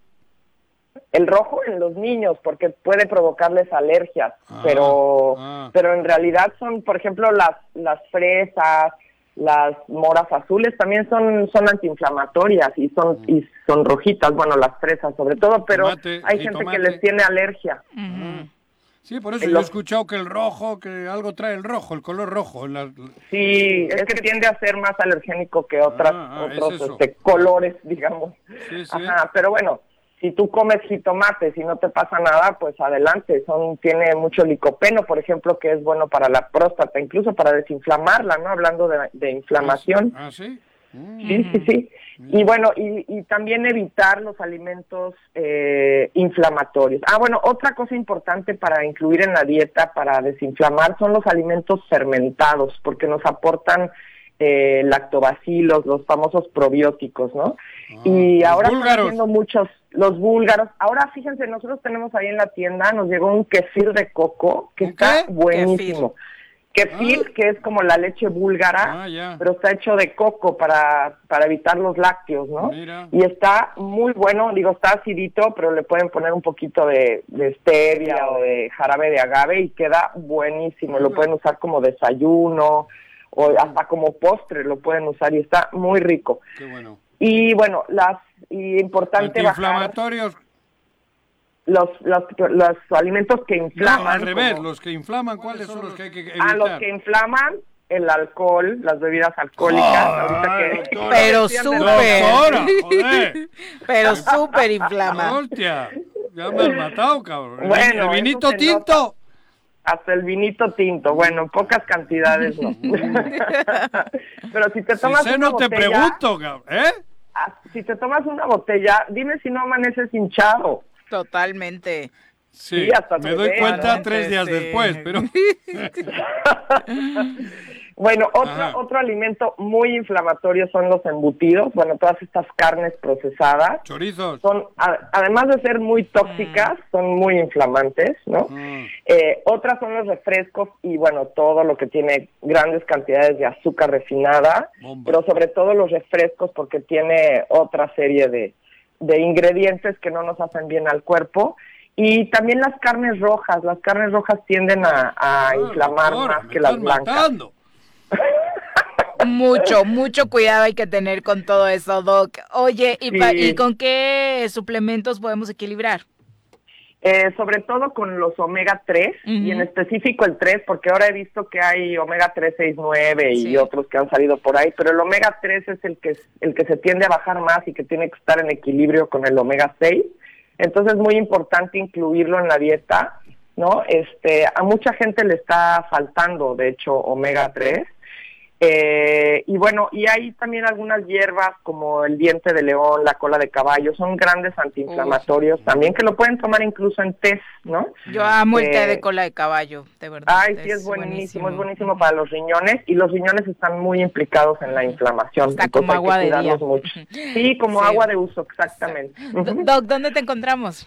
El rojo en los niños, porque puede provocarles alergias, Ah, pero, pero en realidad son, por ejemplo, las, las fresas, las moras azules también son, son antiinflamatorias y son, y son rojitas, bueno, las fresas sobre todo, pero Ah. Tomate, hay y gente tomate. que les tiene alergia. Ah. Sí, por eso El yo he ojo. escuchado que el rojo, que algo trae el rojo, el color rojo. en la- Sí, es que tiende a ser más alergénico que otras, Ah, ah, es otros eso. este, colores, digamos. Sí, sí. Ajá, pero bueno, si tú comes jitomates y no te pasa nada, pues adelante. Son tiene mucho licopeno, por ejemplo, que es bueno para la próstata, incluso para desinflamarla, ¿no? Hablando de, Pues de inflamación. Ah, sí. Sí, sí, sí. Mm. Y bueno, y, y también evitar los alimentos eh, inflamatorios. Ah, bueno, otra cosa importante para incluir en la dieta para desinflamar son los alimentos fermentados, porque nos aportan eh, lactobacilos, los famosos probióticos, ¿no? y ahora están Ah, búlgaros. haciendo muchos, los búlgaros. Ahora fíjense, nosotros tenemos ahí en la tienda, nos llegó un kefir de coco que está buenísimo. Kefir, que es como la leche búlgara, Ah, ya. pero está hecho de coco para, para evitar los lácteos, ¿no? Mira. Y está muy bueno, digo, está acidito, pero le pueden poner un poquito de, de stevia o de jarabe de agave y queda buenísimo. Ah. Lo pueden usar como desayuno o hasta como postre lo pueden usar y está muy rico. Qué bueno. Y bueno, las y importante bajar Antiinflamatorios. los, los, los alimentos que No, inflaman. al revés, como- los que inflaman, ¿cuáles son los que hay que evitar? a los que inflaman el alcohol, las bebidas alcohólicas, ahorita que (laughs) Pero Doctora, súper. joder. Pero súper inflama. Hostia, ya me han matado, cabrón. Bueno, el vinito eso se tinto. nota. Hasta el vinito tinto, bueno, en pocas cantidades (laughs) no. (laughs) Pero si te Si tomas sé, una no te botella, pregunto, cabrón. ¿Eh? ah, si te tomas una botella, dime si no amaneces hinchado. Totalmente. Sí, Sí, hasta me te doy veo, cuenta ¿no? tres días Sí. después, pero... Bueno, Ajá. otro, otro alimento muy inflamatorio son los embutidos, bueno, todas estas carnes procesadas. Chorizos. Son, a- además de ser muy tóxicas, son muy inflamantes, ¿no? Mm. Eh, otras son los refrescos y bueno, todo lo que tiene grandes cantidades de azúcar refinada, Bomba. pero sobre todo los refrescos porque tiene otra serie de, de ingredientes que no nos hacen bien al cuerpo. Y también las carnes rojas, las carnes rojas tienden a, (laughs) a Ah, inflamar doctora, más me que las están blancas. matando. Mucho, mucho cuidado hay que tener con todo eso, Doc. Oye, ¿y, pa- Sí. y con qué suplementos podemos equilibrar? Eh, sobre todo con los omega 3 y en específico el 3, porque ahora he visto que hay omega 3, 6, 9 y Sí. otros que han salido por ahí, pero el omega 3 es el que, el que se tiende a bajar más y que tiene que estar en equilibrio con el omega 6. Entonces es muy importante incluirlo en la dieta, ¿no? Este, a mucha gente le está faltando, de hecho, omega 3. Eh, y bueno, y hay también algunas hierbas como el diente de león, la cola de caballo, son grandes antiinflamatorios también que lo pueden tomar incluso en test, ¿no? Yo amo el té Eh, de cola de caballo, de verdad. Ay, sí, es buenísimo, es buenísimo para los riñones y los riñones están muy implicados en la inflamación. Está entonces como hay agua que de cuidarnos día. mucho. Sí, como Sí. agua de uso, exactamente. (laughs) Do- Doc, ¿dónde te encontramos?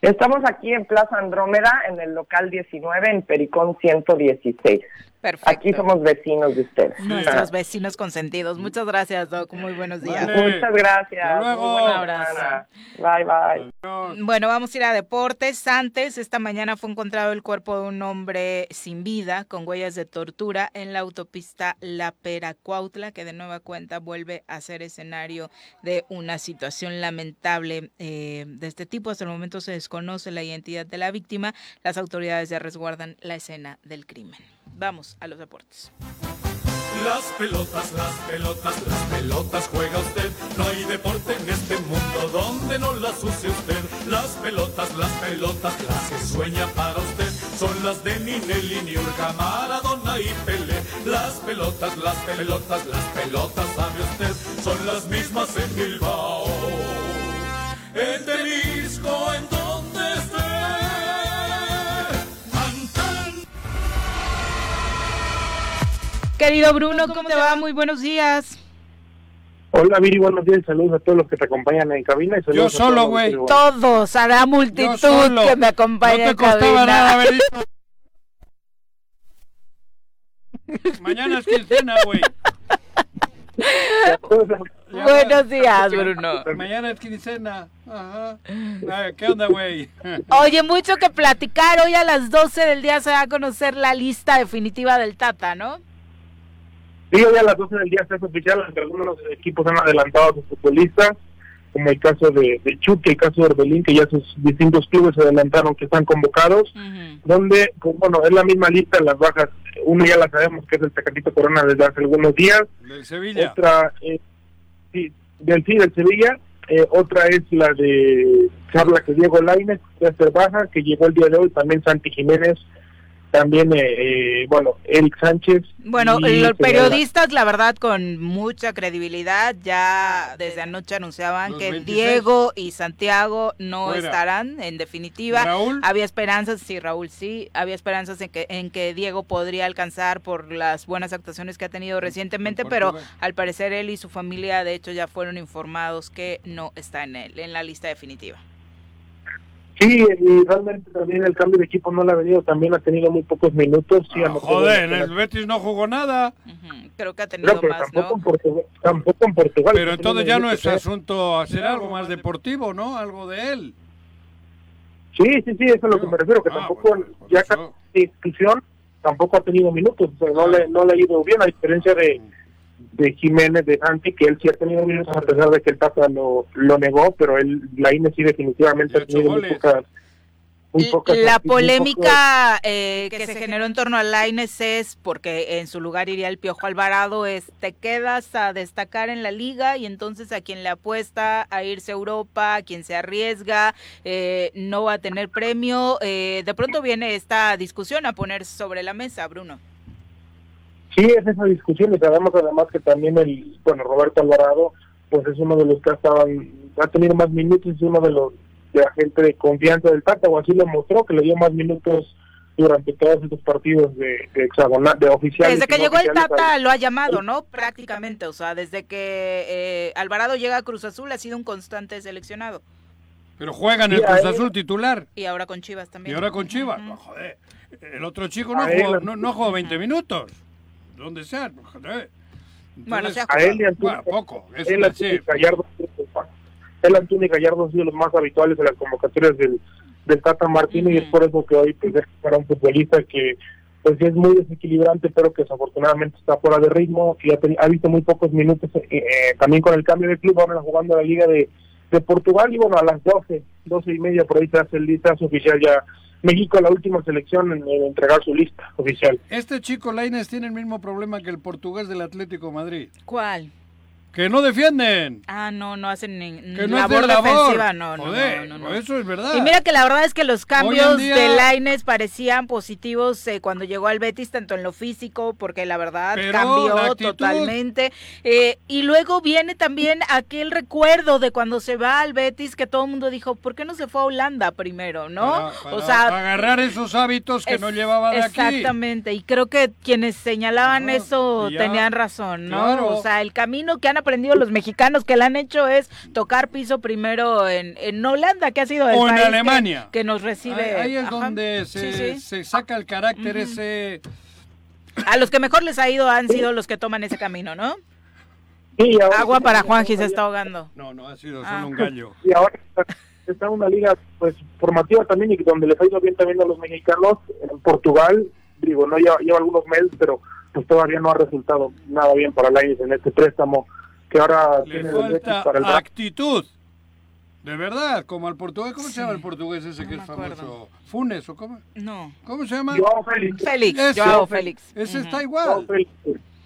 Estamos aquí en Plaza Andrómeda, en el local 19, en Pericón 116. Perfecto. Aquí somos vecinos de ustedes. Nuestros vecinos consentidos. Muchas gracias, Doc. Muy buenos días. Vale. Muchas gracias. Hasta luego. Muy buena Un abrazo. semana. Bye, bye. Bueno, vamos a ir a deportes. Antes, esta mañana fue encontrado el cuerpo de un hombre sin vida con huellas de tortura en la autopista La Peracuautla, que de nueva cuenta vuelve a ser escenario de una situación lamentable eh, de este tipo. Hasta el momento se desconoce la identidad de la víctima. Las autoridades ya resguardan la escena del crimen. Vamos a los deportes. Las pelotas, las pelotas, las pelotas juega usted. No hay deporte en este mundo donde no las use usted. Las pelotas, las pelotas, las que sueña para usted. Son las de Ninelli, Niurka, Maradona y Pelé. Las pelotas, las pelotas, las pelotas, sabe usted. Son las mismas en Bilbao. En Tenisco, en donde esté. Antan. Querido Bruno, ¿cómo te va? Muy buenos días. Hola, Viri, buenos días. Saludos a todos los que te acompañan en cabina. Y saludos a todos los que- Todos, a la multitud solo. que me acompaña. No te en costaba cabina. nada haber (laughs) Mañana es quincena, (laughs) güey. Buenos días, Bruno. Mañana es quincena. Ajá. Ay, ¿Qué onda, güey? Oye, mucho que platicar. Hoy a las 12 del día se va a conocer la lista definitiva del Tata, ¿no? Sí, hoy a las 12 del día se hace oficial, aunque algunos equipos han adelantado a sus futbolistas, como el caso de, de Chuque, el caso de Orbelín, que ya sus distintos clubes se adelantaron que están convocados, donde, pues, bueno, es la misma lista, las bajas, uno ya la sabemos que es el Tecatito Corona desde hace algunos días, Del Sevilla. otra eh, sí, del sí, del Sevilla, eh, otra es la de Charla que Diego Lainez, de Baja, que llegó el día de hoy, también Santi Jiménez, también, eh, eh, bueno, Eric Sánchez. Bueno, y los se me da- periodistas, la verdad, con mucha credibilidad, ya desde anoche anunciaban Los que 26. Diego y Santiago no Fuera. estarán, en definitiva. ¿Raúl? Había esperanzas, sí, Raúl, sí, había esperanzas en que, en que Diego podría alcanzar por las buenas actuaciones que ha tenido recientemente, pero Portugal. al parecer él y su familia, de hecho, ya fueron informados que no está en, él, en la lista definitiva. Sí, y realmente también el cambio de equipo no le ha venido, también ha tenido muy pocos minutos. Sí, anotó Ah, Joder, una el Betis no jugó nada. Creo que ha pelota, pero tampoco, en Portugal, tampoco en Portugal. Pero entonces ya no es Eh, asunto hacer algo más deportivo, ¿no? Algo de él. Sí, sí, sí, eso es a lo que me refiero, que tampoco ya casi de exclusión tampoco ha tenido minutos, o sea, no le, no le ha ido bien, a diferencia de, de Jiménez, de Santi, que él sí ha tenido minutos a pesar de que el Tata lo, lo negó, pero él, la INE sí definitivamente ha tenido muy pocas, muy pocas- La muy pocas- polémica eh, que se generó en torno a Laines es, porque en su lugar iría el Piojo Alvarado, es te quedas a destacar en la liga y entonces a quien le apuesta a irse a Europa, a quien se arriesga, eh, no va a tener premio. Eh, de pronto viene esta discusión a poner sobre la mesa, Bruno. Sí, es esa discusión y sabemos además que también el, bueno, Roberto Alvarado, pues es uno de los que ha, estado en- ha tenido más minutos, es uno de los de la gente de confianza del Tata, o así lo mostró, que le dio más minutos durante todos estos partidos de, de hexagonal, de oficiales. Desde que y no llegó el oficiales, Tata al- lo ha llamado, ¿no? Prácticamente, o sea, desde que eh, Alvarado llega a Cruz Azul ha sido un constante seleccionado. Pero juega en el Sí, a Cruz él- Azul titular. Y ahora con Chivas Y también. ahora con Chivas. pues, Joder, el otro chico no A él- jugó, no, no jugó 20 minutos. Donde sea. pues, Joder. Entonces, a él y a bueno, poco. Es él, una Antonio chef. Gallardo, él, Antonio Gallardo, han sido los más habituales de las convocatorias del, del Tata Martino y es por eso que hoy pues, es para un futbolista que pues sí es muy desequilibrante, pero que desafortunadamente está fuera de ritmo, que ha, teni- ha visto muy pocos minutos eh, eh, también con el cambio de club, ahora jugando la Liga de, de Portugal y bueno, a las 12, 12 y media por ahí se hace el listazo oficial ya. México, la última selección en- en entregar su lista oficial. Este chico Laines tiene el mismo problema que el portugués del Atlético de Madrid. ¿Cuál? Que no defienden. Ah, no, no hacen ni, Que no labor es de labor. defensiva, no, no, Joder, no, no, no. Eso es verdad. Y mira que la verdad es que los Hoy en cambios día- de Laines parecían positivos eh, cuando llegó al Betis, tanto en lo físico, porque la verdad Pero cambió la actitud. totalmente. Eh, y luego viene también aquel recuerdo de cuando se va al Betis, que todo el mundo dijo, ¿por qué no se fue a Holanda primero, no? Para o sea, agarrar esos hábitos que es- no llevaba de aquí. Exactamente, y creo que quienes señalaban eso y ya. tenían razón, ¿no? Claro. O sea, el camino que han aprendido los mexicanos que le han hecho es tocar piso primero en, en Holanda, que ha sido el O en país que- Alemania. que, nos recibe. Ahí, ahí es Ajá. donde se, Sí, sí. se saca el carácter Ujú. ese. A los que mejor les ha ido han sido los que toman ese camino, ¿no? Sí, ahora- Agua para Juan se está ahogando. No, no, ha sido Ah. solo un gallo. (laughs) y ahora está- está en una liga pues formativa también y donde les ha ido bien también a los mexicanos en Portugal digo no lleva, lleva algunos meses pero pues todavía no ha resultado nada bien para el Ajax en este préstamo que ahora Le tiene los falta derechos para el Braga. actitud. De verdad, como al portugués. ¿Cómo se llama el portugués ese que es famoso? Funes o cómo. No. ¿Cómo se llama? Joao Félix. Félix, Ese. Joao Félix. Ese Ujú. está igual. Joao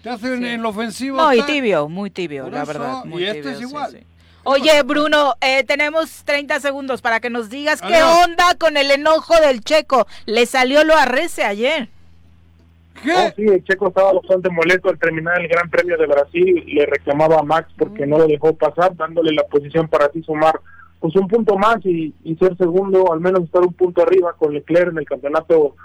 Te hacen en lo ofensivo. No, y está- tibio, muy tibio, Por la eso, verdad. muy y este tibio, es sí, igual. sí. Oye, Bruno, eh, tenemos 30 segundos para que nos digas qué Adiós. onda con el enojo del checo. Le salió lo arrece ayer. Oh, sí, el checo estaba bastante molesto al terminar el Gran Premio de Brasil. Le reclamaba a Max porque no lo dejó pasar, dándole la posición para así sumar pues un punto más y, y ser segundo, al menos estar un punto arriba con Leclerc en el campeonato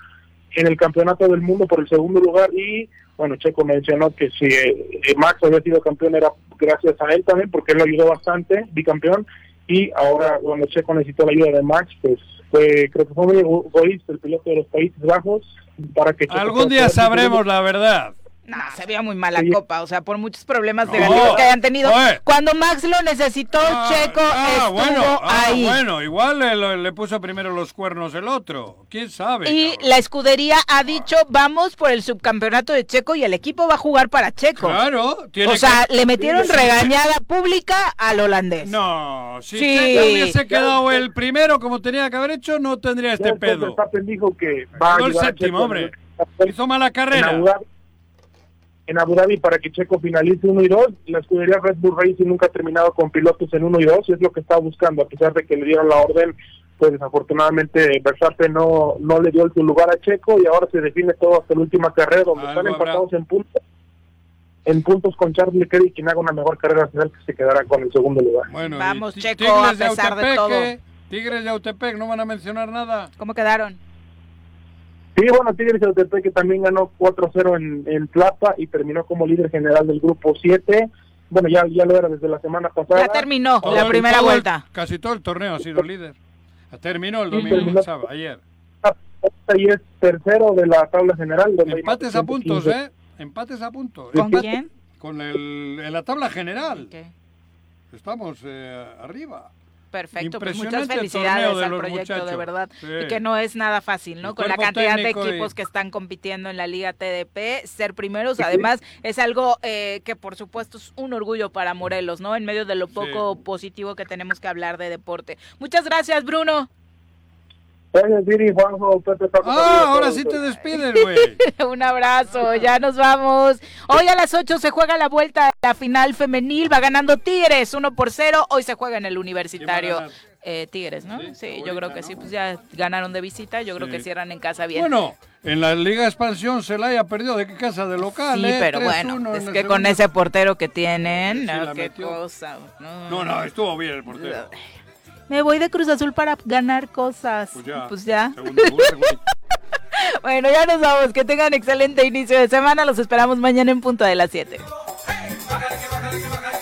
en el campeonato del mundo por el segundo lugar y bueno, Checo mencionó que si eh, Max había sido campeón era gracias a él también, porque él lo ayudó bastante, bicampeón, y ahora cuando Checo necesitó la ayuda de Max, pues fue, creo que fue muy egoísta el piloto de los Países Bajos para que... Checo Algún fuera- día sabremos la verdad. No, se veía muy mala copa, o sea, por muchos problemas No. negativos que hayan tenido. Oye. Ah, Cuando Max lo necesitó, Checo estuvo bueno, ah, ahí. bueno, igual le, lo- le puso primero los cuernos el otro. ¿Quién sabe? Y la escudería ha dicho, vamos por el subcampeonato de Checo y el equipo va a jugar para Checo. Claro, tiene O sea, que- le metieron regañada pública al holandés. No, Si Sí. Checo hubiese quedado el primero como tenía que haber hecho, no tendría este pedo. dijo que va a Quedó el ayudar a séptimo, Checo. hombre. Hizo mala carrera. En Abu Dhabi, en Abu Dhabi para que Checo finalice 1 y 2. La escudería Red Bull Racing nunca ha terminado con pilotos en 1 y 2 y es lo que está buscando, a pesar de que le dieron la orden. Pues desafortunadamente Verstappen no, no le dio su lugar a Checo y ahora se define todo hasta la última carrera donde Algo están habrá. empatados en puntos. En puntos con Charles Leclerc y quien haga una mejor carrera será el que se quedará con el segundo lugar. Bueno, y Vamos, Ti- Checo, Tigres a pesar de Autepec, todo. ¿eh? Tigres de Autepec, no van a mencionar nada. ¿Cómo quedaron? Sí, bueno, Tigres de Autepec que también ganó 4-0 en, en Tlapa y terminó como líder general del grupo 7. Bueno, ya, ya lo era desde la semana pasada. Ya terminó Todo la el- primera todo el- vuelta. casi todo el torneo ha sido líder. Terminó el Sí, domingo, terminó. el sábado, ayer. Y es tercero de la tabla general. donde hay más de Empates a puntos, 115. ¿eh? Empates a puntos. ¿Con quién? Con el, en la tabla general. Estamos eh, arriba. Perfecto, pues muchas Impresionante el torneo felicidades de al los proyecto, de muchachos. verdad. Sí. Y que no es nada fácil, El ¿no? Con la cuerpo cantidad de técnico y- equipos que están compitiendo en la Liga TDP, ser primeros, Sí, sí. además, es algo eh, que por supuesto es un orgullo para Morelos, ¿no? En medio de lo poco positivo que tenemos que hablar de deporte. Muchas gracias, Bruno. Gracias, Viri, Juanjo, Pepe, Paco, Ah, saludos a ahora todos. sí te despides, güey. (laughs) Un abrazo, ya nos vamos. Hoy a las 8 se juega la vuelta a la final femenil, va ganando Tigres 1 por 0, hoy se juega en el universitario. eh, Tigres, ¿no? Sí, yo creo que sí, pues ya ganaron de visita, yo creo que Sí. cierran en casa bien. Bueno, en la Liga Expansión se la haya perdido de qué casa de local, Sí, ¿eh? pero 3-1 bueno, en es el que con segundo. ese portero que tienen, Sí, no, la qué metió. cosa. No. No, no, estuvo bien el portero. Me voy de Cruz Azul para ganar cosas. Pues ya. Pues ya. Segundo lugar, güey. (laughs) Bueno, ya nos vamos. Que tengan excelente inicio de semana. Los esperamos mañana en punto de las 7. Bájale, que bájale, que bájale.